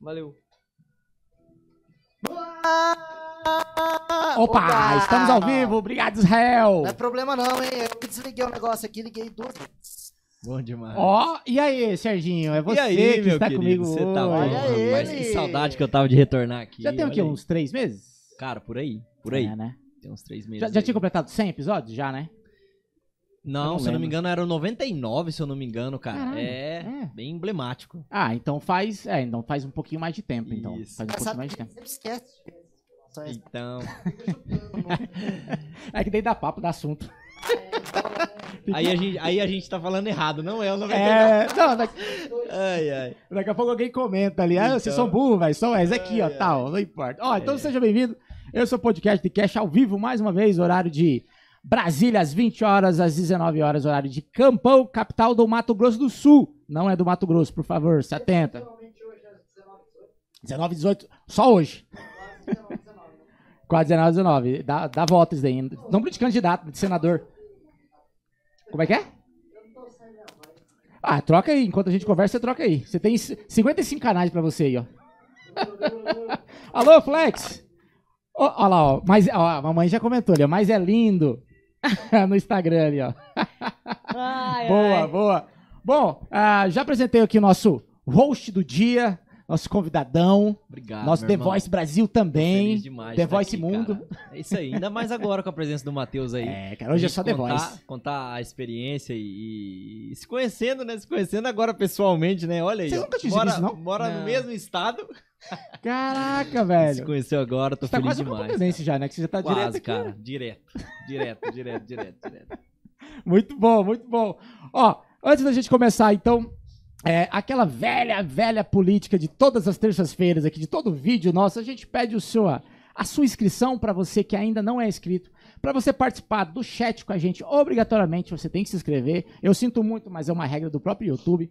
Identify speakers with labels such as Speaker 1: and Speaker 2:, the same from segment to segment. Speaker 1: Valeu.
Speaker 2: Opa,
Speaker 3: Opa, estamos ao vivo. Obrigado, Israel.
Speaker 2: Não é problema não, hein? Eu que desliguei o negócio aqui, liguei duas vezes.
Speaker 4: Bom demais.
Speaker 3: Ó, e aí, Serginho? É você
Speaker 4: e aí,
Speaker 3: que
Speaker 4: meu
Speaker 3: está
Speaker 4: querido?
Speaker 3: comigo
Speaker 4: Você
Speaker 3: hoje.
Speaker 4: tá bom,
Speaker 2: Olha
Speaker 4: rapaz?
Speaker 2: ele.
Speaker 4: Que saudade que eu tava de retornar aqui.
Speaker 3: Já tem o quê?
Speaker 4: olha aí.
Speaker 3: Uns três meses?
Speaker 4: Cara, por aí. Por aí.
Speaker 3: É, né?
Speaker 4: Tem uns três meses.
Speaker 3: Já, já
Speaker 4: aí.
Speaker 3: tinha completado 100 episódios? Já, né?
Speaker 4: Não,
Speaker 3: Não
Speaker 4: se eu não
Speaker 3: lembro.
Speaker 4: me engano, era o 99, se eu não me engano, cara.
Speaker 3: Caralho,
Speaker 4: É,
Speaker 3: é.
Speaker 4: bem emblemático.
Speaker 3: Ah, então faz. É, então faz um pouquinho mais de tempo, então.
Speaker 4: Isso.
Speaker 3: Faz um pouquinho mais de tempo.
Speaker 2: sempre esquece. Só isso.
Speaker 4: Então,
Speaker 3: É que daí dá papo, dá assunto.
Speaker 4: aí a, gente, aí a gente tá falando errado, não é o 99.
Speaker 3: É, não, daqui, É.
Speaker 4: Ai, ai.
Speaker 3: daqui a pouco alguém comenta ali. Ah, vocês
Speaker 4: Então.
Speaker 3: são burros, velho. São és aqui, ó,
Speaker 4: Ai, ai.
Speaker 3: tal. Não importa. Ó, então
Speaker 4: É.
Speaker 3: seja bem-vindo. Eu sou o podcast de Cash ao vivo, mais uma vez, horário de Brasília, às 20 horas, às 19 horas, horário de Campão, capital do Mato Grosso do Sul. Não é do Mato Grosso, por favor, se atenta. 19, 18, só hoje. Quase 19, 19. Dá, dá votos daí. Número de candidato, de senador. Como é que é? Ah, troca aí. Enquanto a gente conversa, você troca aí. Você tem c- 55 canais pra você aí, ó. Alô, Flex! Ó, ó lá, ó. Mas, ó, a mamãe já comentou ali, ó. Mas é lindo. no Instagram ali, ó.
Speaker 1: Ai,
Speaker 3: Boa, boa. Bom, ah, já apresentei aqui o nosso host do dia, nosso convidadão,
Speaker 4: Obrigado.
Speaker 3: nosso
Speaker 4: Ah, meu
Speaker 3: The
Speaker 4: irmão.
Speaker 3: Voice Brasil
Speaker 4: Tô
Speaker 3: também.
Speaker 4: feliz demais
Speaker 3: The
Speaker 4: de tá
Speaker 3: Voice
Speaker 4: aqui,
Speaker 3: Mundo.
Speaker 4: cara. É isso aí, ainda mais agora com a presença do Matheus aí.
Speaker 3: É, cara, hoje é
Speaker 4: A gente
Speaker 3: só The
Speaker 4: contar,
Speaker 3: Voice.
Speaker 4: Contar a experiência e, e se conhecendo, né? Se conhecendo agora pessoalmente, né? Olha aí.
Speaker 3: Vocês
Speaker 4: ó.
Speaker 3: nunca fizeram
Speaker 4: mora,
Speaker 3: isso, não?
Speaker 4: Mora
Speaker 1: Não.
Speaker 4: no mesmo estado.
Speaker 3: Caraca,
Speaker 4: Se
Speaker 3: velho.
Speaker 4: conheceu agora, tô
Speaker 3: Você tá
Speaker 4: feliz
Speaker 3: quase um
Speaker 4: demais.
Speaker 3: catarinense já, né? Que você já tá
Speaker 4: Quase,
Speaker 3: direto aqui.
Speaker 4: cara. Direto. Direto, direto, direto, direto.
Speaker 3: Muito bom, muito bom. Ó, antes da gente começar, então, é, aquela velha, velha política de todas as terças-feiras aqui, de todo vídeo nosso, a gente pede o seu, a sua inscrição para você que ainda não é inscrito, para você participar do chat com a gente, obrigatoriamente você tem que se inscrever. Eu sinto muito, mas é uma regra do próprio YouTube.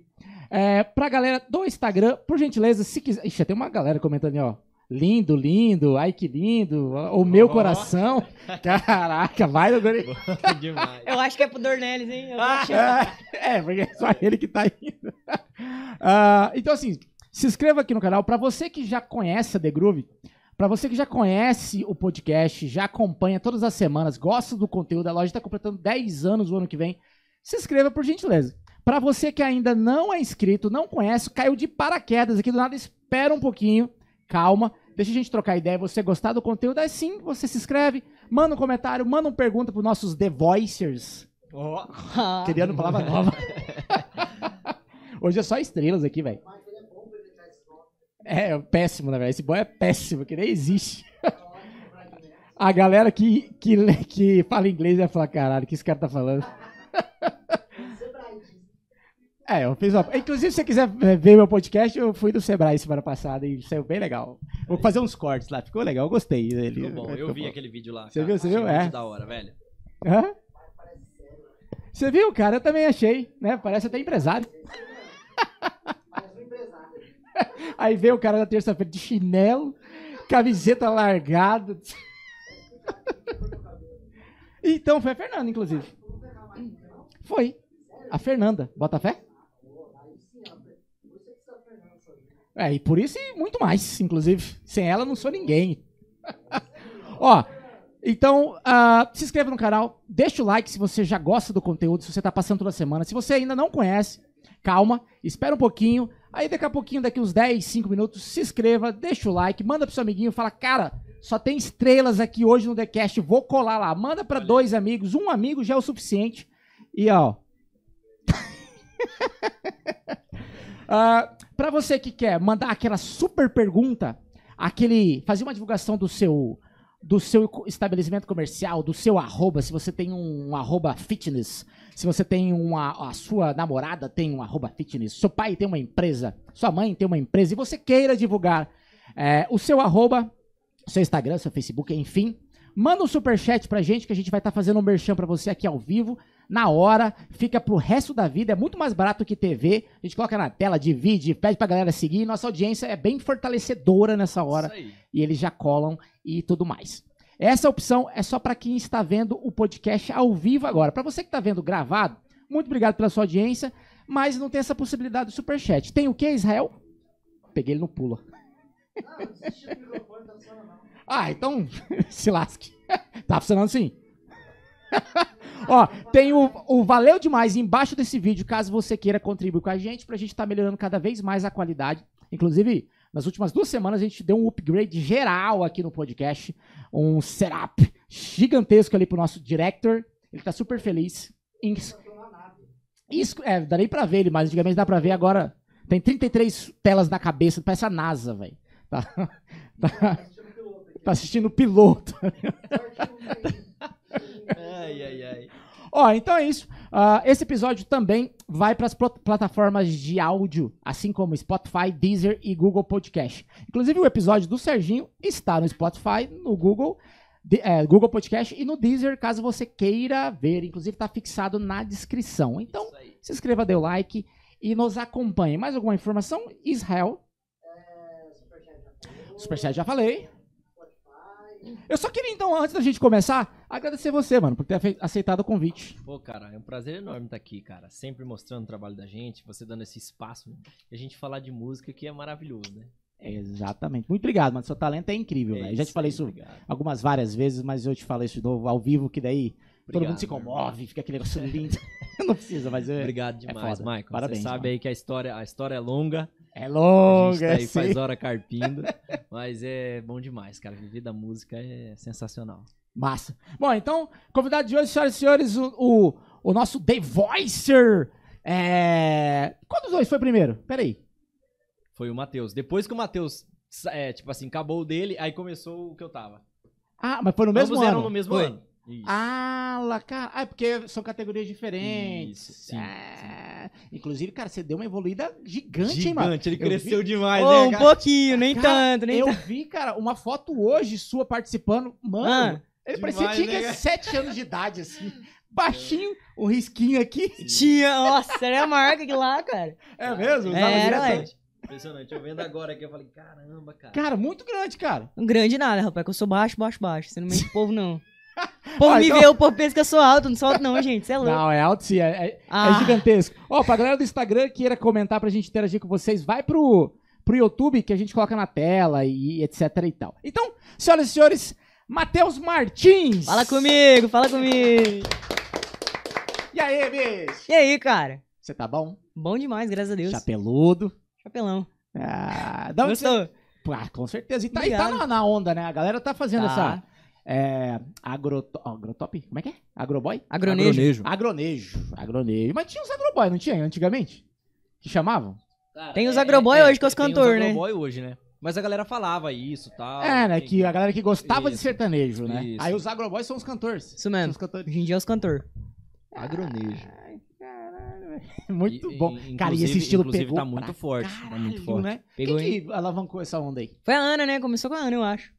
Speaker 3: É, pra galera do Instagram, por gentileza, se quiser. Ixi, já tem uma galera comentando, ali, ó. Lindo, lindo, ai que lindo, o meu
Speaker 4: Ó.
Speaker 3: coração. Caraca, vai no guri.
Speaker 4: Bom demais.
Speaker 1: Eu acho que é pro Dornelles, hein? Eu tô achando.
Speaker 3: É, é, porque é só ele que tá indo. Ah, então, assim, se inscreva aqui no canal. Pra você que já conhece a The Groove, pra você que já conhece o podcast, já acompanha todas as semanas, gosta do conteúdo, a loja tá completando 10 anos o ano que vem, se inscreva por gentileza. Pra você que ainda não é inscrito, não conhece, caiu de paraquedas aqui do nada, espera um pouquinho, calma, deixa a gente trocar ideia. Você gostar do conteúdo, aí sim, você se inscreve, manda um comentário, manda uma pergunta pros nossos The Voicers.
Speaker 4: Ó,
Speaker 1: Ah,
Speaker 3: Criando palavra nova. Hoje é só estrelas aqui, velho. É, é péssimo, né, velho? Esse boy é péssimo, que nem existe. A galera que, que, lê- que fala inglês vai falar, caralho, o que esse cara tá falando? É, eu fiz uma... Inclusive, se você quiser eh, ver meu podcast, eu fui do Sebrae semana passada e saiu bem legal. Vou fazer uns cortes lá, ficou legal, eu gostei dele.
Speaker 4: ficou bom. Eu
Speaker 3: Ficou
Speaker 4: vi
Speaker 3: bom.
Speaker 4: aquele vídeo lá.
Speaker 3: Você
Speaker 4: cara.
Speaker 3: viu, você
Speaker 4: Achei
Speaker 3: viu?
Speaker 4: Muito
Speaker 3: É.
Speaker 4: da hora, velho.
Speaker 3: Hã? Você viu, cara? Eu também achei, né? Parece até empresário. Aí vem o cara na terça-feira de chinelo, camiseta largada. Então foi a Fernanda, inclusive. Foi. A Fernanda. Bota fé? É, e por isso e muito mais, inclusive. Sem ela não sou ninguém. Ó, então, ah, se inscreva no canal, deixa o like se você já gosta do conteúdo, se você tá passando toda semana. Se você ainda não conhece, calma, espera um pouquinho. Aí daqui a pouquinho, daqui uns 10, 5 minutos, se inscreva, deixa o like, manda pro seu amiguinho, fala, cara, só tem estrelas aqui hoje no TheCast, vou colar lá. Manda pra
Speaker 4: Olha aí.
Speaker 3: dois amigos, um amigo já é o suficiente. E ó. Ah, pra você que quer mandar aquela super pergunta, aquele. fazer uma divulgação do seu do seu estabelecimento comercial, do seu arroba, se você tem um arroba fitness, se você tem uma. A sua namorada tem um arroba fitness, seu pai tem uma empresa, sua mãe tem uma empresa, e você queira divulgar é, o seu arroba, seu Instagram, seu Facebook, enfim. Manda um superchat pra gente que a gente vai estar fazendo um merchan pra você aqui ao vivo, na hora, fica pro resto da vida, é muito mais barato que TV. A gente coloca na tela, divide, pede pra galera seguir. Nossa audiência é bem fortalecedora nessa hora
Speaker 4: Isso aí.
Speaker 3: e eles já colam e tudo mais. Essa opção é só para quem está vendo o podcast ao vivo agora. Para você que está vendo gravado, muito obrigado pela sua audiência, mas não tem essa possibilidade do superchat. Tem o que, Israel? Peguei ele no pulo.
Speaker 2: Não, não desistiu do microfone, tá funcionando não.
Speaker 3: Ah, então se lasque. tá funcionando sim. Ó, tem o, o Valeu Demais embaixo desse vídeo, caso você queira contribuir com a gente, pra gente estar melhorando cada vez mais a qualidade. Inclusive, nas últimas duas semanas a gente deu um upgrade geral aqui no podcast, um setup gigantesco ali pro nosso director. Ele tá super feliz. Ins- Isso, é, dá nem pra ver ele, mas antigamente dá pra ver agora. Tem 33 telas na cabeça, parece a NASA, velho. Tá, tá, tá assistindo o piloto.
Speaker 4: Ai, ai, ai.
Speaker 3: Ó, então é isso. Ah, esse episódio também vai para as plataformas de áudio, assim como Spotify, Deezer e Google Podcast. Inclusive, o episódio do Serginho está no Spotify, no Google, de- eh, Google Podcast e no Deezer, caso você queira ver. Inclusive, está fixado na descrição. Então,
Speaker 4: Isso aí.
Speaker 3: se inscreva, dê o like e nos acompanhe. Mais alguma informação? Israel. Superchat já falei. Eu só queria, então, antes da gente começar, agradecer você, mano, por ter afe- aceitado o convite.
Speaker 4: Pô, cara, é um prazer enorme estar aqui, cara. Sempre mostrando o trabalho da gente, você dando esse espaço. né? E a gente falar de música que é maravilhoso, né?
Speaker 3: Exatamente. Muito obrigado, mano. Seu talento é incrível, velho. Eu Já te falei
Speaker 4: aí,
Speaker 3: isso
Speaker 4: Obrigado.
Speaker 3: algumas várias vezes, mas eu te falei isso de novo ao vivo, que daí todo mundo se
Speaker 4: Obrigado, meu
Speaker 3: comove, fica aquele negócio lindo. Não precisa, mas
Speaker 4: irmão.
Speaker 3: é,
Speaker 4: Obrigado demais,
Speaker 3: foda.
Speaker 4: Michael.
Speaker 3: Parabéns,
Speaker 4: você sabe
Speaker 3: mano.
Speaker 4: aí que a história, a história é longa.
Speaker 3: é
Speaker 4: a gente
Speaker 3: longa.
Speaker 4: tá aí
Speaker 3: assim.
Speaker 4: faz hora carpindo. mas é bom demais, cara. Viver da música é sensacional.
Speaker 3: Massa. Bom, então, convidado de hoje, senhoras e senhores, o, o, o nosso The Voicer. É... Qual dos dois foi primeiro? Peraí.
Speaker 4: Foi o Matheus. Depois que o Matheus, sa- é, tipo assim, acabou o dele, aí começou o que eu tava.
Speaker 3: Ah, mas foi no mesmo
Speaker 4: Ambos eram
Speaker 3: ano.
Speaker 4: no mesmo
Speaker 3: Foi.
Speaker 4: ano. Isso.
Speaker 3: Ah, lá, cara. Ah, é porque são categorias diferentes.
Speaker 4: Isso, sim,
Speaker 3: Ah, Inclusive, cara, você deu uma evoluída gigante, hein, mano?
Speaker 4: Gigante, ele
Speaker 3: Eu
Speaker 4: cresceu demais,
Speaker 1: Ô,
Speaker 4: né,
Speaker 1: um
Speaker 4: cara?
Speaker 1: pouquinho, nem
Speaker 3: Cara,
Speaker 1: tanto, nem
Speaker 3: Eu
Speaker 1: tanto.
Speaker 3: vi, cara, uma foto hoje sua participando. Mano,
Speaker 1: Ah,
Speaker 3: ele
Speaker 4: demais,
Speaker 3: parecia que
Speaker 4: né,
Speaker 3: tinha
Speaker 4: cara?
Speaker 3: 7 anos de idade, assim. Baixinho, o risquinho aqui.
Speaker 1: tinha, nossa, era maior que aquilo lá, cara.
Speaker 3: É mesmo?
Speaker 1: Usava É, era, direto?
Speaker 4: Impressionante. Impressionante. Eu vendo agora aqui, eu falei, caramba, cara.
Speaker 3: Cara, muito grande, cara.
Speaker 1: Não grande nada, rapaz, que eu sou baixo, baixo, baixo. Você não mente o povo, não. O povo
Speaker 3: Ah,
Speaker 1: me
Speaker 3: então-
Speaker 1: vê, o povo pensa que eu sou alto, não sou alto, não, gente. Você é louco.
Speaker 3: Não, é alto sim, é, é- é
Speaker 1: Ah.
Speaker 3: gigantesco. Ó, pra galera do Instagram que queira comentar pra gente interagir com vocês, vai pro, pro YouTube que a gente coloca na tela e etc e tal. Então, senhoras e senhores, Matheus Martins.
Speaker 1: Fala comigo, fala comigo.
Speaker 3: E aí, bicho?
Speaker 1: E aí, cara?
Speaker 3: Você tá bom?
Speaker 1: Bom demais, graças a Deus.
Speaker 3: Chapeludo.
Speaker 1: Chapelão.
Speaker 3: Ah, dá um
Speaker 1: Gostou?
Speaker 3: Ah, com certeza. E tá, e
Speaker 1: Obrigado.
Speaker 3: tá na, na onda, né? A galera tá fazendo
Speaker 1: Tá.
Speaker 3: essa. É, agrotop. Agrotop? Como é que é? Agroboy?
Speaker 1: Agronejo.
Speaker 3: Agronejo. Agronejo. Mas tinha os agroboy, não tinha antigamente? Que chamavam?
Speaker 4: Cara,
Speaker 1: Tem os agroboy hoje que é os cantor, né?
Speaker 4: Tem os agroboy hoje, né? Mas a galera falava isso e tal.
Speaker 3: é, né?
Speaker 4: tem-
Speaker 3: Que a galera que gostava
Speaker 4: Ah,
Speaker 3: de
Speaker 4: Isso.
Speaker 3: sertanejo, né?
Speaker 4: Isso.
Speaker 3: Aí os agroboys são os cantores.
Speaker 1: Isso
Speaker 3: São
Speaker 1: mesmo.
Speaker 3: os cantores.
Speaker 1: Hoje em dia é os cantor.
Speaker 4: Agronejo.
Speaker 3: Muito
Speaker 4: E-
Speaker 3: bom.
Speaker 4: e-
Speaker 3: Cara, e esse
Speaker 4: inclusive-
Speaker 3: estilo
Speaker 4: inclusive
Speaker 3: pegou
Speaker 4: tá muito
Speaker 3: pra
Speaker 4: forte, tá
Speaker 3: Caralho,
Speaker 4: muito forte.
Speaker 3: né?
Speaker 4: Pegou,
Speaker 3: Quem que alavancou essa onda aí?
Speaker 1: Foi a Ana, né? Começou com a Ana, eu acho.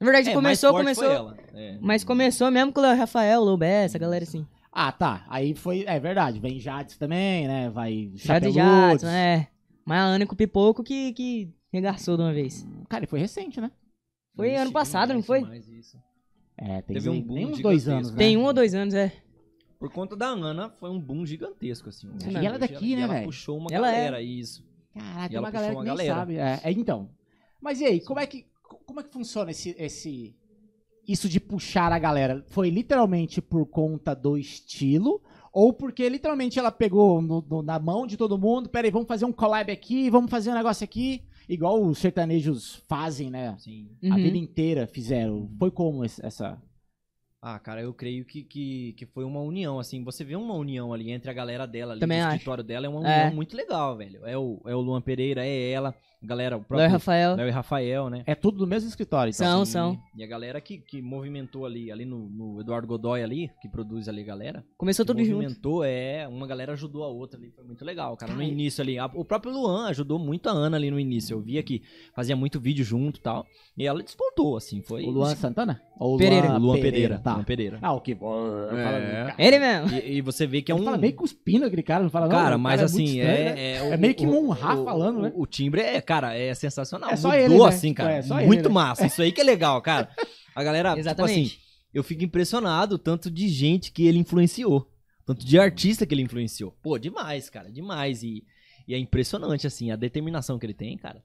Speaker 1: Na verdade,
Speaker 4: É, mais
Speaker 1: começou,
Speaker 4: forte
Speaker 1: começou.
Speaker 4: foi ela, é.
Speaker 1: Mas começou mesmo com o Rafael, Loubé, essa galera assim.
Speaker 3: Ah, tá. Aí foi. É verdade. Vem Jades também, né? Vai.
Speaker 1: Jade
Speaker 3: Chapeludos.
Speaker 1: Jato, é. Mas a Ana com o Pipoco que, que regaçou de uma vez.
Speaker 3: Cara, e foi recente, né?
Speaker 1: Foi ano
Speaker 4: Ixi,
Speaker 1: passado,
Speaker 4: demais,
Speaker 1: não foi?
Speaker 4: demais isso.
Speaker 3: É, tem
Speaker 4: Teve um
Speaker 3: nem-
Speaker 4: boom
Speaker 3: nem uns dois
Speaker 4: gigantesco,
Speaker 3: anos, né?
Speaker 1: Tem um ou dois anos, é.
Speaker 4: Por conta da Ana, foi um boom gigantesco, assim.
Speaker 3: E
Speaker 4: Hoje,
Speaker 3: ela
Speaker 4: hoje,
Speaker 3: daqui,
Speaker 4: e
Speaker 3: né,
Speaker 4: ela
Speaker 3: velho?
Speaker 4: puxou uma
Speaker 1: Ela é.
Speaker 4: galera, isso.
Speaker 3: Caralho,
Speaker 4: E ela
Speaker 3: tem é uma galera que
Speaker 4: puxou
Speaker 3: nem
Speaker 4: uma galera.
Speaker 3: sabe. É, é, então. Mas e aí, como é que, como é que funciona esse, esse, isso de puxar a galera? Foi literalmente por conta do estilo? Ou porque literalmente ela pegou no- no- na mão de todo mundo, peraí, vamos fazer um collab aqui, vamos fazer um negócio aqui, igual os sertanejos fazem, né?
Speaker 4: Sim.
Speaker 1: Uhum.
Speaker 3: A vida inteira fizeram. Foi como esse- essa...
Speaker 4: Ah, cara, eu creio que, que, que foi uma união, assim. Você vê uma união ali entre a galera dela, ali,
Speaker 1: Também
Speaker 4: o
Speaker 1: acho.
Speaker 4: escritório dela, é uma
Speaker 1: É.
Speaker 4: união muito legal, velho. É o, é o Luan Pereira, é ela, a galera, o
Speaker 1: Léo e
Speaker 4: próprio
Speaker 1: Rafael.
Speaker 4: Léo e Rafael, né?
Speaker 3: É tudo do mesmo escritório, então.
Speaker 1: São,
Speaker 4: Sim.
Speaker 1: são.
Speaker 4: E a galera que, que movimentou ali, ali no, no Eduardo Godoy ali, que produz ali a galera.
Speaker 1: Começou
Speaker 4: que
Speaker 1: tudo junto.
Speaker 4: movimentou, é, uma galera ajudou a outra ali, foi muito legal, cara. No
Speaker 3: Cara,
Speaker 4: início ali, a- o próprio Luan ajudou muito a Ana ali no início. Eu via que fazia muito vídeo junto e tal. E ela despontou, assim, foi.
Speaker 3: O Luan Santana? Ou o
Speaker 1: Pereira.
Speaker 4: O Luan Pereira.
Speaker 3: Tá.
Speaker 4: Luan Pereira.
Speaker 3: Ah, o que... assim,
Speaker 4: É.
Speaker 1: Ele mesmo.
Speaker 4: E, e você vê que é
Speaker 3: Ele
Speaker 4: um.
Speaker 3: fala meio cuspindo aquele cara, não fala não.
Speaker 4: Cara,
Speaker 3: o
Speaker 4: mas
Speaker 3: é muito
Speaker 4: assim,
Speaker 3: estranho, né?
Speaker 4: é, o-
Speaker 3: É meio que
Speaker 4: o-
Speaker 3: monrar
Speaker 4: o-
Speaker 3: falando, né?
Speaker 4: O, o timbre é, cara, é sensacional.
Speaker 3: É só
Speaker 4: Mudou
Speaker 3: ele, né?
Speaker 4: assim, cara.
Speaker 3: É, só ele,
Speaker 4: Muito
Speaker 3: né?
Speaker 4: massa. Isso aí que é legal, cara. A galera, tipo assim,
Speaker 1: Exatamente.
Speaker 4: eu fico impressionado o tanto de gente que ele influenciou. Tanto de artista que ele influenciou. Pô, demais, cara, demais. E, e é impressionante, assim, a determinação que ele tem, cara.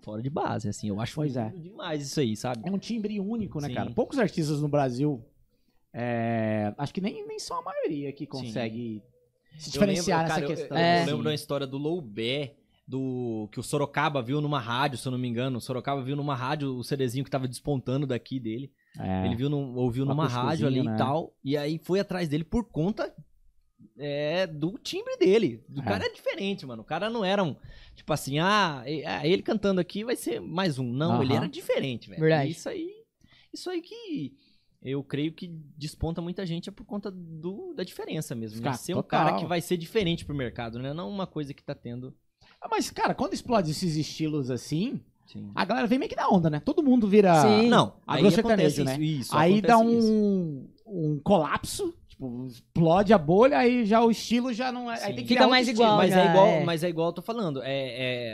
Speaker 4: fora de base, assim. Eu acho
Speaker 3: Pois é.
Speaker 4: lindo demais isso aí, sabe?
Speaker 3: É um timbre único, né,
Speaker 4: Sim.
Speaker 3: cara? Poucos artistas no Brasil, é, acho que nem, nem só a maioria que consegue se
Speaker 4: Eu
Speaker 3: diferenciar
Speaker 4: lembro,
Speaker 3: nessa
Speaker 4: cara, eu-
Speaker 3: questão. né?
Speaker 4: Eu,
Speaker 1: É.
Speaker 4: eu lembro de uma história do Loubé, do que o Sorocaba viu numa rádio, se eu não me engano. O Sorocaba viu numa rádio o CDzinho que tava despontando daqui dele.
Speaker 3: É.
Speaker 4: Ele viu num- ouviu
Speaker 3: Uma
Speaker 4: numa rádio ali
Speaker 3: acústicozinha,
Speaker 4: e
Speaker 3: né?
Speaker 4: tal. E aí foi atrás dele por conta é, do timbre dele. O
Speaker 3: É.
Speaker 4: cara é diferente, mano. O cara não era um. Tipo assim, ah, e- ah, ele cantando aqui vai ser mais um. Não, ele
Speaker 3: Aham.
Speaker 4: era diferente, velho.
Speaker 1: Verdade.
Speaker 4: E Isso aí. Isso aí que. Eu creio que desponta muita gente é por conta do, da diferença mesmo.
Speaker 3: Cara,
Speaker 4: de ser um
Speaker 3: Ah, total.
Speaker 4: cara que vai ser diferente pro mercado, né? Não uma coisa que tá tendo.
Speaker 3: Ah, Mas, cara, quando explode esses estilos assim,
Speaker 4: Sim.
Speaker 3: a galera vem meio que da onda, né? Todo mundo vira.
Speaker 1: Sim.
Speaker 4: Não,
Speaker 3: Ah,
Speaker 4: aí
Speaker 3: grosso
Speaker 4: acontece
Speaker 3: sertanejo,
Speaker 4: isso, isso,
Speaker 3: aí dá
Speaker 4: acontece isso.
Speaker 3: um, um colapso, tipo, explode a bolha, aí já o estilo já não é. Aí
Speaker 4: Sim.
Speaker 3: tem que
Speaker 4: Fica
Speaker 3: criar outro
Speaker 1: mais
Speaker 3: estilo.
Speaker 1: igual,
Speaker 4: Mas
Speaker 1: já
Speaker 4: é igual,
Speaker 1: é.
Speaker 4: mas é igual eu tô falando. É,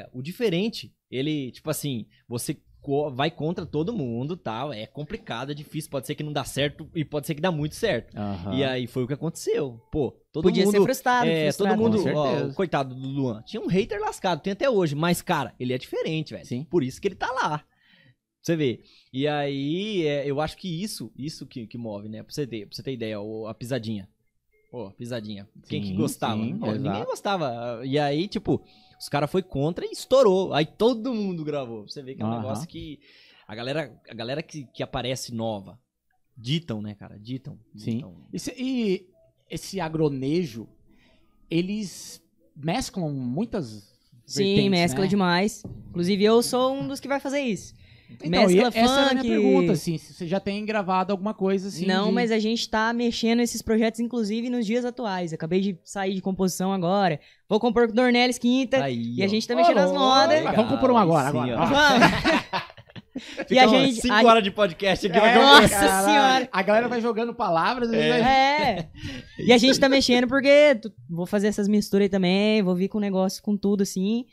Speaker 4: é- o diferente, ele, tipo assim, você co- vai contra todo mundo, tal. É complicado, é difícil, pode ser que não dá certo e pode ser que dá muito certo.
Speaker 3: Aham.
Speaker 4: é, E aí foi o que aconteceu. Pô, todo
Speaker 1: Podia ser
Speaker 4: mundo
Speaker 1: frustrado,
Speaker 4: é, todo
Speaker 1: frustrado.
Speaker 4: mundo,
Speaker 3: Com
Speaker 4: ó,
Speaker 3: certeza.
Speaker 4: o coitado do Luan, tinha um hater lascado, tem até hoje, mas cara, ele é diferente, velho.
Speaker 3: Sim.
Speaker 4: Por isso que ele tá lá. Você vê. E aí, é, eu acho que isso, isso que, que move, né? Pra você ter, pra você ter ideia, o- a pisadinha. Pô, a pisadinha. Quem que
Speaker 3: Sim,
Speaker 4: gostava?
Speaker 3: sim,
Speaker 4: Pô, ninguém
Speaker 3: exato.
Speaker 4: gostava. E aí, tipo, os caras foi contra e estourou. Aí todo mundo gravou. Pra Você vê que é um
Speaker 3: Aham.
Speaker 4: negócio que a galera, a galera que, que aparece nova ditam, né, cara? Ditam.
Speaker 3: Sim.
Speaker 4: ditam.
Speaker 3: E se- e esse agronejo, eles mesclam muitas.
Speaker 1: Sim,
Speaker 3: vertentes,
Speaker 1: mescla
Speaker 3: né?
Speaker 1: demais. Inclusive, eu sou um dos que vai fazer isso.
Speaker 3: Então, e
Speaker 1: mescla
Speaker 3: essa era a minha
Speaker 1: funk.
Speaker 3: pergunta, assim, se você já tem gravado alguma coisa assim.
Speaker 1: Não,
Speaker 3: de-
Speaker 1: mas a gente tá mexendo nesses projetos, inclusive, nos dias atuais. Acabei de sair de composição agora. Vou compor com o Dornelis quinta.
Speaker 4: Aí,
Speaker 1: E a
Speaker 4: ó.
Speaker 1: gente tá mexendo nas
Speaker 3: Ô,
Speaker 1: modas.
Speaker 3: Mas vamos compor um agora,
Speaker 4: Sim,
Speaker 3: agora.
Speaker 4: ó.
Speaker 1: Vamos! e a gente.
Speaker 4: Cinco
Speaker 1: a-
Speaker 4: horas de podcast aqui.
Speaker 1: É.
Speaker 4: vai um
Speaker 1: Nossa
Speaker 3: caralho.
Speaker 1: Senhora!
Speaker 3: A galera vai jogando palavras. e vai-
Speaker 1: É. E a gente tá mexendo porque tu- vou fazer essas misturas aí também, vou vir com um negócio com tudo assim.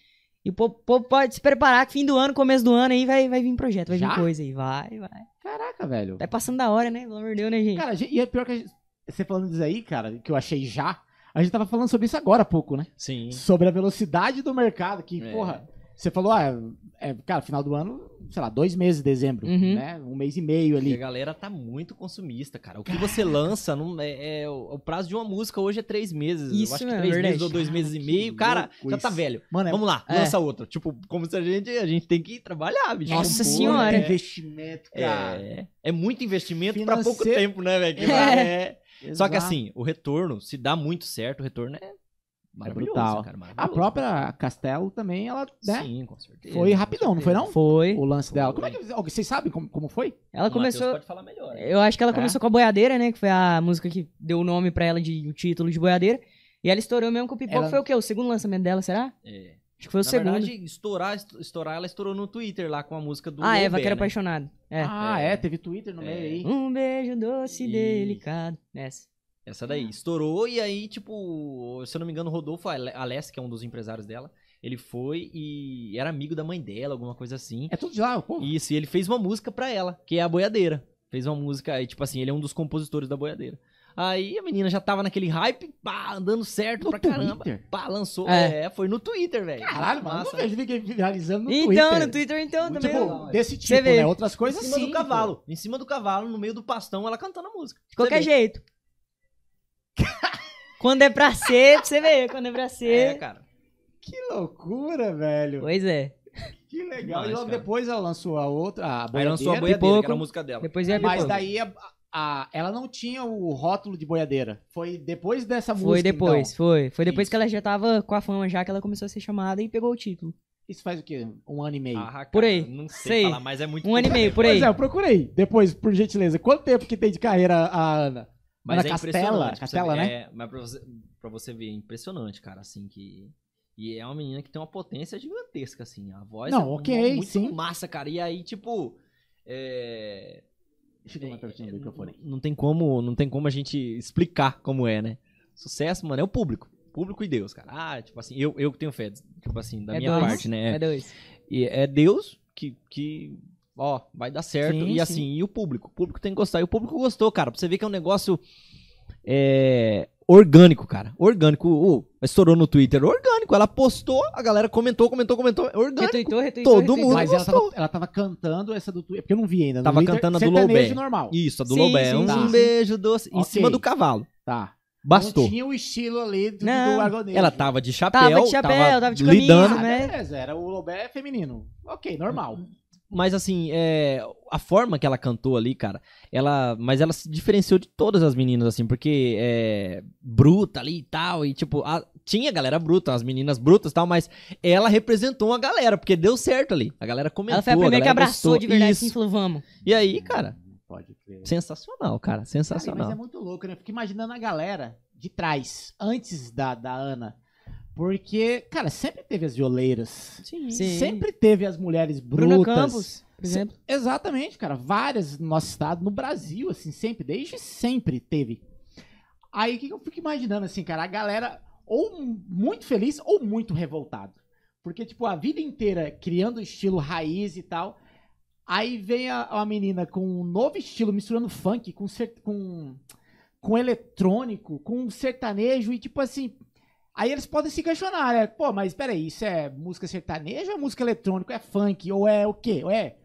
Speaker 1: E o povo povo pode se preparar que fim do ano, começo do ano aí vai, vai vir projeto, vai
Speaker 3: Já?
Speaker 1: vir coisa aí, vai, vai.
Speaker 3: Caraca, velho.
Speaker 1: Vai passando da hora, né? Pelo amor de Deus, né, gente?
Speaker 3: Cara, a gente- e é pior que a gente, você falando disso aí, cara, que eu achei já. A gente tava falando sobre isso agora há pouco, né?
Speaker 4: Sim.
Speaker 3: Sobre a velocidade do mercado, que,
Speaker 4: É.
Speaker 3: porra, você falou, ah, é, cara, final do ano, sei lá, dois meses de dezembro,
Speaker 1: Uhum.
Speaker 3: né? Um mês e meio
Speaker 4: E a
Speaker 3: ali.
Speaker 4: galera tá muito consumista, cara. O que você lança não é, é- o o prazo de uma música hoje é três meses.
Speaker 1: Isso
Speaker 4: Eu acho que
Speaker 1: mesmo,
Speaker 4: três
Speaker 1: verdade.
Speaker 4: meses ou dois meses e
Speaker 3: que
Speaker 4: meio. Cara,
Speaker 3: louco
Speaker 4: já tá
Speaker 3: isso.
Speaker 4: velho.
Speaker 3: Mano, é
Speaker 4: Vamos lá,
Speaker 1: É.
Speaker 4: lança outra. Tipo, como se a gente a gente tem que trabalhar, bicho.
Speaker 1: Nossa
Speaker 4: Compor,
Speaker 1: Senhora.
Speaker 4: né?
Speaker 3: um investimento, cara.
Speaker 4: É, é muito investimento pra pouco
Speaker 3: Financeiro.
Speaker 4: tempo, né, velho? Que
Speaker 1: É.
Speaker 4: vai- é. Só que
Speaker 3: Exato.
Speaker 4: assim, o retorno, se dá muito certo, o retorno é maravilhoso,
Speaker 3: brutal.
Speaker 4: cara.
Speaker 3: A
Speaker 4: maravilhoso.
Speaker 3: própria Castelo também, ela né,
Speaker 4: Sim, com certeza.
Speaker 3: foi
Speaker 4: com
Speaker 3: rapidão, não foi não?
Speaker 1: Foi.
Speaker 3: O lance dela. Como
Speaker 4: Foi.
Speaker 3: é que ó, vocês sabem como, como foi?
Speaker 1: Ela
Speaker 4: O Matheus
Speaker 1: começou.
Speaker 4: pode falar melhor. né?
Speaker 1: Eu acho que ela
Speaker 3: É?
Speaker 1: começou com a boiadeira, né? Que foi a música que deu o nome pra ela de o título de boiadeira. E ela estourou mesmo com o pipoca.
Speaker 3: Ela-
Speaker 1: Foi o quê? O segundo lançamento dela, será?
Speaker 4: É.
Speaker 1: Acho que foi o
Speaker 4: Na
Speaker 1: segundo.
Speaker 4: verdade, estourar, est- estourar, ela estourou no Twitter lá com a música do
Speaker 1: ah, é,
Speaker 4: Lobé,
Speaker 1: Vaqueiro
Speaker 4: né?
Speaker 1: Apaixonado. É.
Speaker 3: Ah,
Speaker 4: É.
Speaker 3: é, teve Twitter no
Speaker 4: É.
Speaker 3: meio aí.
Speaker 1: Um beijo doce e
Speaker 4: Isso.
Speaker 1: delicado. Essa.
Speaker 4: Essa daí, estourou e aí, tipo, se eu não me engano, o Rodolfo Ale- Alessi, que é um dos empresários dela, ele foi e era amigo da mãe dela, alguma coisa assim.
Speaker 3: É tudo de lá, o povo.
Speaker 4: Isso, e ele fez uma música pra ela, que é a Boiadeira. Fez uma música, aí, tipo assim, ele é um dos compositores da Boiadeira. Aí a menina já tava naquele hype, pá, andando certo pra caramba.
Speaker 3: é Twitter?
Speaker 4: Pá, lançou.
Speaker 1: É.
Speaker 4: É, foi no Twitter, velho.
Speaker 3: Caralho, mano, eu
Speaker 4: Massa.
Speaker 3: não vejo ninguém viralizando no Twitter.
Speaker 1: então, no Twitter, então, também.
Speaker 3: Tipo,
Speaker 1: ó.
Speaker 3: desse tipo,
Speaker 1: Você vê.
Speaker 3: né? Outras coisas
Speaker 4: em cima
Speaker 3: sim.
Speaker 4: do cavalo. Em cima do cavalo, no meio do pastão, ela cantando a música.
Speaker 1: De qualquer jeito. Quando é pra ser, pra você ver. Quando é pra
Speaker 4: É,
Speaker 1: ser.
Speaker 4: cara.
Speaker 3: Que loucura, velho.
Speaker 1: pois é.
Speaker 3: Que legal.
Speaker 4: Demais,
Speaker 3: e logo
Speaker 4: cara.
Speaker 3: depois ela lançou a outra, a
Speaker 4: Aí
Speaker 3: boiadeira.
Speaker 4: lançou a boiadeira,
Speaker 1: Boiadeira, Pipoco.
Speaker 4: que era a música dela.
Speaker 1: Depois ia
Speaker 3: Mas
Speaker 4: tá
Speaker 1: depois.
Speaker 3: daí a, a- ela não tinha o rótulo de boiadeira. Foi depois dessa música.
Speaker 1: Foi depois,
Speaker 3: então.
Speaker 1: foi. Foi depois que
Speaker 3: Isso.
Speaker 1: ela já tava com a fama já, que ela começou a ser chamada e pegou o título.
Speaker 3: Isso faz o quê? Um ano e meio.
Speaker 4: Ah, cara,
Speaker 1: Por aí.
Speaker 4: Não sei
Speaker 1: Sei.
Speaker 4: falar, mas é muito
Speaker 1: Um ano e meio, por aí.
Speaker 3: Pois é, eu procurei. Depois, por gentileza, quanto tempo que tem de carreira a Ana?
Speaker 4: Mas
Speaker 3: Ana
Speaker 4: é
Speaker 3: Castela,
Speaker 4: impressionante, pra
Speaker 3: Castela,
Speaker 4: você ver.
Speaker 3: né?
Speaker 4: É, mas pra você, pra você ver, é impressionante, cara, assim, que... E é uma menina que tem uma potência gigantesca, assim. A voz
Speaker 3: Não,
Speaker 4: é mu-
Speaker 3: ok,
Speaker 4: muito
Speaker 3: sim.
Speaker 4: massa, cara. E aí, tipo... É...
Speaker 3: Deixa eu dar uma pertinho do microfone.
Speaker 4: Não tem como, não tem como a gente explicar como é, né? Sucesso, mano, é o público. Público e Deus, cara. Ah, tipo assim, eu, eu que tenho fé, tipo assim, da
Speaker 1: É
Speaker 4: minha
Speaker 1: dois.
Speaker 4: parte, né?
Speaker 1: É dois.
Speaker 4: E é Deus que, que ó, vai dar certo.
Speaker 3: Sim,
Speaker 4: e assim, e o público? O público tem que gostar. E o público gostou, cara. Pra você ver que é um negócio é, orgânico, cara. Orgânico. Ô, estourou no Twitter. Orgânico, orgânico. Ela postou, a galera comentou, comentou, comentou. é Orgânico.
Speaker 1: Retweetou, retweetou.
Speaker 4: Todo
Speaker 1: retweetou.
Speaker 4: mundo.
Speaker 3: Mas ela tava,
Speaker 4: gostou.
Speaker 3: ela tava cantando essa do Twitter. Porque eu não vi ainda. no
Speaker 4: Tava
Speaker 3: Twitter,
Speaker 4: cantando a do
Speaker 3: sertanejo
Speaker 4: Lobé.
Speaker 3: normal.
Speaker 4: Isso, a do
Speaker 1: Sim,
Speaker 4: Lobé.
Speaker 1: sim,
Speaker 4: um
Speaker 3: sim.
Speaker 4: beijo doce. Em
Speaker 3: Ok.
Speaker 4: cima do cavalo.
Speaker 3: Tá.
Speaker 4: Bastou.
Speaker 3: Não tinha o estilo ali do,
Speaker 1: Não.
Speaker 3: do Argonês.
Speaker 4: Ela tava de chapéu.
Speaker 1: Tava de chapéu, tava de camisa,
Speaker 4: lidando,
Speaker 3: Ah,
Speaker 1: né?
Speaker 3: beleza, era o Lobé feminino. Ok, normal.
Speaker 4: Mas assim, é, a forma que ela cantou ali, cara, ela. Mas ela se diferenciou de todas as meninas, assim, porque é. Bruta ali e tal. E, tipo, a- tinha galera bruta, as meninas brutas e tal, mas ela representou a galera, porque deu certo ali. A galera comentou.
Speaker 1: Ela foi a primeira que
Speaker 4: galera
Speaker 1: abraçou
Speaker 4: gostou.
Speaker 1: de verdade assim, e
Speaker 4: Isso.
Speaker 1: falou, vamos.
Speaker 4: E aí, cara,
Speaker 3: Pode crer.
Speaker 4: sensacional, cara.
Speaker 3: Cara, mas é
Speaker 4: Sensacional.
Speaker 3: muito louco, né? Eu Fico imaginando a galera de trás, antes da, da Ana. Porque, cara, sempre teve as violeiras.
Speaker 1: Sim.
Speaker 3: Sempre teve as mulheres brutas.
Speaker 1: Bruna Campos, por exemplo.
Speaker 3: Exatamente, cara. Várias no nosso estado, no Brasil, assim, sempre, desde sempre teve. Aí o que que eu fico imaginando, assim, cara, a galera ou m- muito feliz ou muito revoltado. Porque, tipo, a vida inteira criando estilo raiz e tal. Aí vem a, a menina com um novo estilo, misturando funk com, cer- com, com eletrônico, com sertanejo e, tipo, assim. Aí eles podem se questionar, né? Pô, mas peraí, isso é música sertaneja ou é música eletrônica? É funk? Ou é o quê? Ou é,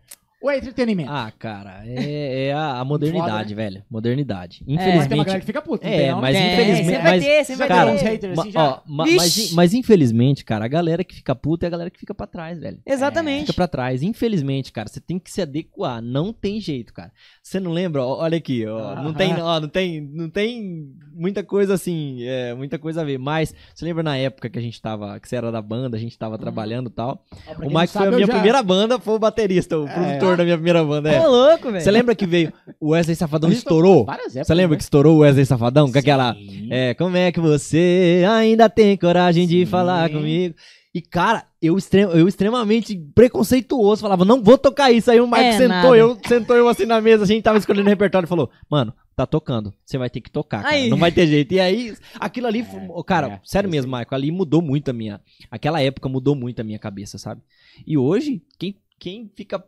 Speaker 3: ou é entretenimento?
Speaker 4: Ah, cara, é, é a, a modernidade, velho. Modernidade.
Speaker 3: Mas
Speaker 1: É,
Speaker 3: tem uma
Speaker 4: Infelizmente.
Speaker 3: galera que fica puta. não
Speaker 4: É,
Speaker 3: tem, não?
Speaker 4: mas
Speaker 1: Tem,
Speaker 4: infelizmente-
Speaker 1: sempre vai
Speaker 4: mas,
Speaker 1: ter, sempre
Speaker 4: cara,
Speaker 1: vai
Speaker 3: uns
Speaker 1: ter.
Speaker 3: haters
Speaker 4: ma-
Speaker 3: assim já.
Speaker 4: ó, ma-
Speaker 1: Vixe.
Speaker 4: mas, mas infelizmente, cara, a galera que fica puta é a galera que fica pra trás, velho.
Speaker 1: Exatamente.
Speaker 4: É, Fica pra trás. Infelizmente, cara, você tem que se adequar. Não tem jeito, cara. Você não lembra? Ó, Olha aqui, ó.
Speaker 3: Ah.
Speaker 4: Não tem, ó, não tem, não tem muita coisa assim, é, muita coisa a ver. Mas você lembra na época que a gente tava, que você era da banda, a gente tava trabalhando e tal.
Speaker 3: Ó, Uhum. pra quem
Speaker 4: O
Speaker 3: não
Speaker 4: Mike foi
Speaker 3: sabe,
Speaker 4: a
Speaker 3: eu
Speaker 4: minha
Speaker 3: já-
Speaker 4: primeira banda, foi o baterista, o
Speaker 3: É.
Speaker 4: produtor da minha primeira banda. é.
Speaker 1: Ô, louco, velho.
Speaker 4: Você lembra que veio o Wesley Safadão
Speaker 3: A gente tá
Speaker 4: estourou?
Speaker 3: Várias épocas, né?
Speaker 4: Você lembra que estourou o Wesley Safadão? Com aquela.
Speaker 3: Sim.
Speaker 4: É, como é que você ainda tem coragem de
Speaker 3: Sim.
Speaker 4: falar comigo? E, cara, eu, extrem- eu extremamente preconceituoso, falava, não vou tocar isso. Aí o Marco
Speaker 1: É,
Speaker 4: sentou,
Speaker 1: nada.
Speaker 4: eu, sentou eu assim na mesa, a gente tava escolhendo o repertório e falou, mano, tá tocando, você vai ter que tocar, cara,
Speaker 1: Aí.
Speaker 4: não vai ter jeito. E aí, aquilo ali, foi-
Speaker 3: É,
Speaker 4: cara,
Speaker 3: é,
Speaker 4: sério
Speaker 3: eu
Speaker 4: mesmo, Marco, ali mudou muito a minha, aquela época mudou muito a minha cabeça, sabe? E hoje, quem, quem fica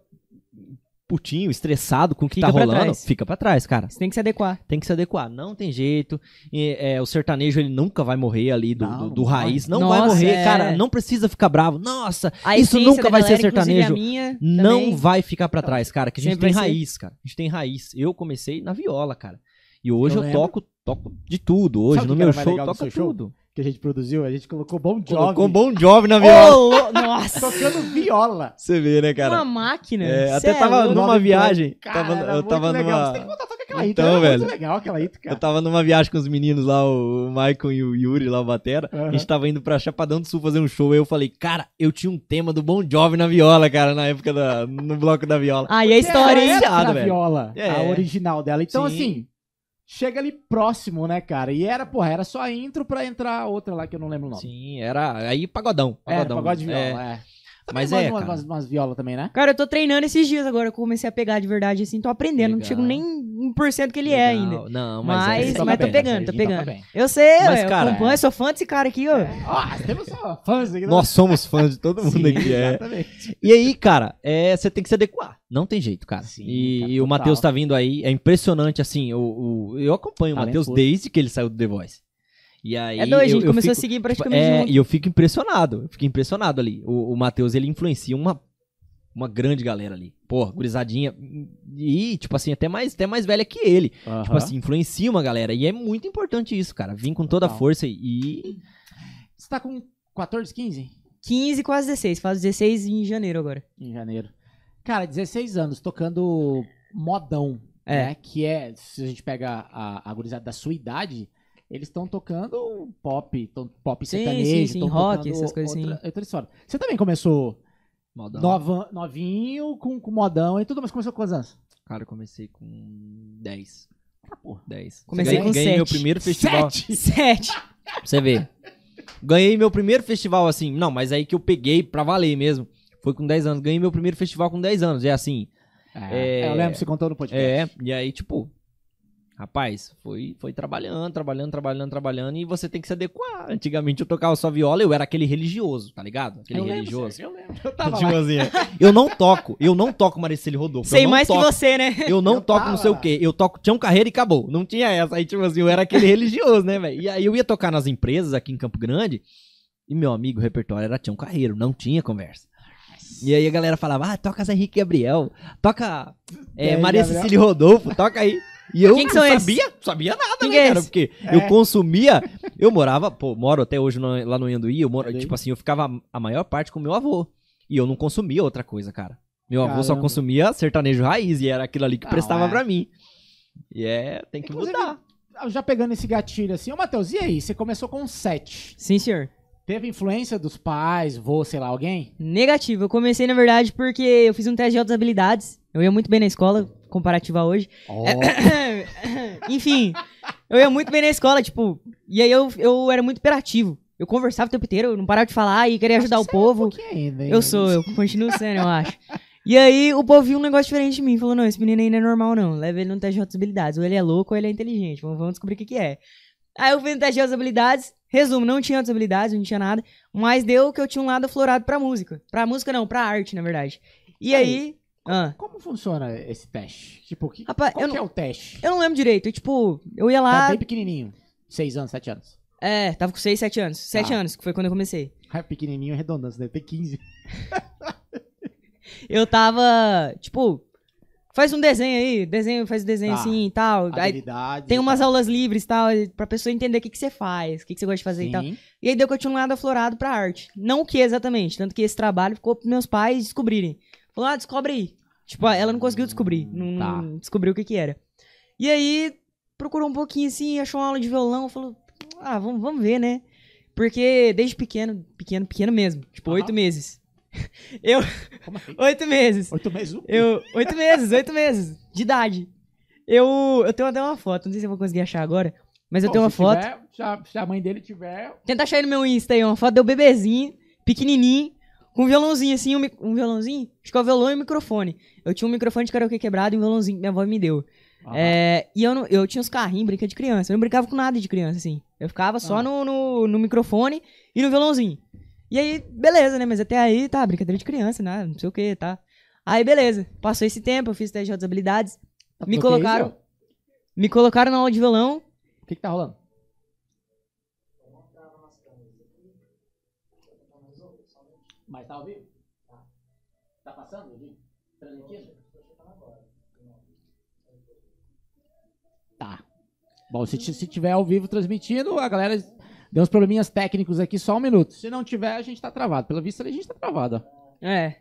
Speaker 4: putinho, estressado com o que
Speaker 1: Fica
Speaker 4: tá
Speaker 1: pra
Speaker 4: rolando,
Speaker 1: trás.
Speaker 4: fica pra trás, cara
Speaker 1: Você tem que se adequar.
Speaker 4: tem que se adequar, não tem jeito. E, é, o sertanejo ele nunca vai morrer ali do,
Speaker 3: Não,
Speaker 4: do- do
Speaker 3: não
Speaker 4: raiz, não
Speaker 1: Nossa,
Speaker 4: vai morrer,
Speaker 1: é.
Speaker 4: cara. Não precisa ficar bravo. Nossa,
Speaker 1: A
Speaker 4: Isso
Speaker 1: essência
Speaker 4: nunca
Speaker 1: da
Speaker 4: vai ser
Speaker 1: galera, inclusive
Speaker 4: sertanejo.
Speaker 1: a minha,
Speaker 4: não
Speaker 1: também.
Speaker 4: vai ficar pra trás, cara. Que a gente
Speaker 1: Sempre
Speaker 4: tem
Speaker 1: vai ser.
Speaker 4: raiz, cara. A gente tem raiz. Eu comecei na viola, cara. E hoje
Speaker 3: Eu
Speaker 4: eu,
Speaker 3: lembro.
Speaker 4: toco, toco de tudo. Hoje
Speaker 3: Sabe o
Speaker 4: no
Speaker 3: que
Speaker 4: meu
Speaker 3: era mais
Speaker 4: show
Speaker 3: legal do
Speaker 4: toca
Speaker 3: seu show?
Speaker 4: tudo.
Speaker 3: que a gente produziu, a gente colocou Bom Jovi
Speaker 4: Colocou um bom jovem na viola.
Speaker 1: Ô, lou- Nossa,
Speaker 3: tocando viola.
Speaker 4: Você vê, né,
Speaker 1: uma
Speaker 4: cara?
Speaker 1: máquina.
Speaker 4: É,
Speaker 1: Cê
Speaker 4: até
Speaker 1: é
Speaker 4: tava
Speaker 1: louco.
Speaker 4: numa viagem.
Speaker 3: Cara,
Speaker 4: tava-
Speaker 3: era
Speaker 4: eu
Speaker 3: muito
Speaker 4: tava
Speaker 3: legal. Você tem que
Speaker 4: numa.
Speaker 3: voltar com aquela
Speaker 4: Então,
Speaker 3: então, hit, era
Speaker 4: velho.
Speaker 3: muito legal aquela hit,
Speaker 4: Eu
Speaker 3: cara.
Speaker 4: tava numa viagem com os meninos lá, o o Maicon e o Yuri lá, o Batera. A gente
Speaker 3: Aham.
Speaker 4: tava indo pra Chapadão do Sul fazer um show. Aí eu falei, cara, eu tinha um tema do Bon Jovi na viola, cara, na época da, no bloco da viola.
Speaker 1: Aí a história, hein?
Speaker 4: Diferenciado,
Speaker 3: Essa era a
Speaker 4: velho.
Speaker 3: viola, a
Speaker 4: É.
Speaker 3: original dela. Então,
Speaker 4: Sim.
Speaker 3: assim, chega ali próximo, né, cara? E era, porra, era só a intro pra entrar outra lá que eu não lembro o nome.
Speaker 4: Sim, era. Aí pagodão.
Speaker 3: Era
Speaker 4: Pagodão.
Speaker 3: pagode de viola,
Speaker 4: É.
Speaker 3: é.
Speaker 4: Mas
Speaker 3: umas,
Speaker 4: é,
Speaker 3: umas,
Speaker 4: cara.
Speaker 3: umas, umas viola também, né?
Speaker 1: Cara, eu tô treinando esses dias agora. Eu comecei a pegar de verdade, assim. Tô aprendendo. Não
Speaker 4: Legal.
Speaker 1: chego nem 1% que ele é
Speaker 4: Legal.
Speaker 1: ainda.
Speaker 4: Não,
Speaker 1: Mas-
Speaker 4: mas, é,
Speaker 3: Ele toca
Speaker 1: mas tô
Speaker 3: bem,
Speaker 1: pegando, tô
Speaker 3: Serginho toca
Speaker 1: pegando.
Speaker 3: bem.
Speaker 1: Eu sei,
Speaker 4: Mas,
Speaker 1: eu
Speaker 4: cara, É,
Speaker 1: acompanho,
Speaker 3: é.
Speaker 1: eu sou fã desse cara aqui, ó.
Speaker 3: Ah, temos só fãs aqui. né?
Speaker 4: Nós somos fãs de todo mundo
Speaker 3: Sim,
Speaker 4: aqui. É.
Speaker 3: Exatamente.
Speaker 4: E aí, cara, é, você tem que se adequar. Não tem jeito, cara.
Speaker 3: Sim,
Speaker 4: e
Speaker 3: cara,
Speaker 4: e o
Speaker 3: total.
Speaker 4: Matheus tá vindo aí. É impressionante, assim. O, o- eu acompanho o Matheus
Speaker 3: Talentoso.
Speaker 4: desde que ele saiu do The Voice. E aí.
Speaker 1: É doido, a gente
Speaker 4: eu, eu
Speaker 1: começou
Speaker 4: fico,
Speaker 1: a seguir
Speaker 4: Tipo,
Speaker 1: praticamente
Speaker 4: é,
Speaker 1: junto.
Speaker 4: E eu fico impressionado. Eu fico impressionado ali. O, o Matheus, ele influencia uma, uma grande galera ali. Porra, gurizadinha. E, tipo assim, até mais, até mais velha que ele. Tipo assim, influencia uma galera. E é muito importante isso, cara. Vim com toda a
Speaker 3: Total.
Speaker 4: força e.
Speaker 3: Você tá com 14, 15?
Speaker 1: 15, quase 16. Faço 16 em janeiro agora.
Speaker 3: Em janeiro. Cara, 16 anos, tocando modão.
Speaker 1: É.
Speaker 3: Né? Que é, se a gente pega a, a gurizada da sua idade, eles estão tocando pop, tão, pop
Speaker 1: Sim, sim,
Speaker 3: sertanejo,
Speaker 1: sim,
Speaker 3: tão
Speaker 1: rock,
Speaker 3: tocando
Speaker 1: essas coisas assim.
Speaker 3: outra, outra história. Você também começou nova, novinho, com, com modão e tudo, mas começou com quantos anos?
Speaker 4: Cara, eu comecei com 10.
Speaker 3: Ah, porra.
Speaker 4: 10.
Speaker 1: Comecei
Speaker 4: ganhei,
Speaker 1: com
Speaker 4: ganhei meu
Speaker 1: sete.
Speaker 4: primeiro festival.
Speaker 3: Sete?
Speaker 1: 7.
Speaker 4: Pra você ver. Ganhei meu primeiro festival assim. Não, mas aí que eu peguei pra valer mesmo. Foi com 10 anos. Ganhei meu primeiro festival com 10 anos. É assim.
Speaker 3: É,
Speaker 4: É.
Speaker 3: eu lembro, você contou no podcast.
Speaker 4: É, e aí, tipo, rapaz, foi, foi trabalhando, trabalhando, trabalhando, trabalhando, e você tem que se adequar. Antigamente eu tocava só viola, eu era aquele religioso, tá ligado? Aquele
Speaker 3: eu lembro,
Speaker 4: religioso.
Speaker 3: Sérgio, eu lembro. Eu tava
Speaker 4: Tipo
Speaker 3: lá.
Speaker 4: assim, é, eu não toco, eu não toco Maricele Rodolfo.
Speaker 1: Sei
Speaker 4: eu não
Speaker 1: mais
Speaker 4: toco,
Speaker 1: que você, né?
Speaker 4: Eu não
Speaker 3: Eu
Speaker 4: toco não sei o
Speaker 3: tava.
Speaker 4: quê. Eu toco Tião Carreira e acabou. Não tinha essa. Aí, tipo assim, eu era aquele religioso, né, velho? E aí eu ia tocar nas empresas aqui em Campo Grande. E meu amigo, o repertório era Tião Carreiro, não tinha conversa. E aí a galera falava, ah, toca Zé Henrique Gabriel, toca é,
Speaker 3: Zé
Speaker 4: Maria
Speaker 3: Gabriel.
Speaker 4: Cecília Rodolfo, toca aí. E eu
Speaker 1: Quem que
Speaker 4: não
Speaker 1: são esses?
Speaker 4: sabia, sabia nada,
Speaker 1: Quem
Speaker 4: né,
Speaker 1: que é
Speaker 4: cara?
Speaker 1: esse?
Speaker 4: Porque
Speaker 3: É.
Speaker 4: eu consumia, eu morava, pô, moro até hoje no- lá no Enduí, eu moro,
Speaker 3: Olha aí.
Speaker 4: tipo assim, eu ficava a maior parte com meu avô. E eu não consumia outra coisa, cara. Meu avô só
Speaker 3: Caramba.
Speaker 4: consumia sertanejo raiz, e era aquilo ali que
Speaker 3: Não,
Speaker 4: prestava
Speaker 3: é.
Speaker 4: pra mim. E é, tem que
Speaker 3: Inclusive,
Speaker 4: mudar.
Speaker 3: Ah, Já pegando esse gatilho assim, ô Matheus, e aí? Você começou com 7.
Speaker 1: Sim, senhor.
Speaker 3: Teve influência dos pais, vô, sei lá, alguém?
Speaker 1: Negativo. Eu comecei, na verdade, porque eu fiz um teste de outras habilidades. Eu ia muito bem na escola, comparativa a hoje. É, Enfim, eu ia muito bem na escola, tipo, e aí eu, eu era muito imperativo. Eu conversava o tempo inteiro, eu não parava de falar e queria ajudar o
Speaker 3: Acho que você é um
Speaker 1: povo.
Speaker 3: pouquinho ainda, hein?
Speaker 1: Eu sou, eu continuo sendo, eu acho. E aí o povo viu um negócio diferente de mim, falou, não, esse menino aí não é normal não, leva ele no teste de outras habilidades, ou ele é louco ou ele é inteligente, vamos, vamos descobrir o que que é. Aí eu fiz o teste de outras habilidades, resumo, não tinha outras habilidades, não tinha nada, mas deu que eu tinha um lado aflorado pra música. Pra música não, pra arte, na verdade. E
Speaker 3: Aí.
Speaker 1: aí... Ah,
Speaker 3: Como funciona esse teste? Tipo, que,
Speaker 1: Rapaz,
Speaker 3: qual
Speaker 1: eu
Speaker 3: que
Speaker 1: não-
Speaker 3: é o teste?
Speaker 1: eu não lembro direito, eu, tipo, eu ia
Speaker 3: Tá
Speaker 1: lá...
Speaker 3: bem pequenininho. 6 anos, 7 anos.
Speaker 1: É, tava com 6, 7 anos. 7
Speaker 3: Tá.
Speaker 1: anos, que foi quando eu comecei.
Speaker 3: Ah, pequenininho é redondância, deve ter 15.
Speaker 1: Eu tava, tipo, faz um desenho aí, desenho, faz um desenho
Speaker 3: Tá.
Speaker 1: assim e tal. Aí
Speaker 3: Habilidades. tá?
Speaker 1: tem umas aulas livres e tal, e pra pessoa entender o que, que você faz, o que, que você gosta de fazer e tal. E aí deu que eu tinha um lado aflorado pra arte. Não o que exatamente, tanto que esse trabalho ficou pros meus pais descobrirem. Falou, ah, descobre aí. Tipo, ah, ela não conseguiu descobrir, não,
Speaker 3: Tá.
Speaker 1: não descobriu o que que era. E aí, procurou um pouquinho assim, achou uma aula de violão, falou, ah, vamos, vamos ver, né? Porque desde pequeno, pequeno, pequeno mesmo, tipo,
Speaker 3: Aham.
Speaker 1: oito meses.
Speaker 3: Como assim?
Speaker 1: Oito meses.
Speaker 3: 8 meses? um?
Speaker 1: Eu, oito meses, oito meses de idade. Eu, eu tenho até uma foto, não sei se eu vou conseguir achar agora, mas eu
Speaker 3: Bom,
Speaker 1: tenho uma
Speaker 3: se
Speaker 1: foto.
Speaker 3: tiver, se a- se a mãe dele tiver,
Speaker 1: Tenta achar aí no meu Insta aí, uma foto do bebezinho, pequenininho, com um violãozinho assim, um, mi- um violãozinho? Acho que é o violão e o microfone. Eu tinha um microfone de karaokê quebrado e um violãozinho que minha avó me deu.
Speaker 3: Ah.
Speaker 1: É, e eu, não- eu tinha uns carrinhos, brinca de criança. Eu não brincava com nada de criança, assim. Eu ficava só
Speaker 3: Ah.
Speaker 1: no, no, no microfone e no violãozinho. E aí, beleza, né? Mas até aí, tá, brincadeira de criança, né? Não sei o que, tá. Aí, beleza. Passou esse tempo, eu fiz teste de outras habilidades. Me
Speaker 3: tá Ok, então.
Speaker 1: colocaram-
Speaker 3: isso,
Speaker 1: Me colocaram na aula de violão.
Speaker 3: ó. O que, que tá rolando? Mas tá ao vivo? Tá. Tá passando ali? Transmitindo? Tá. Bom, se, ti- se tiver ao vivo transmitindo, a galera deu uns probleminhas técnicos aqui, só um minuto. Se não tiver, a gente tá travado. Pela vista ali, a gente tá travado, ó.
Speaker 1: É.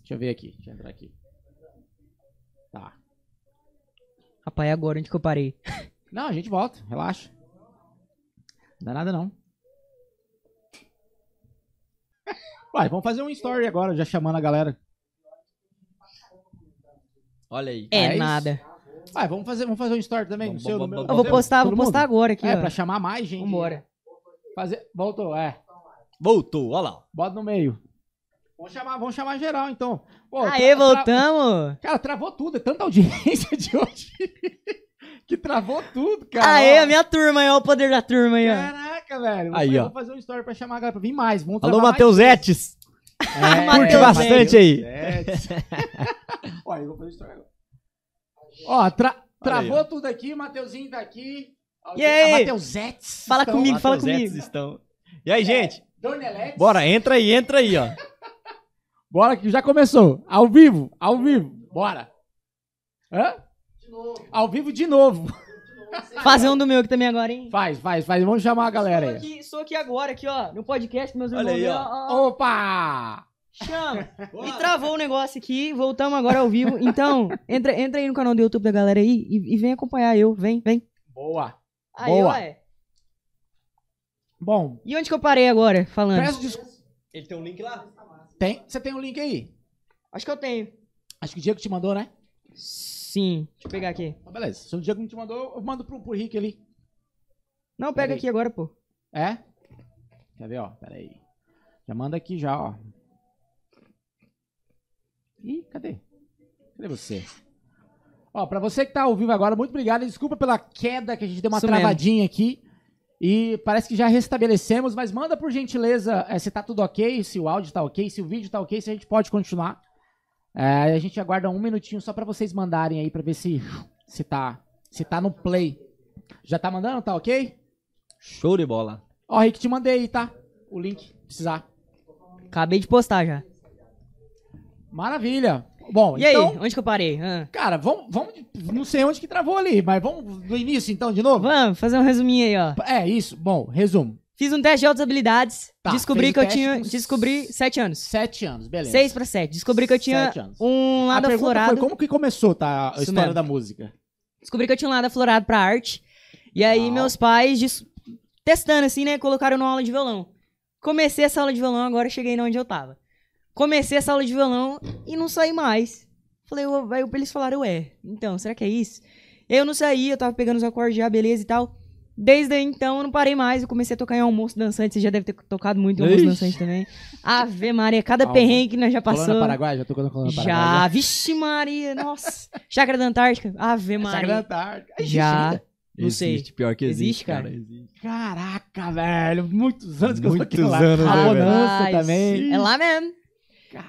Speaker 3: Deixa eu ver aqui, deixa eu entrar aqui. Tá.
Speaker 1: Rapaz, e agora onde que eu parei?
Speaker 3: Não, a gente volta, relaxa. Não dá nada não. Vai, vamos fazer um story agora, já chamando a galera.
Speaker 4: Olha aí.
Speaker 1: É,
Speaker 3: É isso?
Speaker 1: nada.
Speaker 3: Vai, vamos fazer, vamos fazer um story também, no
Speaker 4: Vamos,
Speaker 3: seu, no
Speaker 4: vamos,
Speaker 3: meu.
Speaker 4: vamos,
Speaker 1: Eu vou
Speaker 3: no seu,
Speaker 1: postar,
Speaker 3: todo
Speaker 1: vou postar
Speaker 3: mundo.
Speaker 1: agora aqui,
Speaker 3: É,
Speaker 1: ó.
Speaker 3: pra chamar mais gente.
Speaker 1: Vambora.
Speaker 3: Fazer, voltou, é.
Speaker 4: Voltou, olha lá.
Speaker 3: Bota no meio. Vamos chamar, vamos chamar geral então. Pô,
Speaker 1: Aê,
Speaker 3: tra- tra-
Speaker 1: voltamos!
Speaker 3: Cara, travou tudo, é tanta audiência de hoje que travou tudo, cara.
Speaker 1: Aê,
Speaker 3: Ó.
Speaker 1: a minha turma aí, ó, o poder da turma aí,
Speaker 3: É,
Speaker 1: ó.
Speaker 3: Caraca, velho.
Speaker 4: Aí,
Speaker 3: eu
Speaker 4: ó.
Speaker 3: vou fazer um story pra chamar a galera pra vir mais. Vamos
Speaker 4: Alô,
Speaker 3: travar mais
Speaker 4: Matheus Etes.
Speaker 3: É,
Speaker 1: Curte
Speaker 3: é,
Speaker 4: bastante
Speaker 3: é,
Speaker 4: aí.
Speaker 3: é. Olha, eu vou fazer história agora. Ó, tra- travou
Speaker 4: Olha
Speaker 3: tudo aqui, o Mateuzinho tá aqui.
Speaker 1: E aí?
Speaker 3: A então, Mateuzetes.
Speaker 1: Fala comigo. fala
Speaker 4: Matheus Etes
Speaker 1: comigo.
Speaker 3: então.
Speaker 4: estão. E aí, gente?
Speaker 3: Donelete.
Speaker 4: Bora, entra aí, entra aí, ó.
Speaker 3: Bora que já começou. Ao vivo, ao vivo. Bora. Hã? Ao vivo de novo.
Speaker 1: Fazer um do meu aqui também agora, hein?
Speaker 3: Faz, faz, faz. Vamos chamar a galera
Speaker 1: Sou
Speaker 3: aí.
Speaker 1: aqui, sou aqui agora, aqui, ó, no podcast, meus
Speaker 4: Olha
Speaker 1: irmãos.
Speaker 4: aí,
Speaker 1: aí,
Speaker 4: ó.
Speaker 1: ó, ó,
Speaker 3: Opa!
Speaker 1: Chama. E travou o negócio aqui, voltamos agora ao vivo. Então, entra, entra aí no canal do YouTube da galera aí e, e vem acompanhar eu. Vem, vem.
Speaker 3: Boa.
Speaker 1: Aí,
Speaker 3: Boa.
Speaker 1: ué.
Speaker 3: Bom,
Speaker 1: E onde que eu parei agora, falando?
Speaker 3: peço desculpa.
Speaker 4: Ele tem um link lá?
Speaker 3: Tem? Você tem o link aí?
Speaker 1: Acho que eu tenho.
Speaker 3: Acho que o Diego te mandou, né?
Speaker 1: Sim, deixa eu pegar aqui.
Speaker 3: Então, beleza. Se o Diego não te mandou, eu mando pro, pro Rick ali.
Speaker 1: Não,
Speaker 3: Pera
Speaker 1: pega
Speaker 3: aí.
Speaker 1: aqui agora, pô.
Speaker 3: É? Quer ver, ó? Pera aí. Já manda aqui já, ó. Ih, cadê? Cadê você? Ó, pra você que tá ao vivo agora, muito obrigado. Desculpa pela queda que a gente deu uma
Speaker 1: Isso mesmo.
Speaker 3: travadinha aqui. E parece que já restabelecemos, mas manda por gentileza eh, se tá tudo ok, se o áudio tá ok, se o vídeo tá ok, se a gente pode continuar. Eh, a gente aguarda um minutinho só pra vocês mandarem aí pra ver se se tá, se tá no play. Já tá mandando? Tá ok?
Speaker 4: Show de bola.
Speaker 3: Ó, Rick, te mandei aí, tá? o link, precisar.
Speaker 1: Acabei de postar já.
Speaker 3: Maravilha. Bom,
Speaker 1: E
Speaker 3: então,
Speaker 1: aí, onde que eu parei? Ah.
Speaker 3: cara, vamos, vamos. Não sei onde que travou ali, mas vamos do início então de novo?
Speaker 1: Vamos fazer um resuminho aí, ó.
Speaker 3: É isso. Bom, resumo.
Speaker 1: Fiz um teste de altas habilidades.
Speaker 3: Tá, fez
Speaker 1: descobri
Speaker 3: o
Speaker 1: que eu
Speaker 3: teste
Speaker 1: tinha.
Speaker 3: com
Speaker 1: Descobri 7 anos.
Speaker 3: Sete anos, beleza.
Speaker 1: 6 pra 7. Descobri que eu tinha
Speaker 3: Sete anos.
Speaker 1: um
Speaker 3: A
Speaker 1: lado
Speaker 3: pergunta
Speaker 1: aflorado.
Speaker 3: foi como que começou tá, a
Speaker 1: Isso
Speaker 3: história
Speaker 1: mesmo.
Speaker 3: da música.
Speaker 1: Descobri que eu tinha um lado aflorado pra arte. E aí,
Speaker 3: Uau.
Speaker 1: meus pais, dis- testando assim, né? Colocaram numa aula de violão. Comecei essa aula de violão, agora cheguei na onde eu tava. Comecei essa aula de violão e não saí mais. Falei, ué, aí eles falaram, ué, então, será que é isso? E aí Eu não saí, eu tava pegando os acordes já, beleza e tal. Desde aí, então, eu não parei mais. Eu comecei a tocar em almoço dançante. Você já deve ter tocado muito em almoço
Speaker 4: Ixi.
Speaker 1: dançante também. Ave Maria, cada
Speaker 3: Almo-
Speaker 1: perrengue que nós já
Speaker 3: Colônia
Speaker 1: passamos.
Speaker 3: Paraguai, já tô colando Colônia Paraguai. né?
Speaker 1: Já, vixe Maria, nossa. Chácara da Antártica, Ave
Speaker 3: Já. Sagrada
Speaker 1: Maria.
Speaker 3: Antártica. Ai,
Speaker 1: Já.
Speaker 3: gente,
Speaker 1: Não sei.
Speaker 4: Existe, pior que existe,
Speaker 1: Existe, cara?
Speaker 4: cara. Existe.
Speaker 3: Caraca, velho. Muitos anos que eu tô aqui
Speaker 4: Muitos
Speaker 3: lá.
Speaker 4: anos,
Speaker 3: A
Speaker 1: tá
Speaker 4: né, velho?
Speaker 3: bonança
Speaker 1: Rapaz,
Speaker 3: também.
Speaker 1: É lá mesmo.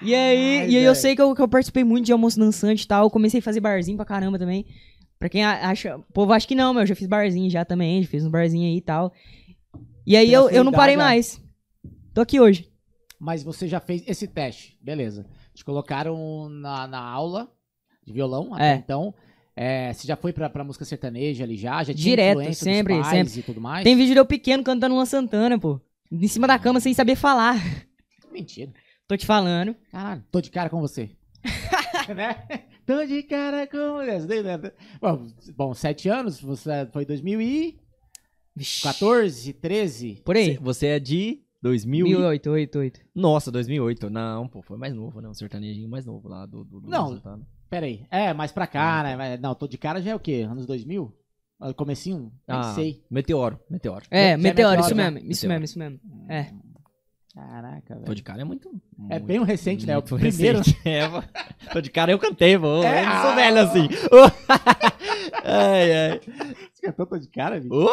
Speaker 1: E aí,
Speaker 3: Caralho,
Speaker 1: e aí eu
Speaker 3: velho.
Speaker 1: sei que eu, que eu participei muito de almoço dançante e tal. Eu comecei a fazer barzinho pra caramba também. Pra quem a- acha. O povo acha que não, mas eu já fiz barzinho já também. Já fiz um barzinho aí e tal. E aí
Speaker 3: Pela
Speaker 1: eu,
Speaker 3: sua
Speaker 1: eu não parei
Speaker 3: idade, ó.
Speaker 1: mais. Tô aqui hoje.
Speaker 3: Mas você já fez esse teste, beleza. Te colocaram na, na aula de violão até
Speaker 1: É.
Speaker 3: então. É, você já foi pra, pra música sertaneja ali já? Já tinha
Speaker 1: Direto,
Speaker 3: influência
Speaker 1: sempre,
Speaker 3: dos pais e tudo mais?
Speaker 1: Tem vídeo de eu pequeno cantando Luan Santana, pô. Em cima da cama sem saber falar.
Speaker 3: Mentira.
Speaker 1: Tô te falando.
Speaker 3: Caralho, tô de cara com você. né? Tô de cara com você. Bom, bom, sete anos, você foi 2014,
Speaker 1: Vixe,
Speaker 3: 13?
Speaker 1: Por aí.
Speaker 4: Você é de 2000 e-
Speaker 1: 1888.
Speaker 4: Nossa, 2008. Não, pô, foi mais novo, né? Um sertanejinho mais novo lá do... do, tá? do
Speaker 3: Não.
Speaker 4: Santana.
Speaker 3: Peraí. É, mais pra cá, né? Mas, Não, tô de cara já é o quê? Anos 2000? Ah, Comecinho? Nem
Speaker 4: Ah,
Speaker 3: sei.
Speaker 4: Meteoro, Meteoro.
Speaker 3: Já
Speaker 1: É,
Speaker 3: é
Speaker 1: meteoro, isso
Speaker 3: meteoro,
Speaker 1: mesmo. Isso
Speaker 4: Meteoro.
Speaker 1: mesmo, isso mesmo. É.
Speaker 3: Caraca, velho.
Speaker 4: Tô de cara é muito...
Speaker 3: É
Speaker 4: muito-
Speaker 3: bem o recente, né? O
Speaker 4: muito
Speaker 3: primeiro.
Speaker 4: recente. É, pô. Tô de cara eu cantei, pô.
Speaker 3: É.
Speaker 4: Eu não sou velho assim. ai, ai.
Speaker 3: Você cantou Tô é de cara, bicho?
Speaker 4: Ô,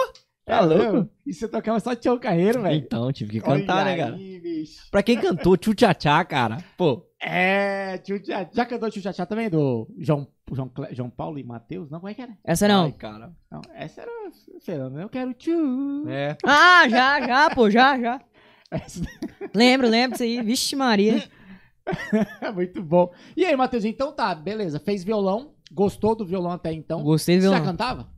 Speaker 4: tá louco?
Speaker 3: meu, E você tocava só Tião Carreiro, velho?
Speaker 4: Então, tive que
Speaker 3: Olha
Speaker 4: cantar, né,
Speaker 3: aí,
Speaker 4: cara?
Speaker 3: bicho.
Speaker 4: Pra quem cantou Tchutchachá, cara, pô,
Speaker 3: É, tio Tchá. Já cantou Tio Tchá também do João, João, Cle- João Paulo e Matheus? Não, como é que era?
Speaker 1: Essa não.
Speaker 4: ai, cara.
Speaker 3: Não, essa era o fenômeno. Eu quero tio.
Speaker 4: É.
Speaker 1: Ah, já, já, pô, já, já.
Speaker 3: Essa
Speaker 1: Lembro, lembro disso aí. Vixe Maria.
Speaker 3: é muito bom. E aí, Matheus, então tá, beleza. Fez violão, gostou do violão até então.
Speaker 1: Gostei do
Speaker 3: Você já
Speaker 1: violão.
Speaker 3: cantava?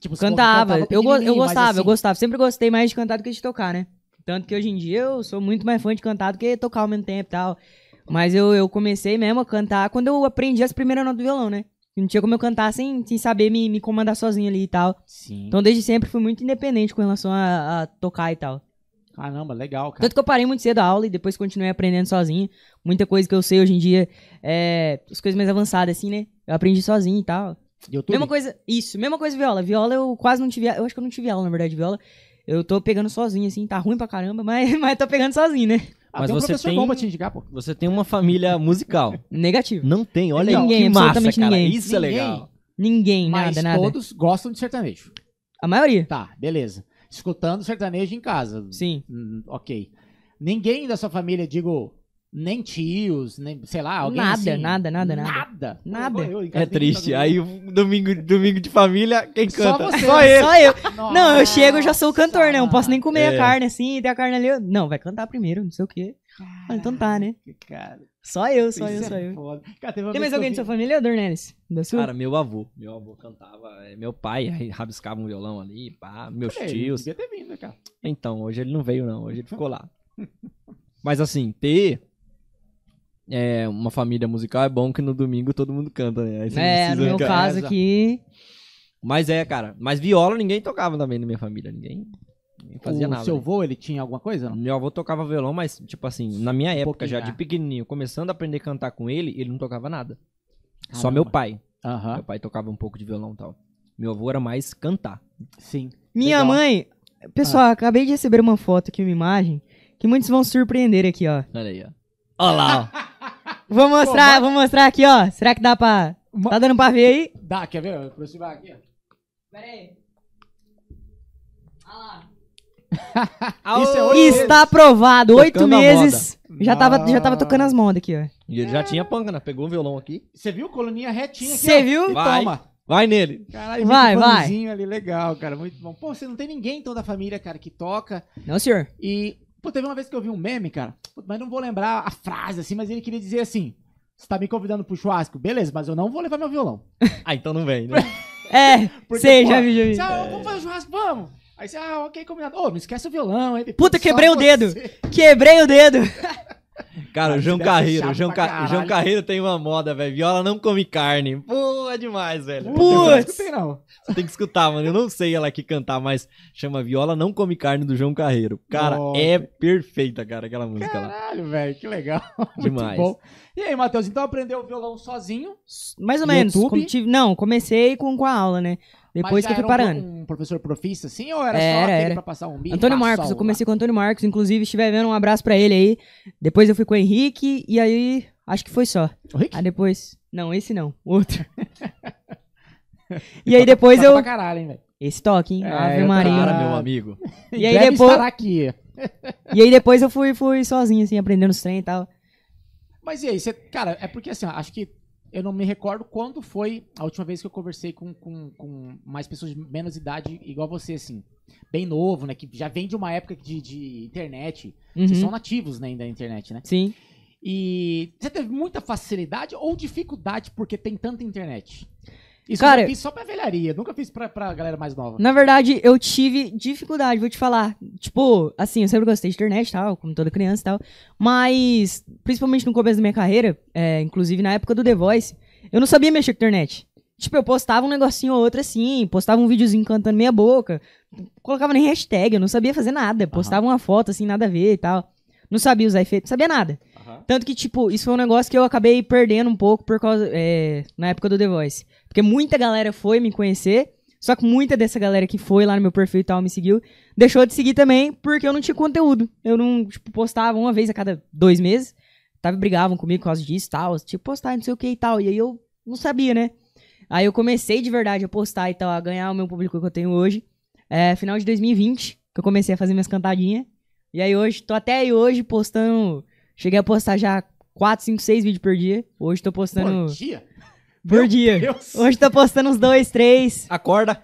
Speaker 3: Tipo, você
Speaker 1: Cantava. Eu, go- eu
Speaker 3: pequenininho, mas
Speaker 1: gostava, eu
Speaker 3: assim,
Speaker 1: gostava. Sempre gostei mais de cantar do que de tocar, né? Tanto que hoje em dia eu sou muito mais fã de cantar do que tocar ao mesmo tempo e tal. Mas eu, eu comecei mesmo a cantar quando eu aprendi as primeiras notas do violão, né? Não tinha como eu cantar sem, sem saber me, me comandar sozinho ali e tal.
Speaker 3: Sim.
Speaker 1: Então desde sempre fui muito independente com relação a, a tocar e tal.
Speaker 3: Caramba, legal, cara.
Speaker 1: Tanto que eu parei muito cedo a aula e depois continuei aprendendo sozinho. Muita coisa que eu sei hoje em dia é. As coisas mais avançadas, assim, né? Eu aprendi sozinho e tal.
Speaker 3: YouTube?
Speaker 1: Mesma coisa, isso, mesma coisa viola. Viola eu quase não tive, eu acho que eu não tive aula, na verdade, de viola. Eu tô pegando sozinho, assim, tá ruim pra caramba, mas, mas tô pegando sozinho, né?
Speaker 3: Ah,
Speaker 4: Mas
Speaker 3: tem um
Speaker 4: você
Speaker 3: professor
Speaker 4: tem-
Speaker 3: bom pra te indicar, pô.
Speaker 4: Você tem uma família musical.
Speaker 1: Negativo.
Speaker 4: Não tem, olha
Speaker 1: Ninguém,
Speaker 4: aí que massa,
Speaker 1: absolutamente
Speaker 4: cara.
Speaker 1: ninguém.
Speaker 4: Isso é
Speaker 3: Ninguém.
Speaker 4: legal.
Speaker 1: Ninguém,
Speaker 3: Mas
Speaker 1: nada, nada.
Speaker 3: todos gostam de sertanejo.
Speaker 1: A maioria.
Speaker 3: Tá, beleza. Escutando sertanejo em casa.
Speaker 1: Sim.
Speaker 3: Hum, ok. Ninguém da sua família, digo, nem tios, nem, sei lá, alguém
Speaker 1: Nada,
Speaker 3: assim,
Speaker 1: nada, nada, nada.
Speaker 3: Nada.
Speaker 1: Nada.
Speaker 3: Eu, eu em casa
Speaker 4: É
Speaker 3: nem
Speaker 4: triste.
Speaker 3: cantava.
Speaker 4: Aí o domingo, domingo de família, quem
Speaker 3: Só
Speaker 4: canta?
Speaker 3: você.
Speaker 4: Só ele.
Speaker 1: Só eu.
Speaker 3: Nossa.
Speaker 1: Não, eu chego, eu já sou o cantor, né? Eu não posso nem comer
Speaker 4: É.
Speaker 1: a carne, assim, tem a carne ali. eu- Não, vai cantar primeiro, não sei o quê. Ah, então tá, né?
Speaker 3: Cara,
Speaker 1: Só eu,
Speaker 3: isso
Speaker 1: só eu, só
Speaker 3: é
Speaker 1: eu.
Speaker 3: foda. Cara, teve uma
Speaker 1: Tem
Speaker 3: vez
Speaker 1: mais
Speaker 3: que eu
Speaker 1: alguém da
Speaker 3: vi-
Speaker 1: sua família, Dornelis? Da sua?
Speaker 4: Cara, meu avô. Meu avô cantava. é, Meu pai aí rabiscava um violão ali, pá. Meus
Speaker 3: É, ele
Speaker 4: tios.
Speaker 3: Devia ter vindo, né, cara.
Speaker 4: Então, hoje ele não veio, não. Hoje ele ficou lá. Mas assim, ter é, uma família musical é bom que no domingo todo mundo canta, né? Aí você não
Speaker 1: é, no
Speaker 4: precisa
Speaker 1: meu
Speaker 4: ficar-
Speaker 1: caso
Speaker 3: exato.
Speaker 1: aqui.
Speaker 4: Mas é, cara. Mas viola ninguém tocava também na minha família. Ninguém, ninguém fazia
Speaker 3: o
Speaker 4: nada.
Speaker 3: seu
Speaker 4: né?
Speaker 3: avô, ele tinha alguma coisa? Não?
Speaker 4: Meu avô tocava violão, mas, tipo assim, na minha época
Speaker 3: pouquinho,
Speaker 4: já,
Speaker 3: ah.
Speaker 4: de pequenininho, começando a aprender a cantar com ele, ele não tocava nada. Só
Speaker 3: Caramba.
Speaker 4: meu pai.
Speaker 3: Ah, Aham,
Speaker 4: Meu pai tocava um pouco de violão e tal. Meu avô era mais cantar.
Speaker 3: sim.
Speaker 1: Minha
Speaker 3: Legal.
Speaker 1: mãe. Pessoal, acabei de receber uma foto aqui, uma imagem, que muitos vão se surpreender aqui, ó.
Speaker 4: Olha aí, ó. Olha lá, ó.
Speaker 1: Vou mostrar,
Speaker 3: mas-
Speaker 1: vou mostrar aqui, ó. Será que dá pra.
Speaker 3: Ma-
Speaker 1: Tá dando pra ver aí?
Speaker 3: Dá, quer ver? Eu vou aproximar aqui, ó.
Speaker 1: Pera aí.
Speaker 3: Isso é
Speaker 4: Aô!
Speaker 3: oito meses.
Speaker 1: Está aprovado.
Speaker 4: Tocando
Speaker 1: Oito
Speaker 4: a
Speaker 1: meses. Já tava, já
Speaker 3: Ah.
Speaker 1: tava tocando as modas aqui, ó.
Speaker 4: E ele já tinha panga, né? Pegou o violão aqui.
Speaker 3: Você viu? Coluninha retinha aqui,
Speaker 1: Você
Speaker 3: ó.
Speaker 1: viu?
Speaker 4: Vai.
Speaker 3: Toma.
Speaker 4: Vai nele.
Speaker 3: Caralho, um
Speaker 1: Vai,
Speaker 3: microfonezinho ali, legal, cara, muito bom. Pô, você não tem ninguém, então, da família, cara, que toca
Speaker 1: Não, senhor.
Speaker 3: e Pô, teve uma vez que eu vi um meme, cara, pô, mas não vou lembrar a frase assim, mas ele queria dizer assim: você tá me convidando pro churrasco? Beleza, mas eu não vou levar meu violão.
Speaker 4: Ah, então não vem, né?
Speaker 1: É,
Speaker 3: Porque,
Speaker 1: sei,
Speaker 3: pô,
Speaker 1: já vi, já vi.
Speaker 3: Você, ah, vamos fazer o churrasco, vamos! Aí você, ah, ok, combinado. Ô, não esquece o violão, hein?
Speaker 1: Puta,
Speaker 3: Só
Speaker 1: quebrei o
Speaker 3: você.
Speaker 1: dedo. Quebrei o dedo.
Speaker 4: Cara, o
Speaker 3: Cara,
Speaker 4: João
Speaker 3: isso deve ser
Speaker 4: Carreiro,
Speaker 3: chato
Speaker 4: o João,
Speaker 3: pra
Speaker 4: Ca... o João
Speaker 3: caralho.
Speaker 4: Carreiro tem uma moda, velho. Viola não come carne. Pô, é demais, velho.
Speaker 3: Puta, eu não
Speaker 1: Putz.
Speaker 3: escutei, não.
Speaker 4: Você tem que escutar, mano. Eu não sei ela que cantar, mas chama Viola Não Come Carne do João Carreiro. Cara,
Speaker 3: Nossa.
Speaker 4: é perfeita, cara, aquela música lá.
Speaker 3: Caralho, velho, que legal.
Speaker 4: Demais.
Speaker 3: Muito bom. E aí, Matheus, então aprendeu o violão sozinho?
Speaker 1: Mais ou
Speaker 3: No
Speaker 1: menos.
Speaker 3: YouTube?
Speaker 1: como tive- não, comecei com, com a aula, né? Depois
Speaker 3: Mas
Speaker 1: que eu
Speaker 3: já
Speaker 1: fui
Speaker 3: era um-
Speaker 1: parando. É,
Speaker 3: Um, professor profissa, assim, ou era só
Speaker 1: Era,
Speaker 3: aquele
Speaker 1: era.
Speaker 3: pra passar um bico?
Speaker 1: Antônio Marcos, eu comecei com o Antônio Marcos, inclusive, se estiver vendo, um abraço pra ele aí. Depois eu fui com o Henrique, e aí, acho que foi só.
Speaker 3: O Rick?
Speaker 1: Aí depois, não, esse não, outro. e aí depois eu...
Speaker 3: Pra caralho, hein, velho.
Speaker 1: Esse toque, hein?
Speaker 3: É,
Speaker 1: Ave
Speaker 3: eu
Speaker 1: Maria.
Speaker 4: Cara,
Speaker 3: Ah.
Speaker 4: meu amigo.
Speaker 1: E aí
Speaker 3: Deve
Speaker 1: depois-
Speaker 3: estar aqui.
Speaker 1: E aí depois eu fui, fui sozinho, assim, aprendendo os trem e tal.
Speaker 3: Mas e aí, você, cara, é porque assim, ó, acho que eu não me recordo quando foi a última vez que eu conversei com, com, com mais pessoas de menos idade, igual você, assim. Bem novo, né? Que já vem de uma época de, de internet. Vocês
Speaker 1: Uhum.
Speaker 3: são nativos né, da internet, né?
Speaker 1: Sim.
Speaker 3: E você teve muita facilidade ou dificuldade porque tem tanta internet? Isso
Speaker 1: Cara,
Speaker 3: eu já fiz só pra velharia, nunca fiz pra, pra galera mais nova.
Speaker 1: Na verdade, eu tive dificuldade, vou te falar. Tipo, assim, eu sempre gostei de internet e tal, como toda criança e tal. Mas, principalmente no começo da minha carreira, é, inclusive na época do The Voice, eu não sabia mexer com internet. Tipo, eu postava um negocinho ou outro assim, postava um videozinho cantando meia boca, colocava nem hashtag, eu não sabia fazer nada. Postava uma foto assim, nada a ver e tal. Não sabia usar efeito, não sabia nada. Tanto que, tipo, isso foi um negócio que eu acabei perdendo um pouco por causa. é, na época do The Voice. Porque muita galera foi me conhecer. Só que muita dessa galera que foi lá no meu perfil e tal me seguiu, deixou de seguir também porque eu não tinha conteúdo. Eu não, tipo, postava uma vez a cada dois meses. Tava, brigavam comigo por causa disso e tal. Tipo, postar não sei o que e tal. E aí eu não sabia, né? Aí eu comecei de verdade a postar e tal, a ganhar o meu público que eu tenho hoje. É, final de 2020, que eu comecei a fazer minhas cantadinhas. E aí hoje, tô até aí hoje postando. Cheguei a postar já 4, 5, 6 vídeos por dia. Hoje tô postando.
Speaker 3: Por dia?
Speaker 1: Por
Speaker 3: Meu
Speaker 1: dia.
Speaker 3: Deus.
Speaker 1: Hoje tô postando uns dois, três.
Speaker 4: Acorda.